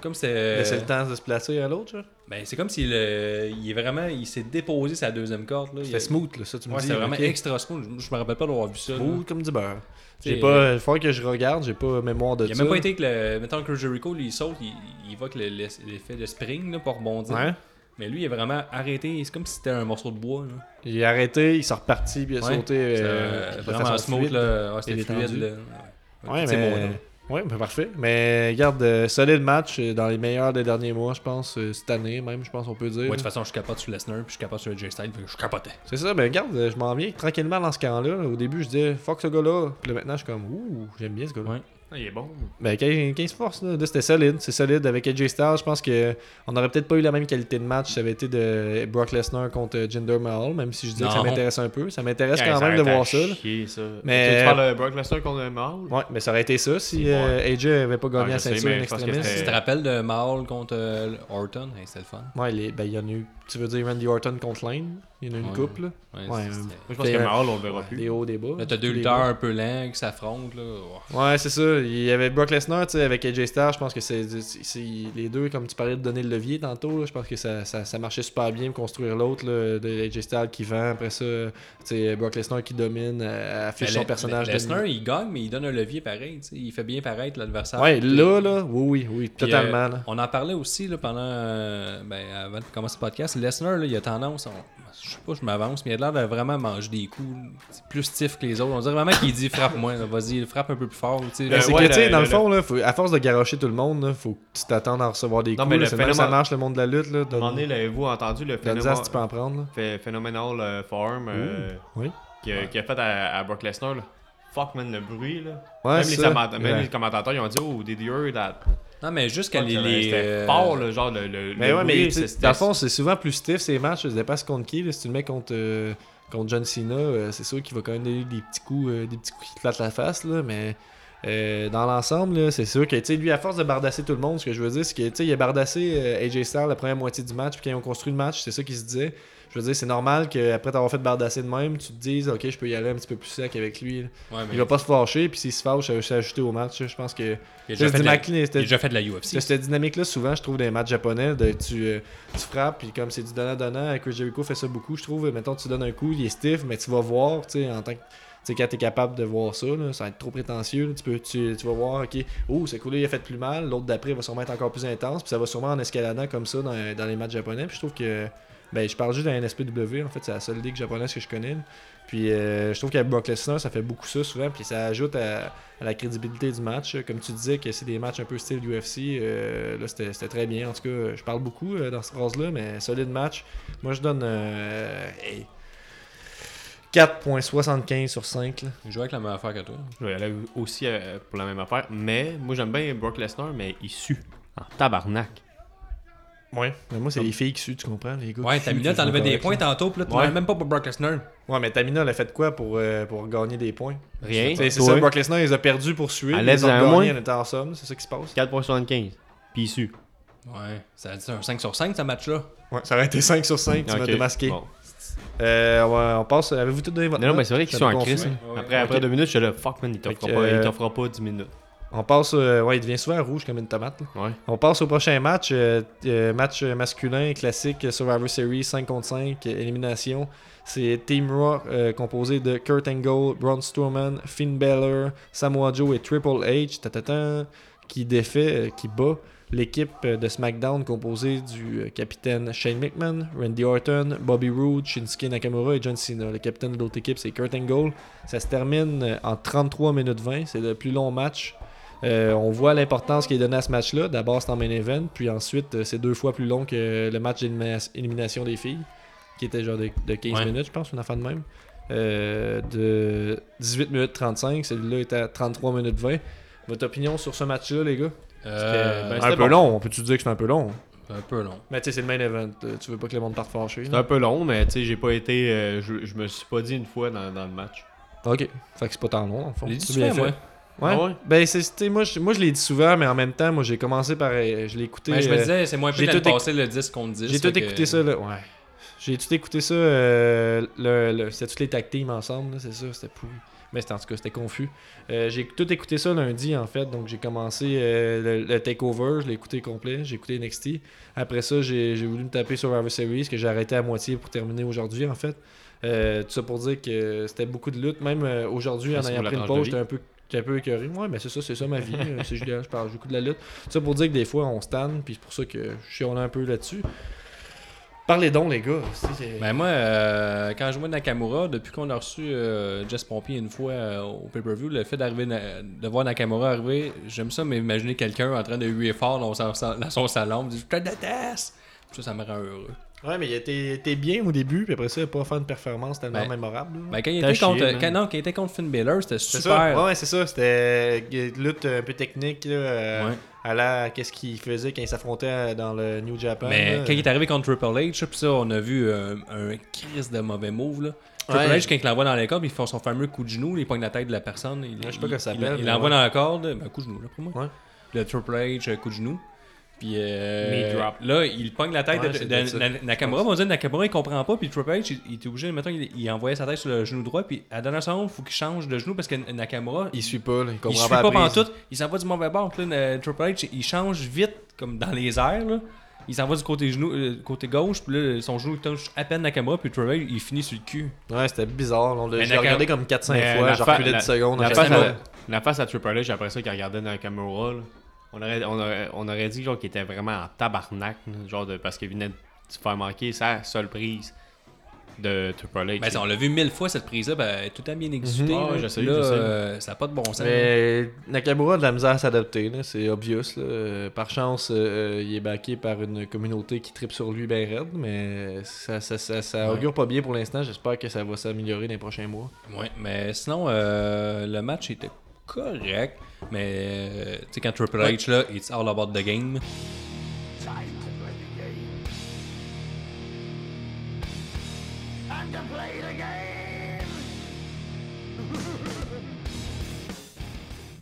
Comme c'est. Laisser le temps de se placer à l'autre, genre. Ben, c'est comme s'il euh, il est vraiment. Il s'est déposé sa deuxième corde. Là. Il- C'était smooth, là, ça, tu me Ouais, dis. c'était vraiment ok. extra smooth. Je, je me rappelle pas d'avoir vu ça. là. Smooth comme du beurre. J'ai T'sais, pas. Il faut que je regarde, j'ai pas mémoire de Il a ça. même pas été que le. Mettons que Jericho, lui, il saute, il, il voit que le- le- l'effet de spring là, pour rebondir. Ouais. Mais lui, il est vraiment arrêté. C'est comme si c'était un morceau de bois. Là. Il a arrêté, il s'est reparti, puis il a Ouais. sauté. C'était, euh, euh, de vraiment façon smooth, fluide. là. Ouais, et c'était détendu. fluide, là. Ouais. Ouais, Tous ces mais... mots-là. ouais, mais parfait. Mais regarde, euh, solide match euh, dans les meilleurs des derniers mois, je pense, euh, cette année même, je pense on peut dire. Ouais, de toute façon, je capote sur Lesnar, puis je capote sur Jay Styles, fait que je capotais. C'est ça, ben regarde, euh, je m'en viens tranquillement dans ce camp-là. là. Au début, je disais, fuck ce gars-là. Puis là, maintenant, je suis comme, ouh, j'aime bien ce gars-là. Ouais. Ah, il est bon. Ben, 15, forces, là, Là, c'était solide. C'est solide. Avec AJ Styles, je pense que on aurait peut-être pas eu la même qualité de match si ça avait été de Brock Lesnar contre Jinder Mahal, même si je disais que ça Non. m'intéresse un peu. Ça m'intéresse Ouais, quand ça même de arrête à voir ça. là. chier, ça. Mais- Tu, tu parles de Brock Lesnar contre Maul Ouais, mais ça aurait été ça si Ouais. euh, AJ avait pas gagné Ouais, Ah, la je sais, ceinture mais en je pense que extrémiste. c'était- Tu te rappelles de Maul contre euh, Orton Hey, C'était le fun. Ouais, les- ben, il y en a eu. Tu veux dire Randy Orton contre Lane Il y en a une Ouais. couple, là. Ouais, c'était- euh, Moi, je pense Des- que Maul, on le verra plus. Des hauts, des bas. Là, t'as deux Tous les lutteurs bas. un peu lents qui s'affrontent, là. Oh. Ouais, c'est ça. Il y avait Brock Lesnar, tu sais, avec AJ Styles. Je pense que c'est c'est- c'est- les deux, comme tu parlais de donner le levier tantôt, là, je pense que ça, ça, ça marchait super bien de construire l'autre, là, de AJ Styles qui vend. Après ça, tu sais, Brock Lesnar qui domine, euh, affiche Mais son Le- personnage. Le- de Ben, Lesnar, il gagne, mais il donne un levier pareil. tu sais. Il fait bien paraître l'adversaire. Ouais, Puis, là, là, oui, oui, oui, puis, euh, totalement. là. On en parlait aussi là, pendant. euh, ben, avant de commencer le podcast. Lesnar, là, il a tendance. on- je sais pas, je m'avance, mais il a l'air de vraiment manger des coups c'est plus stiff que les autres. On dirait vraiment qu'il dit frappe-moi, là, vas-y, frappe un peu plus fort. tu sais. Ben, Mais c'est ouais, que, tu sais, le- dans le, le- fond, là, faut- à force de garrocher tout le monde, là, faut que tu t'attendes à recevoir des Non, coups. mais le là, C'est de même que ça phénomène- marche, le monde de la lutte. Là, À un moment donné, l'avez-vous entendu le Donne-en phénomène si tu peux en prendre. là. fait Phenomenal euh, Farm euh, Oui. qui, a- qui a fait à, à Brock Lesnar. là. Fuck, man, le bruit. Là. Ouais, même les, ça. amant- même Ouais. les commentateurs, ils ont dit Oh, did you hear that Non, mais juste quand les. les, C'était euh, fort, là, genre le. le Mais le ouais, mais bruit, tu sais, c'était- dans le fond, c'est souvent plus stiff ces matchs. Ça dépend contre qui. là. Si tu le mets contre, euh, contre John Cena, euh, c'est sûr qu'il va quand même donner des petits coups, euh, des petits coups qui te flattent la face. Là, mais euh, dans l'ensemble, là, c'est sûr que tu sais, lui, à force de bardasser tout le monde, ce que je veux dire, c'est que tu sais, il a bardassé euh, AJ Styles la première moitié du match. Puis quand ils ont construit le match, c'est ça qu'il se disait. Je veux dire, c'est normal qu'après t'avoir fait bardasser de même, tu te dises, ok, je peux y aller un petit peu plus sec avec lui. là. ouais, mais Il va pas se fâcher, puis s'il se fâche, ça va s'ajouter au match. là. Je pense que. il a Tu sais, déjà fait de la- Macklin était- il a déjà fait de la UFC. c'est cette dynamique-là, souvent, je trouve, dans les matchs japonais, de, tu, euh, tu frappes, puis comme c'est du donnant-donnant, Chris Jericho fait ça beaucoup, je trouve. Mettons, tu donnes un coup, il est stiff, mais tu vas voir, tu sais, en tant que. Tu sais, quand t'es capable de voir ça, là, ça va être trop prétentieux. là. Tu, peux, tu, tu vas voir, ok, oh, ce coup-là, il a fait plus mal, l'autre d'après va sûrement être encore plus intense, puis ça va sûrement en escaladant comme ça dans, dans les matchs japonais. Puis je trouve que. Ben, je parle juste d'un SPW, en fait, c'est la seule ligue japonaise que je connais. là. Puis euh, je trouve qu'à Brock Lesnar, ça fait beaucoup ça souvent, puis ça ajoute à, à la crédibilité du match. Comme tu disais que c'est des matchs un peu style UFC, euh, là c'était c'était très bien. En tout cas, je parle beaucoup euh, dans cette phrase-là, mais solide match. Moi je donne euh, hey, 4.75 sur 5. là. Il jouait avec la même affaire que toi. Je vais aller aussi euh, pour la même affaire. Mais moi, j'aime bien Brock Lesnar, mais il sue. En tabarnak. Mais moi c'est les filles qui suent, tu comprends, les gars. Ouais, qui suent, Tamina, que je t'enlevais me des correcte, points là. tantôt, puis là, tu Ouais. n'en même pas pour Brock Lesnar. Ouais, mais Tamina, elle a fait quoi pour, euh, pour gagner des points Rien. Tu sais, C'est Toi. ça, Brock Lesnar, ils ont perdu pour suivre. Elle Ils lève ont un gagné moins. en étant en somme, c'est ça qui se passe. 4.75. Puis il sue. Ouais, ça a dit un 5 sur 5, ce match-là. Ouais, ça aurait été 5 sur 5, tu m'as Ok, démasqué. bon. Euh, ouais, on passe. Avez-vous tout donné votre Non, non, note? mais c'est vrai qu'il Ça sue me en confuse. crise. hein. Après, après deux minutes, je suis là, fuck man, il t'offrira Fait que, pas, il euh, t'offrira pas 10 minutes. On passe. euh, ouais, il devient souvent rouge comme une tomate. là. Ouais. On passe au prochain match. euh, euh, match euh, masculin, classique euh, Survivor Series 5 contre 5, euh, élimination. C'est Team Raw euh, composé de Kurt Angle, Braun Strowman, Finn Balor, Samoa Joe et Triple H tatatan, qui défait, euh, qui bat l'équipe euh, de SmackDown composée du euh, capitaine Shane McMahon, Randy Orton, Bobby Roode, Shinsuke Nakamura et John Cena. Le capitaine de l'autre équipe, c'est Kurt Angle. Ça se termine euh, en 33 minutes 20. C'est le plus long match euh, on voit l'importance qui est donnée à ce match-là. D'abord, c'est en main event, puis ensuite, euh, c'est deux fois plus long que le match d'élimi- d'élimination des filles, qui était genre de, de 15 Ouais. minutes, je pense, une affaire de même. Euh, de 18 minutes 35, celui-là est à 33 minutes 20. Votre opinion sur ce match-là, les gars Euh, ben, Un c'était peu bon. long, on peut-tu dire que c'est un peu long un peu long. Mais tu sais, c'est le main event, euh, tu veux pas que le monde parte fâché. C'est là. un peu long, mais tu sais, j'ai pas été. euh, je, je me suis pas dit une fois dans, dans le match. Ok, fait que c'est pas tant long, en fond. Les C'est dix bien fois, moi. fait. Ouais. Ah ouais? Ben, c'est, tu sais, moi, je, moi, je l'ai dit souvent, mais en même temps, moi, j'ai commencé par. euh, Je l'ai écouté. Ben, je me euh, disais, c'est moins j'ai pire de tout éc- passer le 10 contre 10. J'ai fait tout que- écouté ça, là. Ouais. J'ai tout écouté ça. euh, le, le- c'était toutes les tag teams ensemble, là, c'est ça, c'était pourri. Mais c'était- en tout cas, c'était confus. Euh, j'ai tout écouté ça lundi, en fait. Donc, j'ai commencé euh, le, le Takeover, je l'ai écouté complet. J'ai écouté NXT. Après ça, j'ai, j'ai voulu me taper Survivor Series, que j'ai arrêté à moitié pour terminer aujourd'hui, en fait. Euh, tout ça pour dire que c'était beaucoup de lutte. Même euh, aujourd'hui, en Merci ayant pour la pris une tranche de pause, vie. j'étais un peu, j'étais un peu écœuré. Ouais, mais c'est ça, c'est ça ma vie. Euh, c'est Julien, je parle beaucoup de la lutte. Tout ça pour dire que des fois, on stand, puis c'est pour ça que je suis un peu là-dessus. Parlez donc, les gars. si c'est- Ben moi, euh, quand je vois Nakamura, depuis qu'on a reçu euh, Jess Pompier une fois euh, au pay-per-view, le fait d'arriver na- de voir Nakamura arriver, j'aime ça m'imaginer quelqu'un en train de huer fort dans son, dans son salon, me dit « Je te déteste! » Ça, ça me rend heureux. Ouais, mais il était, était bien au début, puis après ça, il a pas fait une performance tellement Ben, mémorable. là. Ben, quand, il T'as était chié, contre, man. quand, non, quand il était contre Finn Balor, c'était C'est super. ça. Ouais, ouais, c'est ça. C'était euh, lutte un peu technique, là, euh, Ouais. à la qu'est-ce qu'il faisait quand il s'affrontait euh, dans le New Japan. Mais là. euh. quand il est arrivé contre Triple H, pis ça, on a vu euh, un crise de mauvais move. Là. Triple Ouais. H, quand il l'envoie dans les cordes, ils font son fameux coup de genou, il pogne la tête de la personne. Il, je sais pas comment ça il- s'appelle, Il mais l'envoie ouais. dans la corde, ben, coup de genou, là, pour moi. Ouais. Le Triple H, euh, coup de genou. Puis Knee euh, drop. là, il pogne la tête Ouais, de, c'est de- peut-être ça. na- Nakamura. On dit Nakamura, il comprend pas. Puis Triple H, il, il était obligé, mettons, il, il envoyait sa tête sur le genou droit. Puis à la dernière seconde, il faut qu'il change de genou parce que Nakamura, il suit pas, là, il il comprend suit pas. pas la prise. pantoute, il s'en va du mauvais bord. Puis Là, le Triple H, il change vite, comme dans les airs. Là. Il s'en va du côté, genou, euh, côté gauche, puis là, son genou il touche à peine Nakamura, puis Triple H, il finit sur le cul. Ouais, c'était bizarre. là, On l'a Mais j'ai Nakamura- regardé comme 4-5 Mais, euh, fois, la j'ai fa- reculé 10 secondes. La j'ai face, regardé. à, la face à Triple H après ça qu'il regardait dans la caméra, là, on, aurait, on, aurait, on aurait dit genre qu'il était vraiment en tabarnak, là, genre de, parce qu'il venait de se faire manquer sa seule prise de Triple H. Ben, ça, on l'a vu mille fois cette prise-là, ben, tout a bien exécuté. Mhm. Ah, là. je sais, Là, je sais. euh, ça n'a pas de bon sens. Euh, Mais Nakamura a de la misère à s'adapter, là, c'est obvious. là. Euh, Par chance, euh, euh, il est backé par une communauté qui tripe sur lui bien raide, mais ça, ça, ça, ça Ouais. augure pas bien pour l'instant. J'espère que ça va s'améliorer dans les prochains mois. Ouais, mais sinon, euh, le match était correct. Mais euh, tu sais, quand Triple H, là, it's all about the game.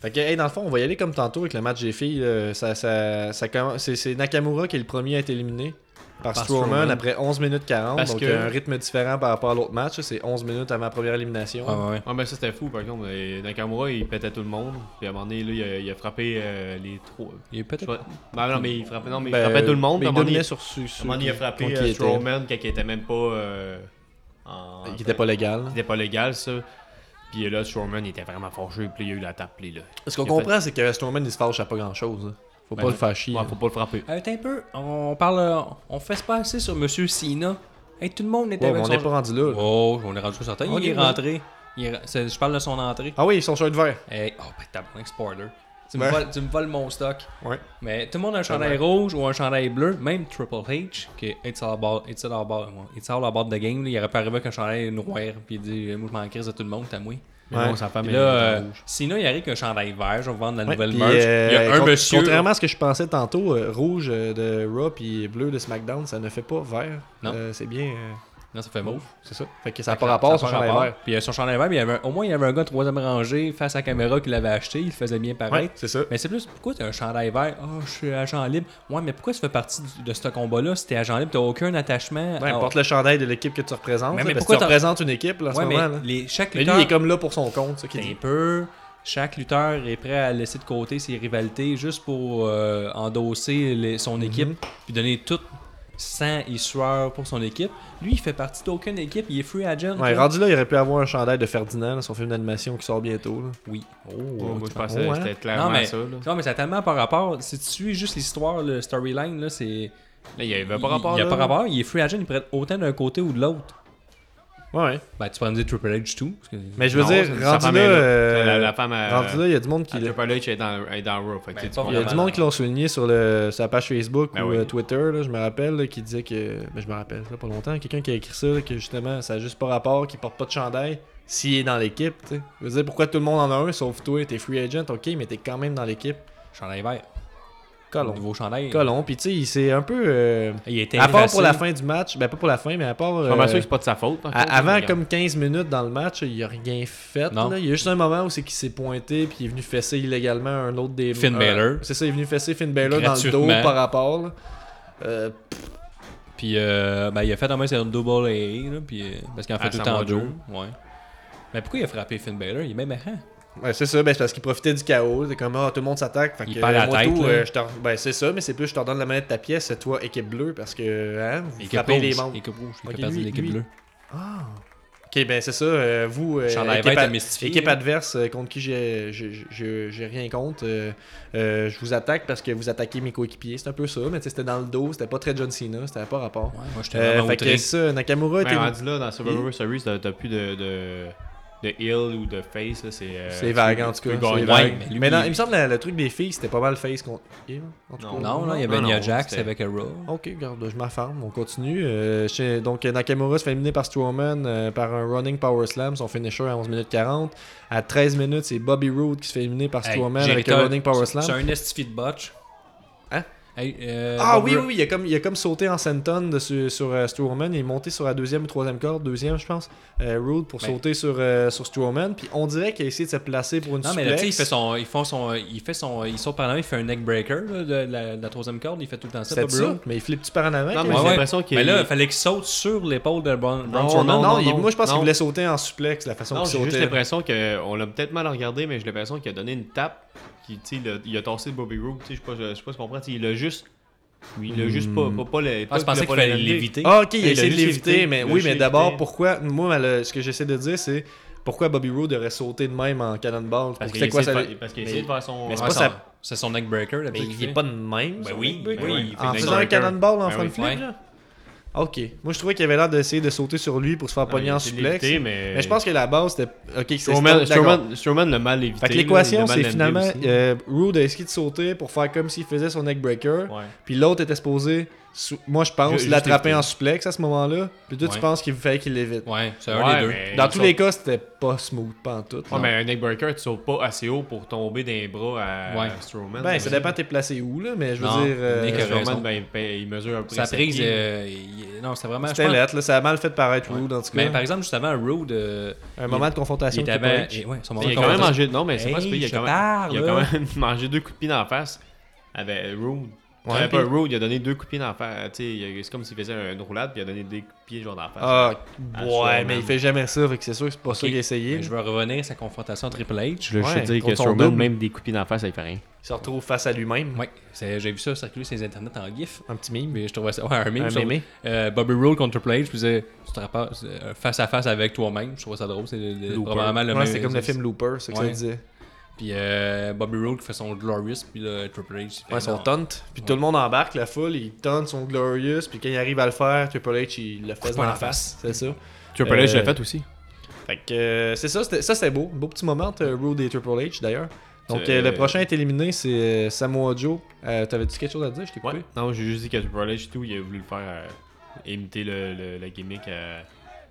Fait que, hey, dans le fond, on va y aller comme tantôt avec le match des filles. là. Ça, ça, ça commence- c'est, c'est Nakamura qui est le premier à être éliminé par, Par Strowman, Strowman. après 11 minutes 40. Parce donc, que- un rythme différent par rapport à l'autre match. là. C'est 11 minutes avant la première élimination. Ouais, ouais, ouais. Ah, ben ça c'était fou par contre. Et Nakamura il pétait tout le monde. Puis à un moment donné, là, il, a, il a frappé euh, les trois. Il est Je peut-être. crois- Ben, non, mais il frappait, non, mais Ben, il frappait tout le monde. mais puis à un il moment donné, dominait sur, sur, à un moment donné, il a frappé contre euh, qui il était. Strowman quand il était même pas. euh, en- qui était pas légal. C'était pas légal, ça. Puis là, Strowman il était vraiment fâché, puis il y a eu la tape, puis là. Ce qu'on Il a fait- comprend, c'est que Strowman, il se fâche à pas grand chose. Faut Ben, pas le hein. faire chier. Ouais, faut pas le frapper. Euh, Attends un peu, on parle. euh, On fait pas assez sur Monsieur Sina. Hey, tout le monde était Ouais, mais avec on son- n'est pas rendu là. là. Oh, on est rendu certain. On Il est est là. rentré. Il est re- c'est- Je parle de son entrée. Ah oui, son shirt vert. Hey, oh, ben, tabarnak, spoiler. Tu me, Ouais. voles, tu me voles mon stock. Ouais. Mais tout le monde a un chandail rouge ou un chandail bleu, même Triple H, qui est It's all about, it's all about, it's all about the game. là. Il aurait pas arrivé avec un chandail noir, puis il dit euh, Moi, je m'en crise de tout le monde, t'as moi. Mais Ouais. non, sa femme Puis elle là, est euh, en rouge. Sina, il arrive avec un chandail vert, je vais vendre la nouvelle Puis, merch. il y euh, a un con- monsieur. Contrairement à ce que je pensais tantôt, euh, rouge euh, de Raw puis bleu de SmackDown, ça ne fait pas vert. Non. Euh, c'est bien. euh, Non, ça fait mauve. c'est ça. Fait que ça n'a Fait pas que rapport, son ça a pas chandail rapport. vert. Puis euh, son chandail vert, mais il y avait un- au moins il y avait un gars de troisième rangée face à la caméra qui l'avait acheté, il le faisait bien paraître. c'est ça. Mais c'est plus, pourquoi t'as un chandail vert? Ah, je suis agent libre. Ouais, mais pourquoi tu fais partie du- de ce combat-là si t'es agent libre? T'as aucun attachement. Ouais, à- porte le chandail de l'équipe que tu représentes. Ah, Mais- là, mais parce que pourquoi tu t'en- représentes une équipe là, en Ouais, ce mais moment. là. les, Ben, chaque Mais lui, lutteur... il est comme là pour son compte, ça qu'il T'es un dit. peu... Chaque lutteur est prêt à laisser de côté ses rivalités juste pour euh, endosser les- Mhm. son équipe puis donner tout sang et sueur pour son équipe. Lui, il fait partie d'aucune équipe, il est free agent. Ouais, là. rendu là, il aurait pu avoir un chandail de Ferdinand, là, son film d'animation qui sort bientôt. là. Oui. Oh, moi, tu je pensais ouais. que c'était clairement Non, mais- ça. Là, Non, mais ça a tellement par rapport. Si tu suis juste l'histoire, le storyline, là, c'est. Là, Eh il y ben, avait pas Il rapport. y a là. pas rapport. Il est free agent, il prête autant d'un côté ou de l'autre. Ouais, ouais. Ben, tu peux me dire Triple H, tout. parce que- Mais je veux Non, dire, c'est- rendu sa là, femme est là. euh, La- la femme à- rendu là, il y a du monde qui Ah, l'a- Triple H est dans, est dans Raw. Fait Ben, que, tu sais, tu pas comprends. Il y a du monde qui l'ont souligné sur le, sa page Facebook Ben ou oui. euh, Twitter, là, je me rappelle, là, qui disait que. Ben, je me rappelle, là, pas longtemps, quelqu'un qui a écrit ça, là, que justement, ça n'a juste pas rapport, qu'il porte pas de chandail s'il est dans l'équipe. tu sais. Je veux dire, pourquoi tout le monde en a un, sauf toi, t'es free agent, ok, mais t'es quand même dans l'équipe. Chandail vert. Colon. Nouveau chandail. Colon, puis tu sais, il s'est un peu. euh, Il était à part pour la fin du match, ben pas pour la fin, mais à part. Je suis pas mal sûr euh, que c'est pas de sa faute. par à- contre, avant mais comme 15 minutes dans le match, il a rien fait. Non. là. Il y a juste un moment où c'est qu'il s'est pointé puis il est venu fesser illégalement un autre des. Finn un- Balor. C'est ça, il est venu fesser Finn Balor dans le dos Gratuitement. par rapport. là. Euh, Puis, euh, ben, il a fait en main, c'est un double AA, là. Puis, euh, parce qu'il en Ah, fait À tout le Samoa temps deux. Ouais. Mais pourquoi il a frappé Finn Balor Il est même errant. ouais, c'est ça, ben, c'est parce qu'il profitait du chaos. C'est comme ah, tout le monde s'attaque. fait Il que, perd la moi, tête, tout, là. euh, je t'en- ben, c'est ça, mais c'est plus je t'en donne la manette de ta pièce, toi, équipe bleue, parce que hein, vous Équipe frappez les rouge. membres. Équipe rouge. Il Ok, a perdu lui- l'équipe lui- bleue. Ok, ben c'est ça. euh, vous, euh, Charles équipe, Evette ad- a mystifié. équipe adverse euh, contre qui j'ai j'ai- j'ai- j'ai rien contre, euh, euh, je vous attaque parce que vous attaquez mes coéquipiers. C'est un peu ça, mais tu sais, c'était dans le dos, c'était pas très John Cena, c'était pas rapport. Ouais, moi, j'étais Euh, vraiment fait outré. que ça, Nakamura Mais était. rendu là, dans Survivor Series, t'as t'as plus de, de, de heel ou de face. là, C'est euh, C'est vague en tout tu cas. peux c'est gagner. vague. mais lui, mais non, il- il me semble que le truc des filles, c'était pas mal face contre heel, en tout cas. Non, non, il y Ben avait Non, Nia non, Jax c'était- avec Arrow. Ok, regarde, je m'affarme, on continue. Euh, chez- donc Nakamura se fait éliminer par Strowman euh, par un running power slam, son finisher à 11 minutes 40. À 13 minutes, c'est Bobby Roode qui se fait éliminer par Hey, Strowman j'ai avec été un un- running power slam. C'est un estifi de botch. Hein? Hey, euh, Ah Bob oui, Ro- oui, oui, il a comme, il a comme sauté en senton de, sur, sur euh, Strowman, il est monté sur la deuxième ou troisième corde, deuxième je pense, euh, Roode pour Ben. sauter sur, euh, sur Strowman, puis on dirait qu'il a essayé de se placer pour une Non, mais là, tu sais, il fait son. Ils font son. Il fait son. Ils sont par là, il fait un neck breaker, là, de la, de la troisième corde, il fait tout le temps ça, C'était Bob ça, Roode. mais il flippe-tu par en avant? Non, quand mais même? j'ai l'impression qu'il Mais là, est- il fallait qu'il saute sur l'épaule de Braun Braun Non, non, Strowman. non, non, il- non, moi je pense qu'il non. voulait sauter en suplex, la façon Non, qu'il j'ai juste sautait. là. l'impression qu'on l'a peut-être mal regardé, mais j'ai l'impression qu'il a donné une tape. Qui, tu sais, il, a, il a tassé le Bobby Roode. tu sais, Je sais pas, je sais pas si tu comprends. tu sais, Il l'a juste. Il l'a juste pas. pas, pas le, Ah, je pensais qu'il fallait l'éviter. Ah, ok, il Il a a essayé de juste l'éviter, évité, mais il a oui, juste mais évité. d'abord, pourquoi Moi, le- ce que j'essaie de dire, c'est pourquoi Bobby Roode aurait sauté de même en cannonball Parce qu'il C'est a quoi essayé ça de faire- parce qu'il a mais- essayé de faire son. mais c'est Ouais, pas son- ça- C'est son neck breaker, la Mais petite il est fille. pas de même. Ben son oui, neckbreaker. ben oui, il fait En des faisant un neckbreakers. cannonball en Ben front oui. flip, Ouais. là. Ok. Moi, je trouvais qu'il avait l'air d'essayer de sauter sur lui pour se faire pogner en suplex. Mais, euh, Mais je pense que la base, c'était. Ok, c'est Strowman, d'accord. Strowman, Strowman l'a mal évité. Fait que là, il l'équation, l'a mal c'est amené finalement aussi. euh, Rude a essayé de sauter pour faire comme s'il faisait son neckbreaker. Ouais. Puis l'autre était supposé, sou- moi je pense, Ju- l'attraper juste en suplex à ce moment-là. Puis toi, tu Ouais. penses qu'il fallait qu'il l'évite. Ouais, c'est un Ouais, des deux. mais- Dans ils tous sont- les cas, c'était pas smooth, pas en tout. Ouais, mais un neckbreaker, tu sautes pas assez haut pour tomber d'un bras à Ouais. Strowman. Ben, ça dépend t'es placé où, là, mais je veux Non, dire. euh, Nick a raison. Strowman, ben, ben, il mesure un peu. Sa ses prise, pieds. euh, il- non, c'est vraiment. je c'était pense- lettre, là, ça a mal fait paraître Rude en tout Mais cas. par exemple, juste avant, Rude. euh, un moment de il confrontation était avec avant. Triple H. et- Ouais, son Il a moment quand même de- mangé. Non, mais c'est pas Hey, ce pays, il a je quand même. parle, Il a là. quand même [LAUGHS] mangé deux coups de pied dans la face avec Rude. Ouais, Ouais, pas puis- Rude, il a donné deux coups de pied dans la face. Tu sais, il a- C'est comme s'il faisait une roulade, puis il a donné des coups de pied genre dans la face. Ah, Ah, ouais, Strowman. mais il fait jamais ça, fait que c'est sûr que c'est pas ça Ok. qu'il a essayé. Mais Je vais revenir à sa confrontation à Triple H. veux juste juste ouais, dire contre que son Strowman, double. même des coups de pied dans la face, ça, il fait rien. Il se retrouve face à lui-même. Ouais, c'est- j'ai vu ça circuler sur les internets en gif. Un petit mime. Mais je trouvais ça. Ouais, un meme. Un je trouve- mémé. euh, Bobby Roode contre Triple H, je disais, tu te rappelles, euh, face à face avec toi-même. Je trouvais ça drôle. C'est le- le- Looper. probablement le Ouais, même. c'est comme le film Looper, c'est que ça Ouais. disait. Puis euh, Bobby Roode qui fait son Glorious, puis le Triple H. il fait Ouais, son non. taunt. Puis tout le monde embarque, la foule, il taunt son Glorious, puis quand il arrive à le faire, Triple H, il le fait Coupe dans pas la la face. C'est ça. Triple Euh, H l'a fait aussi. Fait que euh, c'est ça, c'était- ça c'est beau. Beau petit moment entre Rude et Triple H d'ailleurs. Donc C'est- euh, le prochain est éliminé, c'est euh, Samoa Joe. Euh, T'avais-tu quelque chose à dire Je t'ai coupé. Ouais. Non, j'ai juste dit que Triple H et tout, il a voulu le faire euh, imiter le, le, la gimmick à,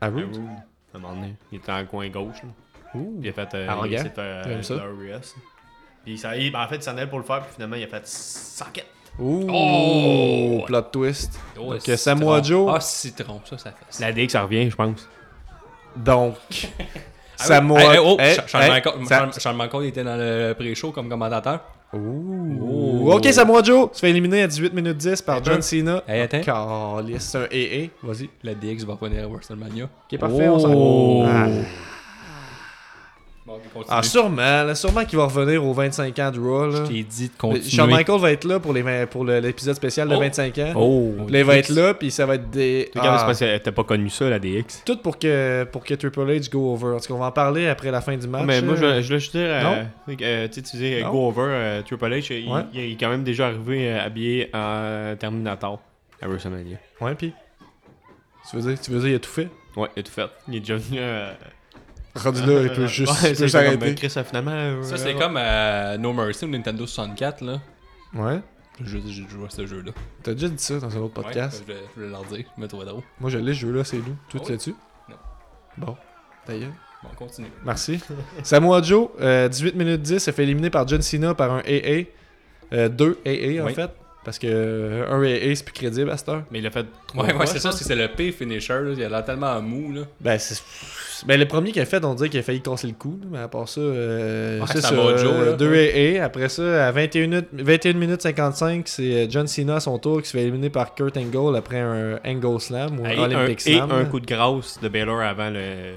à À Rude. Rude. Ah, À un moment donné. Il était en coin gauche. là. Ouh. Il a fait euh, Arrogant. il s'est fait, euh, J'aime ça. Glorious. Puis ça, il- en fait, il s'en allait pour le faire, puis finalement, il a fait Socket. Ouh. Oh! Plot twist. Oh, Donc citron. Samoa Joe. Ah, citron, ça, ça fait. La DX, ça revient, je pense. Donc [LAUGHS] Ah oui. Samoa. Hey, hey, oh, Hey, Char- Charles hey, Manco- ça- Charles- Charles Manco, il était dans le pré-show comme commentateur. Oh. Ouh. Ok Samoa Joe, se fait éliminer à 18 minutes 10 Eh par ben. John Cena. Hey, attends. Caliste, c'est un eh, AA. Vas-y. La DX va revenir à WrestleMania. Oh. Ah. Ah. Ok parfait, on s'en. Oh. Ah. Bon, on continue. Ah, sûrement, là, sûrement qu'il va revenir aux 25 ans du Raw. je Là. t'ai dit de Le- continuer. Shawn Michael va être là pour les vingt- pour le- l'épisode spécial de Oh. 25 ans. Oh, Là, il va être là, puis ça va être des. T'es capable, Ah. c'est parce que t'as pas connu ça, la DX. Tout pour que, pour que Triple H go over. En tout cas, on va en parler après la fin du match. mais moi, là. je, je voulais juste dire, euh, euh, tu sais, tu disais euh, Non. Go Over, euh, Triple H, il, Ouais. il est quand même déjà arrivé euh, habillé en Terminator à WrestleMania. Ouais, puis. Tu veux dire, tu veux dire, il a tout fait Ouais, il a tout fait. Il est déjà venu. euh, [LAUGHS] Rendu là, il peut euh, juste ouais, il peut c'est comme, euh, s'arrêter. Chris, euh, finalement. euh, Ça, c'est euh, comme euh, No Mercy ou Nintendo 64, là. Ouais. Je- J'ai joué à ce jeu-là. T'as déjà dit ça dans un autre podcast. Ouais, je voulais- je voulais leur dire, je me trouvais drôle. Moi, je l'ai, ce jeu-là, c'est nous. Toi, tu Ah oui? l'as-tu Non. Bon. D'ailleurs. Bon, continue. [LAUGHS] Merci. Samoa Joe, euh, 18 minutes 10, se fait éliminer par John Cena par un AA. Euh, deux AA, en Oui. fait. Parce que euh, un AA, c'est plus crédible à cette heure. Mais il a fait trois Ouais, fois, ouais, c'est ça, parce que c'est le pire finisher, là. Il a l'air tellement mou, là. Ben, c'est. Ben, le premier qu'il a fait, on dirait qu'il a failli casser le cou, là, mais à part ça, euh, Ouais, c'est ça, euh, Samoa Joe, là. 2 AA. Après ça, à 21 minutes, 21 minutes 55, c'est euh, John Cena à son tour qui se fait éliminer par Kurt Angle après un Angle Slam ou un Et un, Olympic et Slam. un là. coup de grâce de Baylor avant le,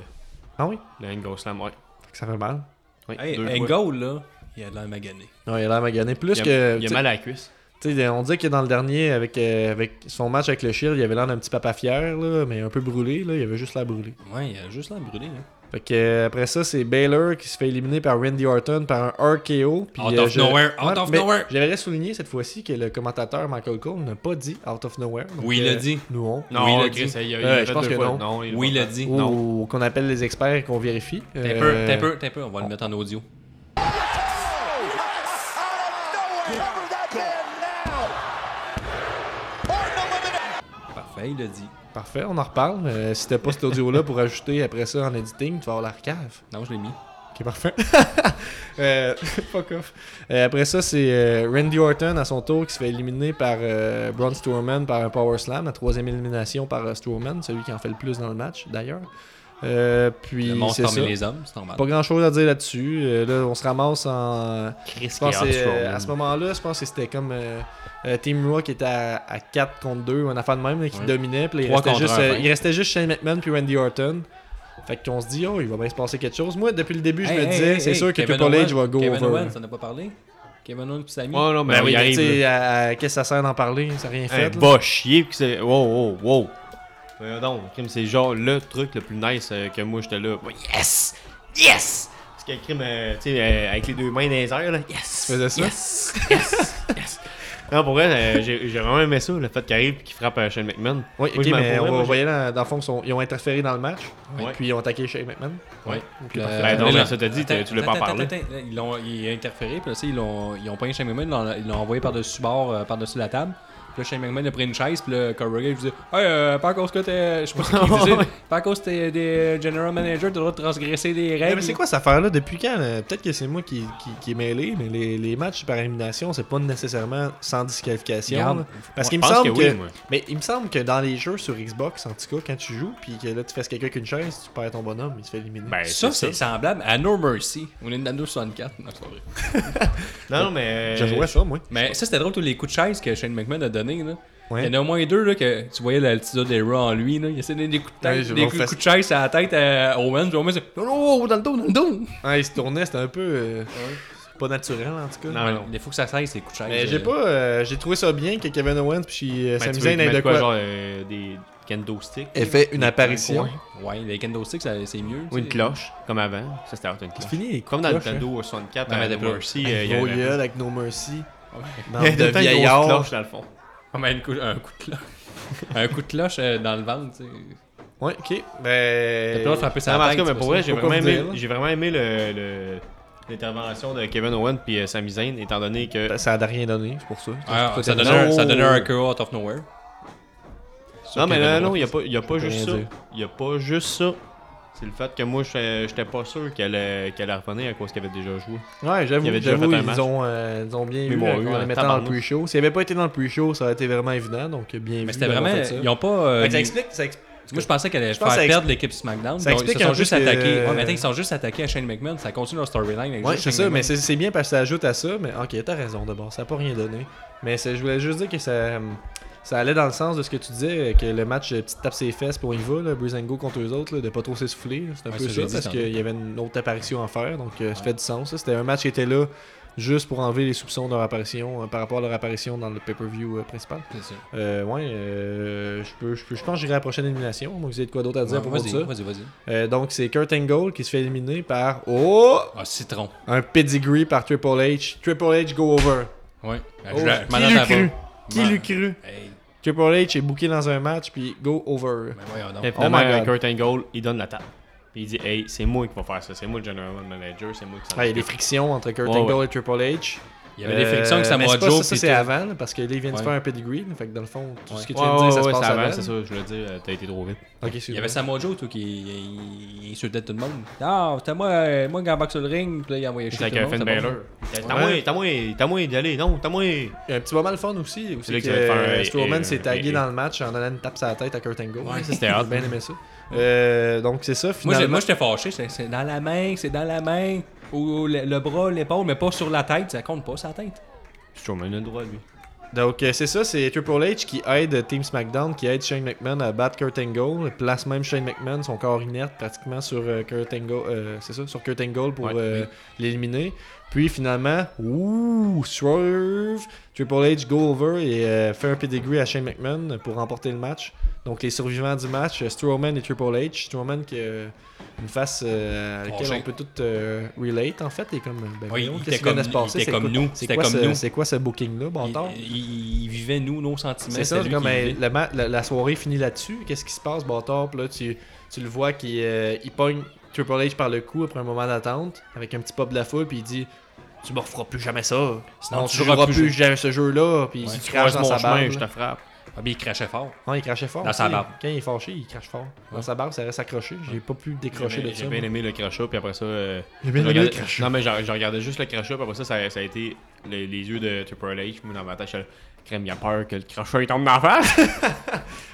Ah oui, le Angle Slam. Ouais. Fait que ça fait mal. Ouais, Hey, deux fois. Angle, là, il a l'air magané. Non, il a l'air magané. Plus Il a, que. il a tu- mal à la cuisse. tu sais, on dit que dans le dernier, avec, euh, avec son match avec le Shield, il avait l'air d'un petit papa fier, là, mais un peu brûlé. Là, il avait juste l'air brûlé. Ouais, il a juste l'air brûlé, hein. Fait que, euh, après ça, c'est Baylor qui se fait éliminer par Randy Orton par un RKO. Puis, Out euh, of je- nowhere, out Ouais, of mais nowhere. J'aimerais souligner cette fois-ci que le commentateur Michael Cole n'a pas dit out of nowhere. donc, Oui, il l'a euh, dit. Nous, on. Non, Oui, il a Chris, dit. il a- il a Ouais, fait je pense deux que fois. non. il a Oui, pas il a fait. dit. Non. Ou qu'on appelle les experts et qu'on vérifie. T'es Euh, peu, t'es peu, t'es peu. On va le mettre en audio. Parfait, il a dit. Parfait, on en reparle. Euh, si t'as pas cet audio-là pour ajouter après ça en editing, tu vas avoir la recave. Non, je l'ai mis. Ok, parfait. [LAUGHS] Euh, fuck off. Euh, après ça, c'est euh, Randy Orton à son tour qui se fait éliminer par euh, Braun Strowman par un Power Slam. La troisième élimination par euh, Strowman, celui qui en fait le plus dans le match d'ailleurs. Euh, Le puis monstre c'est parmi ça. les hommes, c'est normal. Pas grand chose à dire là-dessus. Euh, là, on se ramasse en. Chris, Je pense qui est que c'est, hot, euh, Strowman. à ce moment-là, je pense que c'était comme euh, euh, Team Raw qui était à, à 4 contre 2 ou un affaire de même là, qui Ouais. dominait. Puis là, il, Trois restait contre juste, un, euh, hein. ouais. il restait juste Shane McMahon puis Randy Orton. Fait qu'on se dit, oh, il va bien se passer quelque chose. Moi, depuis le début, je Hey, me hey, disais, hey, c'est hey, sûr que Kevin Triple H Owens, va go Kevin over. Owens, on n'a pas parlé Kevin Owens pis Sami. Ouais, non, mais Ben oui, Ben il mais tu arrive. sais, là. à- à- qu'est-ce que ça sert d'en parler Ça n'a rien Hey, fait. là. va chier pis c'est. Wow, wow, wow. Voyons donc, crime, c'est genre le truc le plus nice euh, que moi j'étais là. Ouais, Yes! Yes! Parce qu'elle crime, euh, tu sais, euh, avec les deux mains dans les airs, là. Yes! Tu faisais ça? Yes! Yes! yes! Non, pour vrai, euh, [LAUGHS] j'ai j'ai vraiment aimé ça, le fait qu'il arrive et qu'il frappe euh, Shane McMahon. Oui, Moi, ok, je m'en mais pourrais, on moi, va voyez là, dans le fond, ils sont- ils ont interféré dans le match. Ouais. Puis ils ont attaqué Shane McMahon. Ouais. Ok, Euh, parfait. Ben non, mais mais là- ça t'a dit, t'as- Attends, tu l'as pas attends, parlé. attends, attends. Ils l'ont il a interféré, puis là, ça, ils l'ont ils ont pris Shane McMahon, ils l'ont- ils l'ont envoyé par-dessus bord, euh, par-dessus la table. Puis là, Shane McMahon a pris une chaise, puis là, Corey il disait Hey, euh, pas à cause que t'es. Je sais pas ce [LAUGHS] qu'il disait, pas à cause que t'es des general manager, t'as le droit de transgresser des Eh, règles. mais c'est quoi cette affaire-là Depuis quand là? Peut-être que c'est moi qui, qui, qui est mêlé, mais les, les matchs par élimination, c'est pas nécessairement sans disqualification. Regarde. là. Parce Ouais, qu'il me je pense semble que que. oui, moi. mais il me semble que dans les jeux sur Xbox, en tout cas, quand tu joues, puis que là tu fasses quelqu'un avec une chaise, tu perds ton bonhomme, il se fait éliminer. Ben, Ça, c'est semblable à No Mercy. On est dans 64. Non, c'est pas vrai. Non, non, mais. euh, je jouais ça, moi. Mais ça, c'était drôle, tous les coups de chaise que Shane McMahon a donné. Là. Ouais. Il y en a au moins deux là, que tu voyais l'altitude des Raw en lui. Là. Il essayait de donner des coups de, tête, Ouais, je des m'en coups, fais- coups de chaise à la tête à Owen. Puis Owen, c'est Oh, oh, oh, dans le dos, dans le dos. Ah, il se tournait, c'était un peu. euh, Pas naturel, en tout cas. Non, Ouais, non. Il faut que ça cesse, les coups de chaise. Mais euh, j'ai pas. euh, j'ai trouvé ça bien que Kevin Owens puis euh, Ben, Sami tu Zayn veux aient de mettre quoi, quoi. genre euh, des kendo sticks Elle fait une apparition. Ouais. Ouais, les kendo sticks, ça- c'est mieux. Ou une tu sais. cloche, comme avant. Ça, c'était hot, une C'est cloche. fini, les Comme dans le coups de cloche, hein. Nintendo 64, Non, mais avec d'abord, Mercy, Avec euh, il y Vos avait- gueules, avec No Mercy. Bande Il y avait tout [LAUGHS] de le temps une grosse vieillards. cloche, dans le fond. Ah, mais une cou- un coup de cloche. [LAUGHS] un coup de cloche euh, dans le ventre, tu sais. Ouais, ok. Ben. T'as pas frappé Non, sa mais en tête. tout cas, mais c'est pour pas vrai, ça. j'ai Pourquoi vraiment, vous aimé, dire, là? j'ai vraiment aimé le, le- l'intervention de Kevin Owen puis euh, Sami Zayn, étant donné que. Ben, Ça n'a rien donné, c'est pour ça. Ah, Toi, ça, t'as donnait un, raison. ça donnait un curl out of nowhere. non, mais Kevin là, Owens. non, il n'y a pas, il y a pas Je peux juste ça. rien dire. Il n'y a pas juste ça. C'est le fait que moi, je n'étais pas sûr qu'elle allait, qu'elle allait revenir à cause qu'elle avait déjà joué. Ouais, Il j'avoue, avait déjà j'avoue, fait un ils match. ont, euh, ils ont bien Mais eu bon, euh, eu en un hein, les mettant dans le tabarnak. pre-show. S'ils n'avaient pas été dans le pre-show, ça aurait été vraiment évident, donc euh, bien Mais vu c'était d'avoir vraiment. fait ça. Ils ont pas. euh, Fait que Ben, ça mis- explique, ça explique- Moi, je pensais qu'elle allait pense faire que ça perdre l'équipe SmackDown. ça Donc, ils explique se sont en juste plus que- attaqués. Ouais, mais attends, ils se sont juste attaqués à Shane McMahon. Ça continue leur storyline. avec Ouais, juste c'est Shane ça, mais McMahon. c'est c'est bien parce que ça ajoute à ça, mais ok, t'as raison d'abord, ça n'a pas rien donné. Mais c'est- je voulais juste dire que ça, ça allait dans le sens de ce que tu disais, que le match, euh, petite tape ses fesses, puis on y va, là, Breezango contre eux autres, là, de pas trop s'essouffler. là. C'était un Ouais, peu ça, ça, j'ai dit parce tantôt. qu'il y avait une autre apparition à faire, donc euh, ça fait du sens. ça. C'était un match qui était là juste pour enlever les soupçons de leur apparition euh, par rapport à leur apparition dans le pay-per-view euh, principal. C'est ça. Euh, ouais, euh, je peux, je peux- je pense que j'irai à la prochaine élimination. Donc, vous avez de quoi d'autre à dire Vas-y, pour voir ça? vas-y, vas-y. Euh, donc, c'est Kurt Angle qui se fait éliminer par. Oh! Ah, citron. Un pedigree par Triple H. Triple H go over. Ouais. Oh, Je- je m'en qui l'eût attends cru? pas. Qui Ouais. l'eût cru? Hey, Triple H est booké dans un match, puis go over. ben voyons donc. Et Oh my finalement, God. Kurt Angle, il donne la table. Puis il dit, hey, c'est moi qui va faire ça. C'est moi le general manager. C'est moi qui s'en Ah, il y a occupe. des frictions entre Kurt Ouais, Angle et Triple H. Il y avait des frictions avec Euh, mais Samoa c'est pas Joe. Ça, ça puis c'est tout. avant, là, parce que là, il vient de se Ouais. faire un pedigree. là, Fait que dans le fond, tout ce que tu Ouais, viens de dire, ça ouais, se ouais, passe c'est avant, avant. c'est ça. Je voulais dire, euh, t'as été trop vite. Ok, Il y excuse-moi. avait Samoa Joe, tout, qui il- il insultait tout le monde. Ah, c'était moi, euh, moi, quand back sur le ring, puis là, il envoyait chier. C'est tout le avec monde, Finn c'était bon. Balor. T'as moins, t'as moins, t'as moins d'y aller. Non, t'as moins. Il y a un petit moment le fun aussi, où C'est c'est là que qu'ils allaient faire un- euh, Strowman un- s'est tagué un- dans le match en donnant une tape sur la tête à Kurt Angle. Ouais, ça, c'était hot. J'ai bien aimé ça. Euh, donc c'est ça, Moi, j'ai- finalement. moi, j'étais fâché. C'est c'est dans la main, c'est dans la main. Ou le, le bras, l'épaule, mais pas sur la tête. Ça compte pas, sa tête. Strowman a le droit, lui. Donc euh, c'est ça, c'est Triple H qui aide Team SmackDown, qui aide Shane McMahon à battre Kurt Angle, place même Shane McMahon, son corps inerte pratiquement sur euh, Kurt Angle, euh, c'est ça, sur Kurt Angle pour Ouais, euh, oui. l'éliminer. Puis finalement, ouh, swerve, Triple H go over et euh, fait un pedigree à Shane McMahon pour remporter le match. Donc les survivants du match, euh, Strowman et Triple H, Strowman qui a une face euh, à laquelle Fâché. on peut tout euh, relate en fait, et comme ben, Oui, voyons, il qu'est-ce était qui vient de comme- se passer? il C'est était comme quoi- nous, c'est c'était quoi comme ce- nous. C'est quoi ce booking là, il, bâtard? il- il vivait, nous, nos sentiments. C'est ça, c'était lui comme qui euh, vivait. le ma- la, la soirée finit là-dessus. Qu'est-ce qui se passe, bâtard? Puis là, tu, tu le vois qu'il euh, il pogne Triple H par le cou après un moment d'attente, avec un petit pop de la foule, puis il dit Tu me referas plus jamais ça. Sinon, tu joueras plus, jamais ce jeu-là. Puis il crache Croise dans mon sa chemin, barbe. je là. te frappe. Ah, ben, il crachait fort. Non, il crachait fort. Dans tu sa sais. barbe. Quand il est fâché, il crache fort. Dans Ouais. sa barbe, ça reste accroché. J'ai pas pu décrocher de J'ai ça. j'ai bien aimé le crachat, puis après ça. euh, J'ai bien je aimé le regardais- crachat. Non, mais j'en- je regardais juste le crachat, puis après ça, ça, ça a été les, les yeux de Triple H. Moi, dans ma tête, je crème, il a peur que le crachat il tombe dans la [LAUGHS] face.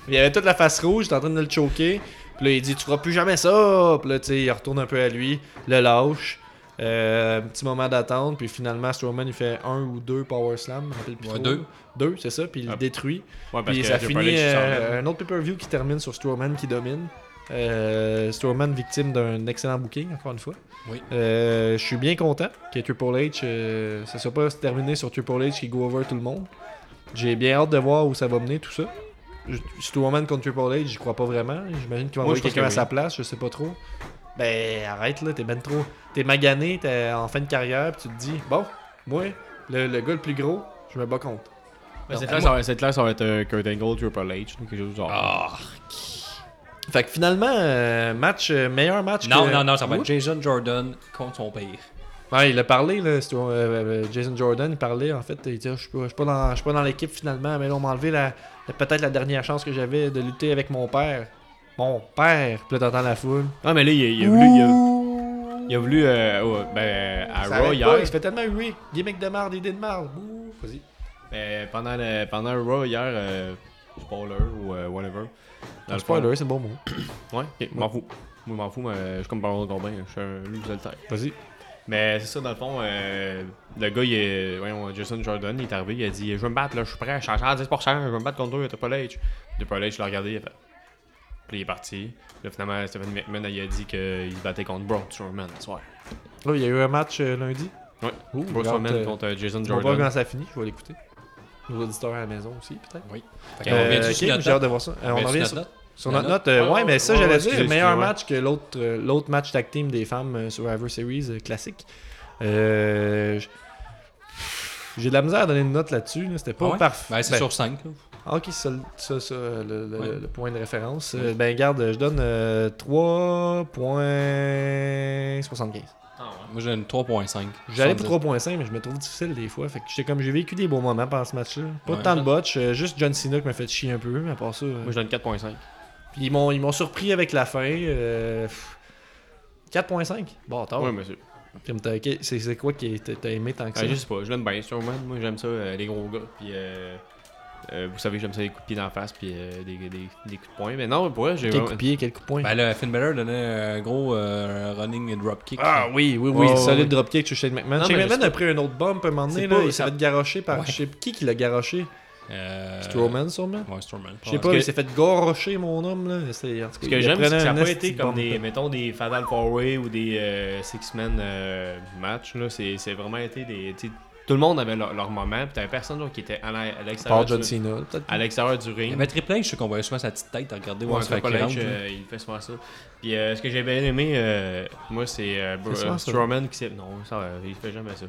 Il avait toute la face rouge, il était en train de le choquer. Puis là, il dit Tu feras plus jamais ça. Puis là, tu sais, il retourne un peu à lui, le lâche. Euh, petit moment d'attente, puis finalement, Strowman il fait un ou deux Power Slam. je me rappelle plus Ouais, trop. deux. Deux, c'est ça, puis il le Ah. détruit. Ouais, parce Puis que ça Triple finit H, il s'en euh, va. un autre pay-per-view qui termine sur Strowman qui domine. Euh, Strowman victime d'un excellent booking, encore une fois. Oui. Euh, je suis bien content que Triple H, euh, ça soit pas terminé sur Triple H qui go over tout le monde. J'ai bien hâte de voir où ça va mener tout ça. Je- Strowman contre Triple H, j'y crois pas vraiment. J'imagine qu'il va Moi, envoyer je pense quelqu'un que à sa oui. place, je sais pas trop. Ben arrête là, t'es ben trop. T'es magané, t'es en fin de carrière, pis tu te dis, bon, moi, le, le gars le plus gros, je me bats contre. Mais Ben, C'est clair, ça va- c'est clair, ça va être euh, Kurt Angle, Triple H, quelque chose du genre. Ah, Fait que finalement, euh, match, euh, meilleur match non, que- non, non, ça va Oups. être Jason Jordan contre son père. Ouais, il a parlé, là, c'est- euh, euh, Jason Jordan, il parlait, en fait, il dit « Je suis pas- je suis pas dans- je suis pas dans l'équipe, finalement, mais là, on m'a enlevé la, la- peut-être la dernière chance que j'avais de lutter avec mon père. Mon père! » Puis là, t'entends la foule. Ah, mais là, il, a- il a voulu. Il a, il a voulu. euh, ouais, ben, à Ça Raw arrête hier. pas, il se fait tellement huer. Gimmick de marde, idée de marde. Ouh, Vas-y. ben, pendant, le, pendant Raw hier, euh, spoiler ou euh, whatever. Dans le fond- Spoiler, c'est le bon mot. Ouais, ok, m'en fous. Moi, je m'en fous, mais euh, je suis comme Baron de Corbin, je suis un loser de terre. Vas-y. Mais c'est ça, dans le fond, euh, le gars, il est, voyons, Jason Jordan, il est arrivé, il a dit Je veux me battre, là, je suis prêt, je suis en 10%, je veux me battre contre toi, Triple H. Triple H, je l'ai regardé, il a fait. Puis il est parti. Là, finalement, Stephen McMahon, il a dit qu'il se battait contre Braun Strowman ce soir. Là, il y a eu un match euh, lundi. Ouais, Ouh, Braun regarde, Strowman euh, contre euh, Jason On va voir Jordan. quand ça finit, je vais l'écouter. Nos auditeurs à la maison aussi, peut-être. Oui. Euh, on revient ok, sur notre j'ai hâte de voir ça. Euh, on revient-tu en sur revient notre sur, note? sur La notre note. note? euh, Ouais, ouais, ouais, mais ça, ah, ouais, j'allais ouais, dire, excuse, meilleur excuse, ouais. match que l'autre euh, l'autre match tag team des femmes euh, Survivor Series euh, classique. Euh, j- J'ai de la misère à donner une note là-dessus. là. C'était pas Ah ouais? parfait. Ben, c'est Ben, sur 5. ah, Ok, c'est ça, le- ça, ça, le, le- Ouais. le point de référence. Euh, Ben, garde, je donne euh, 3.75. Moi, j'ai une 3.5. J'allais pour 3.5, mais je me trouve difficile des fois. Fait que j'étais comme j'ai vécu des beaux moments pendant ce match-là. Pas Ouais. tant de botch, euh, juste John Cena qui m'a fait chier un peu, mais à part ça. euh, Moi, je donne 4.5. Puis ils m'ont, ils m'ont surpris avec la fin. euh, pff, 4.5 Bon, attends. Ouais, monsieur. c'est, c'est quoi que t'as, t'as aimé tant que ça? Ah, je sais pas, je l'aime bien, Strowman. Moi, j'aime ça, euh, les gros gars. Puis, euh, euh, vous savez, j'aime ça, les coups de pied dans la face, puis euh, des, des- des coups de poing. Mais non, pour vrai, j'ai quel coup de pied, quel coup de poing? Ben là, Finn Balor donnait un gros euh, running dropkick. ah oui, oui, oui, Ouais, ouais, solide ouais. dropkick sur Shane McMahon. Non, Shane mais McMahon c'est- a pris un autre bump à un moment donné, c'est là, pas- il s'est ça- fait garocher par... Ouais. Je sais qui qui l'a garoché? Euh, Strowman, sûrement. Ouais, Strowman. Je sais Parce pas, que- il s'est fait gorrocher, mon homme. Là. C'est- en tout cas, Ce que il j'aime, c'est que prenait ça un n'a pas esti été de comme bombe. des, mettons, des Fatal Four Way ou des euh, Six-Man euh, match. Là. C'est, c'est vraiment été des. tu sais, Tout le monde avait leur, leur moment. Puis t'avais personne genre, qui était à, la- à l'extérieur, Par du, John Cena, peut-être. à l'extérieur du ring. Mais Triple H, je sais qu'on voyait souvent sa petite tête à regarder Ouais, voir c'est sur pas la Lynch, euh, il fait souvent ça. Puis euh, ce que j'ai bien aimé, euh, moi, c'est euh, Bro- Fait souvent euh, ça. Strowman qui s'est. Non, ça, euh, il fait jamais ça.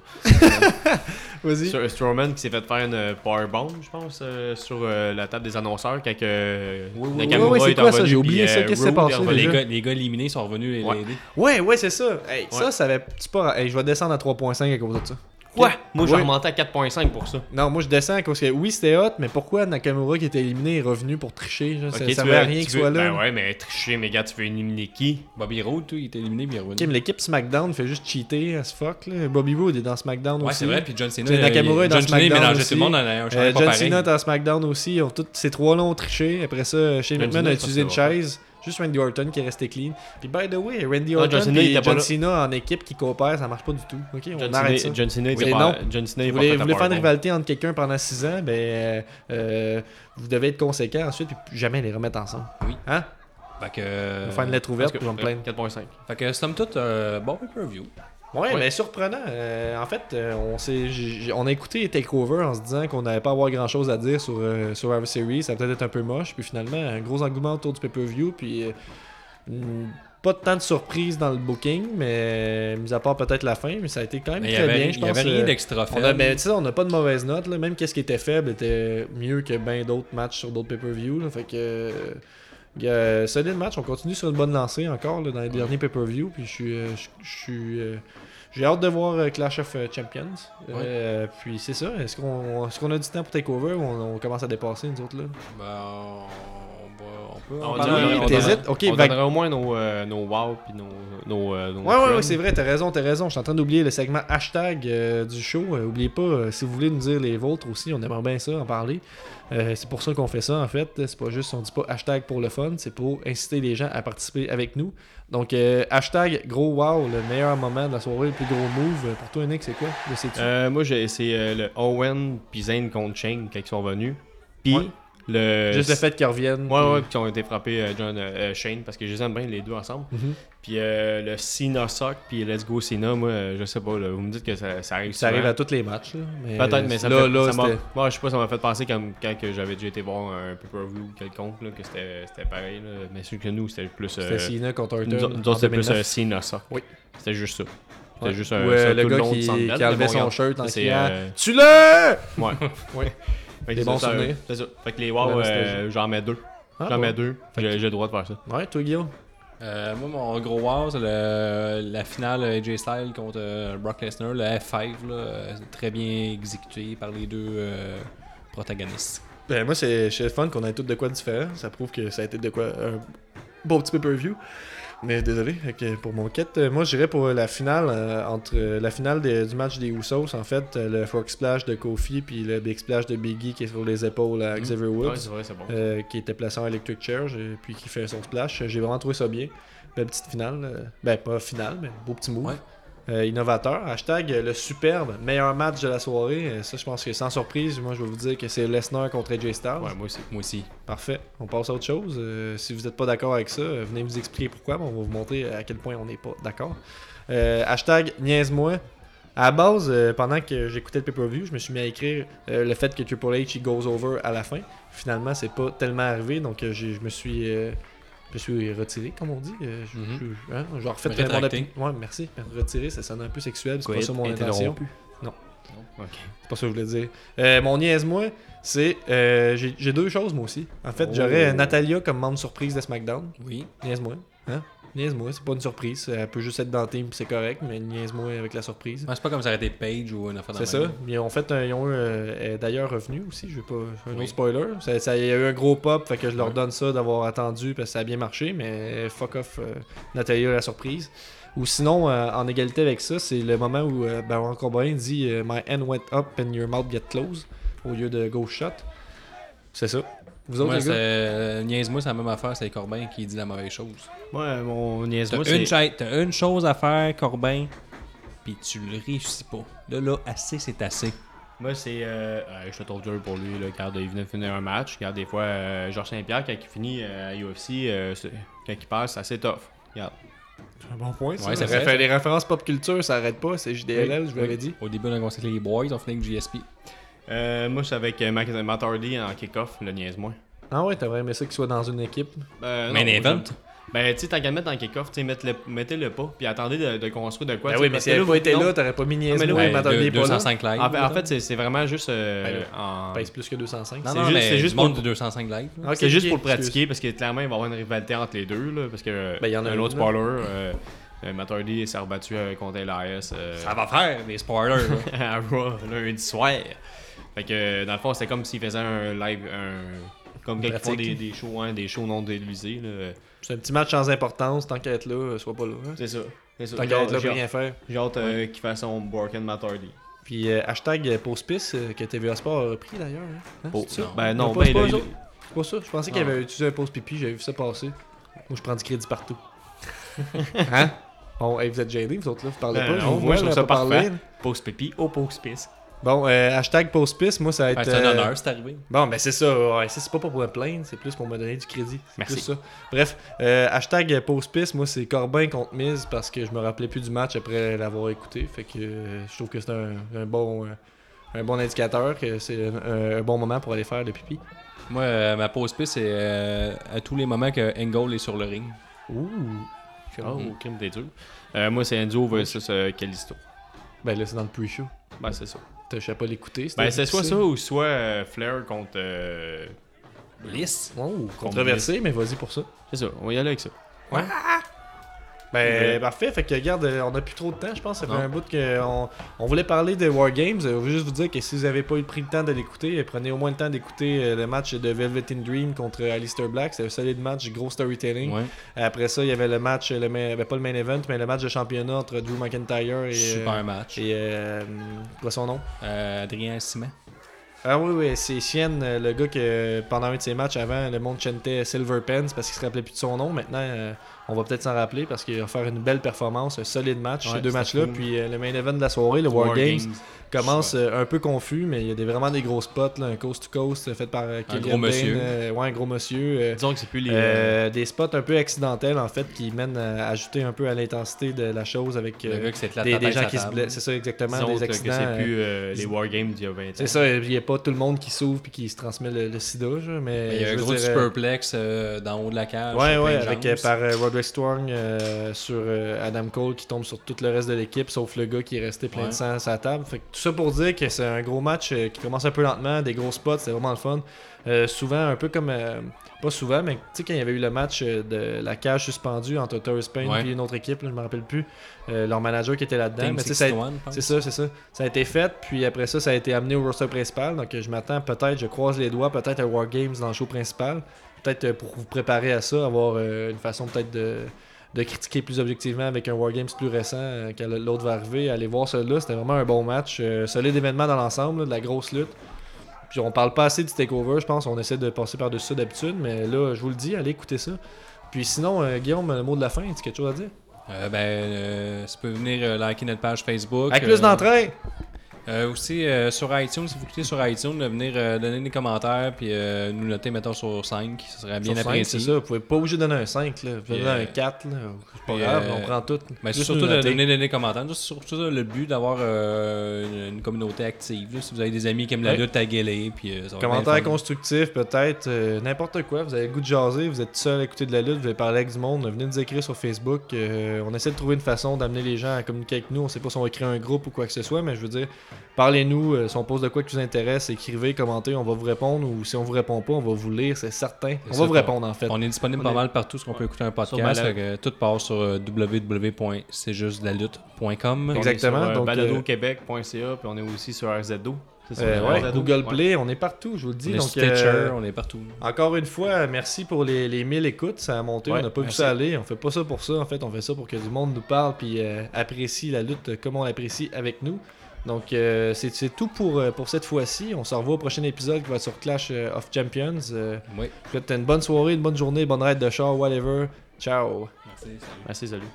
Vas-y. Stro- Strowman qui s'est fait faire une euh, powerbomb, je pense, euh, sur euh, la table des annonceurs quand euh, oui, Nakamura oui, c'est est quoi ça? revenu, J'ai oublié puis, ça. euh, Qu'est-ce qui s'est Rude est passé, revenu. les, déjà? gars, les gars éliminés sont revenus et Ouais. l'aider. Ouais, ouais, c'est ça. Hey, Ouais. Ça, ça avait. Tu pas. Hey, je vais descendre à 3.5 à cause de ça. Quoi? Moi, j'ai Oui. remonté à 4.5 pour ça. Non, moi, je descends à cause que oui, c'était hot, mais pourquoi Nakamura qui était éliminé est revenu pour tricher? genre, ça- Ok, ça tu ne veux- rien tu qu'il veux- soit là. Ben ouais, mais tricher, mais gars, tu veux éliminer qui? Bobby Roode, tout, il était éliminé, puis il est revenu. Ok, mais l'équipe SmackDown fait juste cheater à ce fuck. Là. Bobby Wood est dans SmackDown ouais, aussi. c'est vrai, puis John Cena. Tu sais, Nakamura il- est dans John Cena, il SmackDown mélangeait aussi. tout le monde dans un Euh, chandail pas John pareil. Cena est en SmackDown aussi. Ils ont tous- ces trois-là ont triché. Après ça, Shane John McMahon Cena, a je utilisé une pense que c'est chaise. Juste Randy Orton qui est resté clean. Puis by the way, Randy Non, John Orton Cena, il et était pas John là. Cena en équipe qui coopèrent, ça marche pas du tout. Ok, on John arrête Cena, ça. John Cena, il Oui, était pas- non. John Cena, il Vous est pas fait voulez, à vous voulez faire une powerbomb. rivalité entre quelqu'un pendant 6 ans, ben euh, euh, vous devez être conséquent ensuite puis plus jamais les remettre ensemble. Oui. Hein? Fait que. On euh, va faire une lettre Parce ouverte que- pour j'en plaindre. 4.5. Fait que, somme toute, euh, bon pay-per-view. Ouais, Ouais. mais surprenant. Euh, en fait, euh, on, s'est- j'ai- j'ai- on a écouté les takeovers en se disant qu'on n'allait pas avoir grand chose à dire sur euh, Survivor Series. Ça va peut-être être un peu moche. Puis finalement, un gros engouement autour du pay-per-view. Puis euh, hmm, pas tant de surprises dans le booking, mais mis à part peut-être la fin. Mais ça a été quand même Mais il y très avait, bien, il je y pense. avait rien euh, d'extra faible. on a, ben, tu sais, on n'a pas de mauvaise note. Là. Même qu'est-ce qui était faible était mieux que bien d'autres matchs sur d'autres pay-per-view. là. Fait que. euh, euh, solide match. On continue sur une bonne lancée encore là, dans les derniers pay-per-view. Puis je suis. euh, je- je suis, euh, j'ai hâte de voir euh, Clash of euh, Champions. Euh, puis c'est ça. Est-ce qu'on est-ce qu'on a du temps pour Takeover ou on, on commence à dépasser nous autres là Ben, on, va- on peut. On parle dirait- de- on de- dirait- T'hésites Ok, on vague- donnerait au moins nos, euh, nos wow puis nos, nos, euh, nos Ouais, ouais, ouais, friends. c'est vrai, t'as raison, t'as raison. Je suis en train d'oublier le segment hashtag euh, du show. Euh, oubliez pas, euh, si vous voulez nous dire les vôtres aussi, on aimerait bien ça, en parler. Euh, c'est pour ça qu'on fait ça, en fait. C'est pas juste, on dit pas hashtag pour le fun, c'est pour inciter les gens à participer avec nous. Donc, euh, hashtag gros wow, le meilleur moment de la soirée, le plus gros move. Pour toi, Nick, c'est quoi Le sais-tu? Euh, moi, j'ai- c'est euh, le Owen puis Zayn contre Shane quand ils sont venus. Puis Ouais. le. Juste le fait qu'ils reviennent. Ouais, ouais, puis ils ont été frappés euh, John euh, euh, Shane parce que je les aime bien les deux ensemble. Mhm. Puis euh, le Cena Sock puis Let's Go Cena, moi, euh, je sais pas, là, vous me dites que ça, ça arrive Ça souvent. arrive à tous les matchs. là, mais Peut-être, mais ça là, fait- là, ça m'a- c'était- moi, je sais pas, ça m'a fait penser comme quand que j'avais déjà été voir un pay-per-view quelconque, là, que c'était c'était pareil. là. Mais sûr que nous, c'était plus. c'était euh, Cena contre nous, Orton. nous en autres, c'était plus 2009. un Cena Sock. Oui. C'était juste ça. C'était Ouais. juste Ou un. euh, ça, le tout gars long de qui, 100 mètres, qui a enlevé mais bon, son regarde, shirt en c'est, criant euh, Tue-le [LAUGHS] Ouais. ouais. Fait que Des bons c'est ça, euh, souvenirs. C'est ça. Fait que les La wow, nostalgie. euh, j'en mets deux. Ah, j'en bon. mets deux. J'ai j'ai le droit de faire ça. Ouais, toi, Guillaume. Euh, moi, mon gros wow, c'est le- la finale AJ Styles contre euh, Brock Lesnar, le F5, là, euh, très bien exécuté par les deux euh, protagonistes. Ben, moi, c'est c'est le fun qu'on ait tout de quoi différent. Ça prouve que ça a été de quoi. Un beau petit pay-per-view. Mais désolé fait que pour mon quête. euh, Moi, j'irais pour la finale euh, entre euh, la finale des- du match des Usos, en fait, euh, le Frog Splash de Kofi puis le Big Splash de Biggie qui est sur les épaules à Xavier Woods. Ouais, c'est vrai, c'est bon. euh, qui était placé en electric chair j'ai- puis qui fait son splash. J'ai vraiment trouvé ça bien. Belle petite finale. euh, Ben, pas finale, mais beau petit move. Ouais. Euh, innovateur. Hashtag euh, le superbe meilleur match de la soirée. Euh, Ça, je pense que sans surprise, moi, je vais vous dire que c'est Lesnar contre AJ Styles. Ouais, moi aussi. Moi aussi. Parfait. On passe à autre chose. Euh, si vous n'êtes pas d'accord avec ça, euh, venez vous expliquer pourquoi. mais on va vous montrer euh, à quel point on n'est pas d'accord. Euh, hashtag niaise-moi. À la base, euh, pendant que j'écoutais le pay-per-view, je me suis mis à écrire euh, le fait que Triple H il goes over à la fin. Finalement, c'est pas tellement arrivé, donc euh, j'ai- je me suis euh, je me suis retiré, comme on dit. Euh, je, Mm-hmm. Mhm. je- hein, je refais Rétracté. mon opinion. Ouais, merci. Retirer, ça sonne un peu sexuel, c'est pas Quit, ça mon interrompu. intention. Non. Ok. C'est pas ça que je voulais dire. Euh, mon niaise-moi, c'est. euh, j'ai j'ai deux choses, moi aussi. En fait, j'aurais euh, Natalia comme membre surprise de SmackDown. Oui. Niaise-moi. Hein? Niaise-moi, c'est pas une surprise. Elle peut juste être dans le team, puis c'est correct, mais niaise-moi avec la surprise. Ouais, c'est pas comme ça aurait été Page ou une affaire de C'est ça. même. Ils ont fait un, ils ont eu, euh, euh, d'ailleurs revenu aussi, je vais pas un Oui. autre spoiler. Ça, ça- il y a eu un gros pop, fait que je leur Ouais. donne ça d'avoir attendu parce que ça a bien marché, mais fuck off euh, Natalia la surprise. Ou sinon, euh, en égalité avec ça, c'est le moment où euh, Baron Corbin dit euh, My hand went up and your mouth get closed au lieu de go shot. C'est ça. Vous autres Moi, les gars? c'est- Niaise-moi, c'est la même affaire, c'est Corbin qui dit la mauvaise chose. Moi, mon niaise, T'as moi, une, c'est. cha- t'as une chose à faire, Corbin, puis tu le réussis pas. Là, là, assez, c'est assez. Moi, c'est. euh, euh, je suis trop dur pour lui. Là. Regarde, il venait de finir un match. Regarde, des fois, euh, Georges Saint-Pierre, quand il finit euh, à UFC, euh, c'est- quand il passe, c'est assez tough. Regarde. C'est un bon point, ça. Ouais, c'est Réfé- vrai. les références pop culture, ça arrête pas. C'est JDLL, je vous Oui. l'avais dit. Au début, on a conseillé les boys, on finit avec JSP. Euh, moi, je suis avec euh, Mac- Matt Hardy en kick-off, le niaise-moi. Ah ouais, t'aurais aimé ça qu'il soit dans une équipe. Main Ben, non, moi, event? j'aime- Ben, tu sais, tant qu'à le mettre en kick-off, tu sais, mettez-le- mettez-le pas, puis attendez de, de construire de quoi. Ben tu sais, oui, mais parce si que elle là, avait pas été non. là, t'aurais pas mis mais niaise là, moi, oui, mais attendez, il est Euh, Deux- pas là. 205 lives. En fait, en mettons. fait, c'est- c'est vraiment juste. euh, Ben là, en- Pèse plus que 205. Non, c'est non, juste- mais c'est juste du monde pour- de 205 lives. là. Ok, C'est juste ok, pour le excuse. pratiquer parce que clairement, il va y avoir une rivalité entre les deux. Là, parce que Ben, il y en a un une, autre là. spoiler, euh, euh, Matt Hardy s'est rebattu euh, contre Elias euh, Ça va faire [LAUGHS] des spoilers. là. [LAUGHS] à Raw lundi soir. Fait que euh, dans le fond, c'était comme s'il faisait un live. un- Comme quand ils font des, Pratique. des shows, hein, des shows non télévisés. là. C'est un petit match sans importance, tant qu'à être là, euh, sois pas là. hein. C'est ça. C'est ça. Tant J'ai qu'à être là, hâte, pour j'ai hâte- rien faire. j'ai hâte euh, qu'il fasse son Borken Matt Hardy. Puis euh, hashtag Postpice, que TVA Sport a repris d'ailleurs. hein. Hein, Oh, c'est ça? Ben non, Non, pas- ben pas là, eux il- autres. C'est pas ça. Je pensais qu'il Non. avait utilisé un pause pipi, j'avais vu ça passer. Moi, je prends du crédit partout. [LAUGHS] hein? Bon, hey, vous êtes gênés, vous autres, là, vous parlez Ben pas. je non, vous moi, vois, je trouve là, ça pas parler, parfait. là. Pose pipi au pose pisse. Bon, euh, hashtag pause piste, moi, ça va être. Ben, Fait que C'est un euh, honneur, c'est arrivé. Bon, ben c'est ça. Ouais, ça, c'est pas pour me plaindre, c'est plus pour me donner du crédit. C'est Merci. plus ça. Bref, euh, hashtag pause piste, moi, c'est Corbin contre Miz parce que je me rappelais plus du match après l'avoir écouté. Fait que euh, je trouve que c'est un, un bon. euh, un bon indicateur que c'est un, un bon moment pour aller faire le pipi. Moi, euh, ma pause piste, c'est euh, à tous les moments que Engel est sur le ring. Ouh! Oh, crime des dieux. Euh, moi, c'est Enzo versus euh, Kalisto. Ben là, c'est dans le pre-show. Ben, c'est ça. T'as je sais pas l'écouter. Ben, c'est soit ça ou soit euh, Flair contre. euh, Bliss. Oh, controversé, mais vas-y pour ça. C'est ça, on va y aller avec ça. Ben, Ouais. parfait. Fait que, regarde, euh, on a plus trop de temps, je pense. Ça fait Non. un bout qu'on on voulait parler de Wargames. Euh, Je veux juste vous dire que si vous avez pas eu pris le temps de l'écouter, euh, prenez au moins le temps d'écouter euh, le match de Velvet in Dream contre Alistair Black. C'est un solide match, gros storytelling. Ouais. Après ça, il y avait le match, euh, le main- ben, pas le main event, mais le match de championnat entre Drew McIntyre et. euh, Super match. Et. euh, hum, quoi son nom Euh, Adrien Simon. Ah oui, oui, c'est Chien, euh, le gars que euh, pendant un de ses matchs avant, le monde chantait Silver Pence parce qu'il se rappelait plus de son nom. Maintenant, euh, on va peut-être s'en rappeler parce qu'il va faire une belle performance, un solide match, Ouais, ces deux c'était matchs-là. cool. Puis euh, le main event de la soirée, le War, Games, commence Ouais. euh, un peu confus, mais il y a des, vraiment des gros spots, là, un coast-to-coast euh, fait par euh, Killian gros Dane, monsieur. euh, ouais, un gros monsieur. euh, Disons que c'est plus les. euh, des spots un peu accidentels en fait qui mènent à ajouter un peu à l'intensité de la chose avec Le euh, gars qui s'éclate des, la des tête gens sa qui se table. blessent c'est ça exactement disons des que- que accidents c'est euh, plus euh, les Wargames d'il y a 20 ans. c'est ça, il n'y a pas tout le monde qui s'ouvre puis qui se transmet le, le sida, genre, mais Mais Il y a un je veux gros dire, euh, superplex euh, dans le haut de la cage. Ouais, sur ouais, plein de avec, jambes. euh, par euh, Roderick Strong euh, sur euh, Adam Cole qui tombe sur tout le reste de l'équipe, sauf le gars qui est resté plein Ouais. de sang à sa table. Fait que tout ça pour dire que c'est un gros match euh, qui commence un peu lentement, des gros spots, c'est vraiment le fun. Euh, souvent, un peu comme. euh, pas souvent, mais tu sais, quand il y avait eu le match euh, de la cage suspendue entre Torres Payne Ouais. et une autre équipe, là, je me rappelle plus, euh, leur manager qui était là-dedans. Team Mais tu sais, ça a- 61, je pense. c'est ça, c'est ça. Ça a été fait, puis après ça, ça a été amené au roster principal. Donc euh, je m'attends peut-être, je croise les doigts, peut-être un War Games dans le show principal. Peut-être euh, pour vous préparer à ça, avoir euh, une façon peut-être de, de critiquer plus objectivement avec un War Games plus récent euh, quand le- l'autre va arriver. Allez voir celui-là, c'était vraiment un bon match. Euh, solide événement dans l'ensemble, là, de la grosse lutte. Puis on parle pas assez du takeover, je pense. On essaie de passer par-dessus ça d'habitude, mais là, je vous le dis, allez écouter ça. Puis sinon, euh, Guillaume, le mot de la fin, tu quelque chose à dire? Euh, ben, euh, tu peux venir euh, liker notre page Facebook. Avec euh, plus d'entrain! Euh, aussi euh, sur iTunes, si vous cliquez sur iTunes, de venir euh, donner des commentaires puis euh, nous noter mettons sur 5, ce serait bien Sur cinq, apprécié. C'est ça, vous pouvez pas obligé de donner un 5, là. Vous pouvez Puis, donner un euh, 4, là. C'est pas puis, grave, euh, on prend tout. Mais c'est Juste surtout nous de noter. donner des commentaires, C'est surtout ça, le but d'avoir euh, une, une communauté active. là. Si vous avez des amis qui aiment la Ouais. lutte, taguez-les puis euh, ça va être bien le Commentaires fun. constructifs, peut-être, euh, n'importe quoi. Vous avez le goût de jaser, vous êtes tout seul à écouter de la lutte, vous avez parlé avec du monde, venez nous écrire sur Facebook. euh, on essaie de trouver une façon d'amener les gens à communiquer avec nous. On sait pas si on va créer un groupe ou quoi que ce soit, mais je veux dire, parlez-nous. euh, si on pose de quoi qui vous intéresse, écrivez, commentez, on va vous répondre. Ou si on vous répond pas, on va vous lire, c'est certain. On va ça, vous qu'on- répondre, en fait. On est disponible On pas est- mal partout, ce qu'on peut écouter un podcast. Sur Balado. fait que tout part sur euh, www.cestjustelalutte.com. Exact. exactement, Donc, donc, euh, baladoquebec.ca, puis on est aussi sur RZO. C'est ça, Euh, ouais, RZO, Google ouais. Play, on est partout, je vous le On dis. est donc, sur Stitcher, euh, on est partout. Encore une fois, merci pour les, les 1000 écoutes. Ça a monté, Ouais, on n'a pas vu merci. ça aller. On fait pas ça pour ça, en fait. On fait ça pour que du monde nous parle puis euh, apprécie la lutte comme on l'apprécie avec nous. Donc, euh, c'est c'est tout pour, euh, pour cette fois-ci. On se revoit au prochain épisode qui va être sur Clash euh, of Champions. Euh, Oui. je vous souhaite une bonne soirée, une bonne journée, bonne ride de char, whatever. Ciao! Merci. Merci, salut.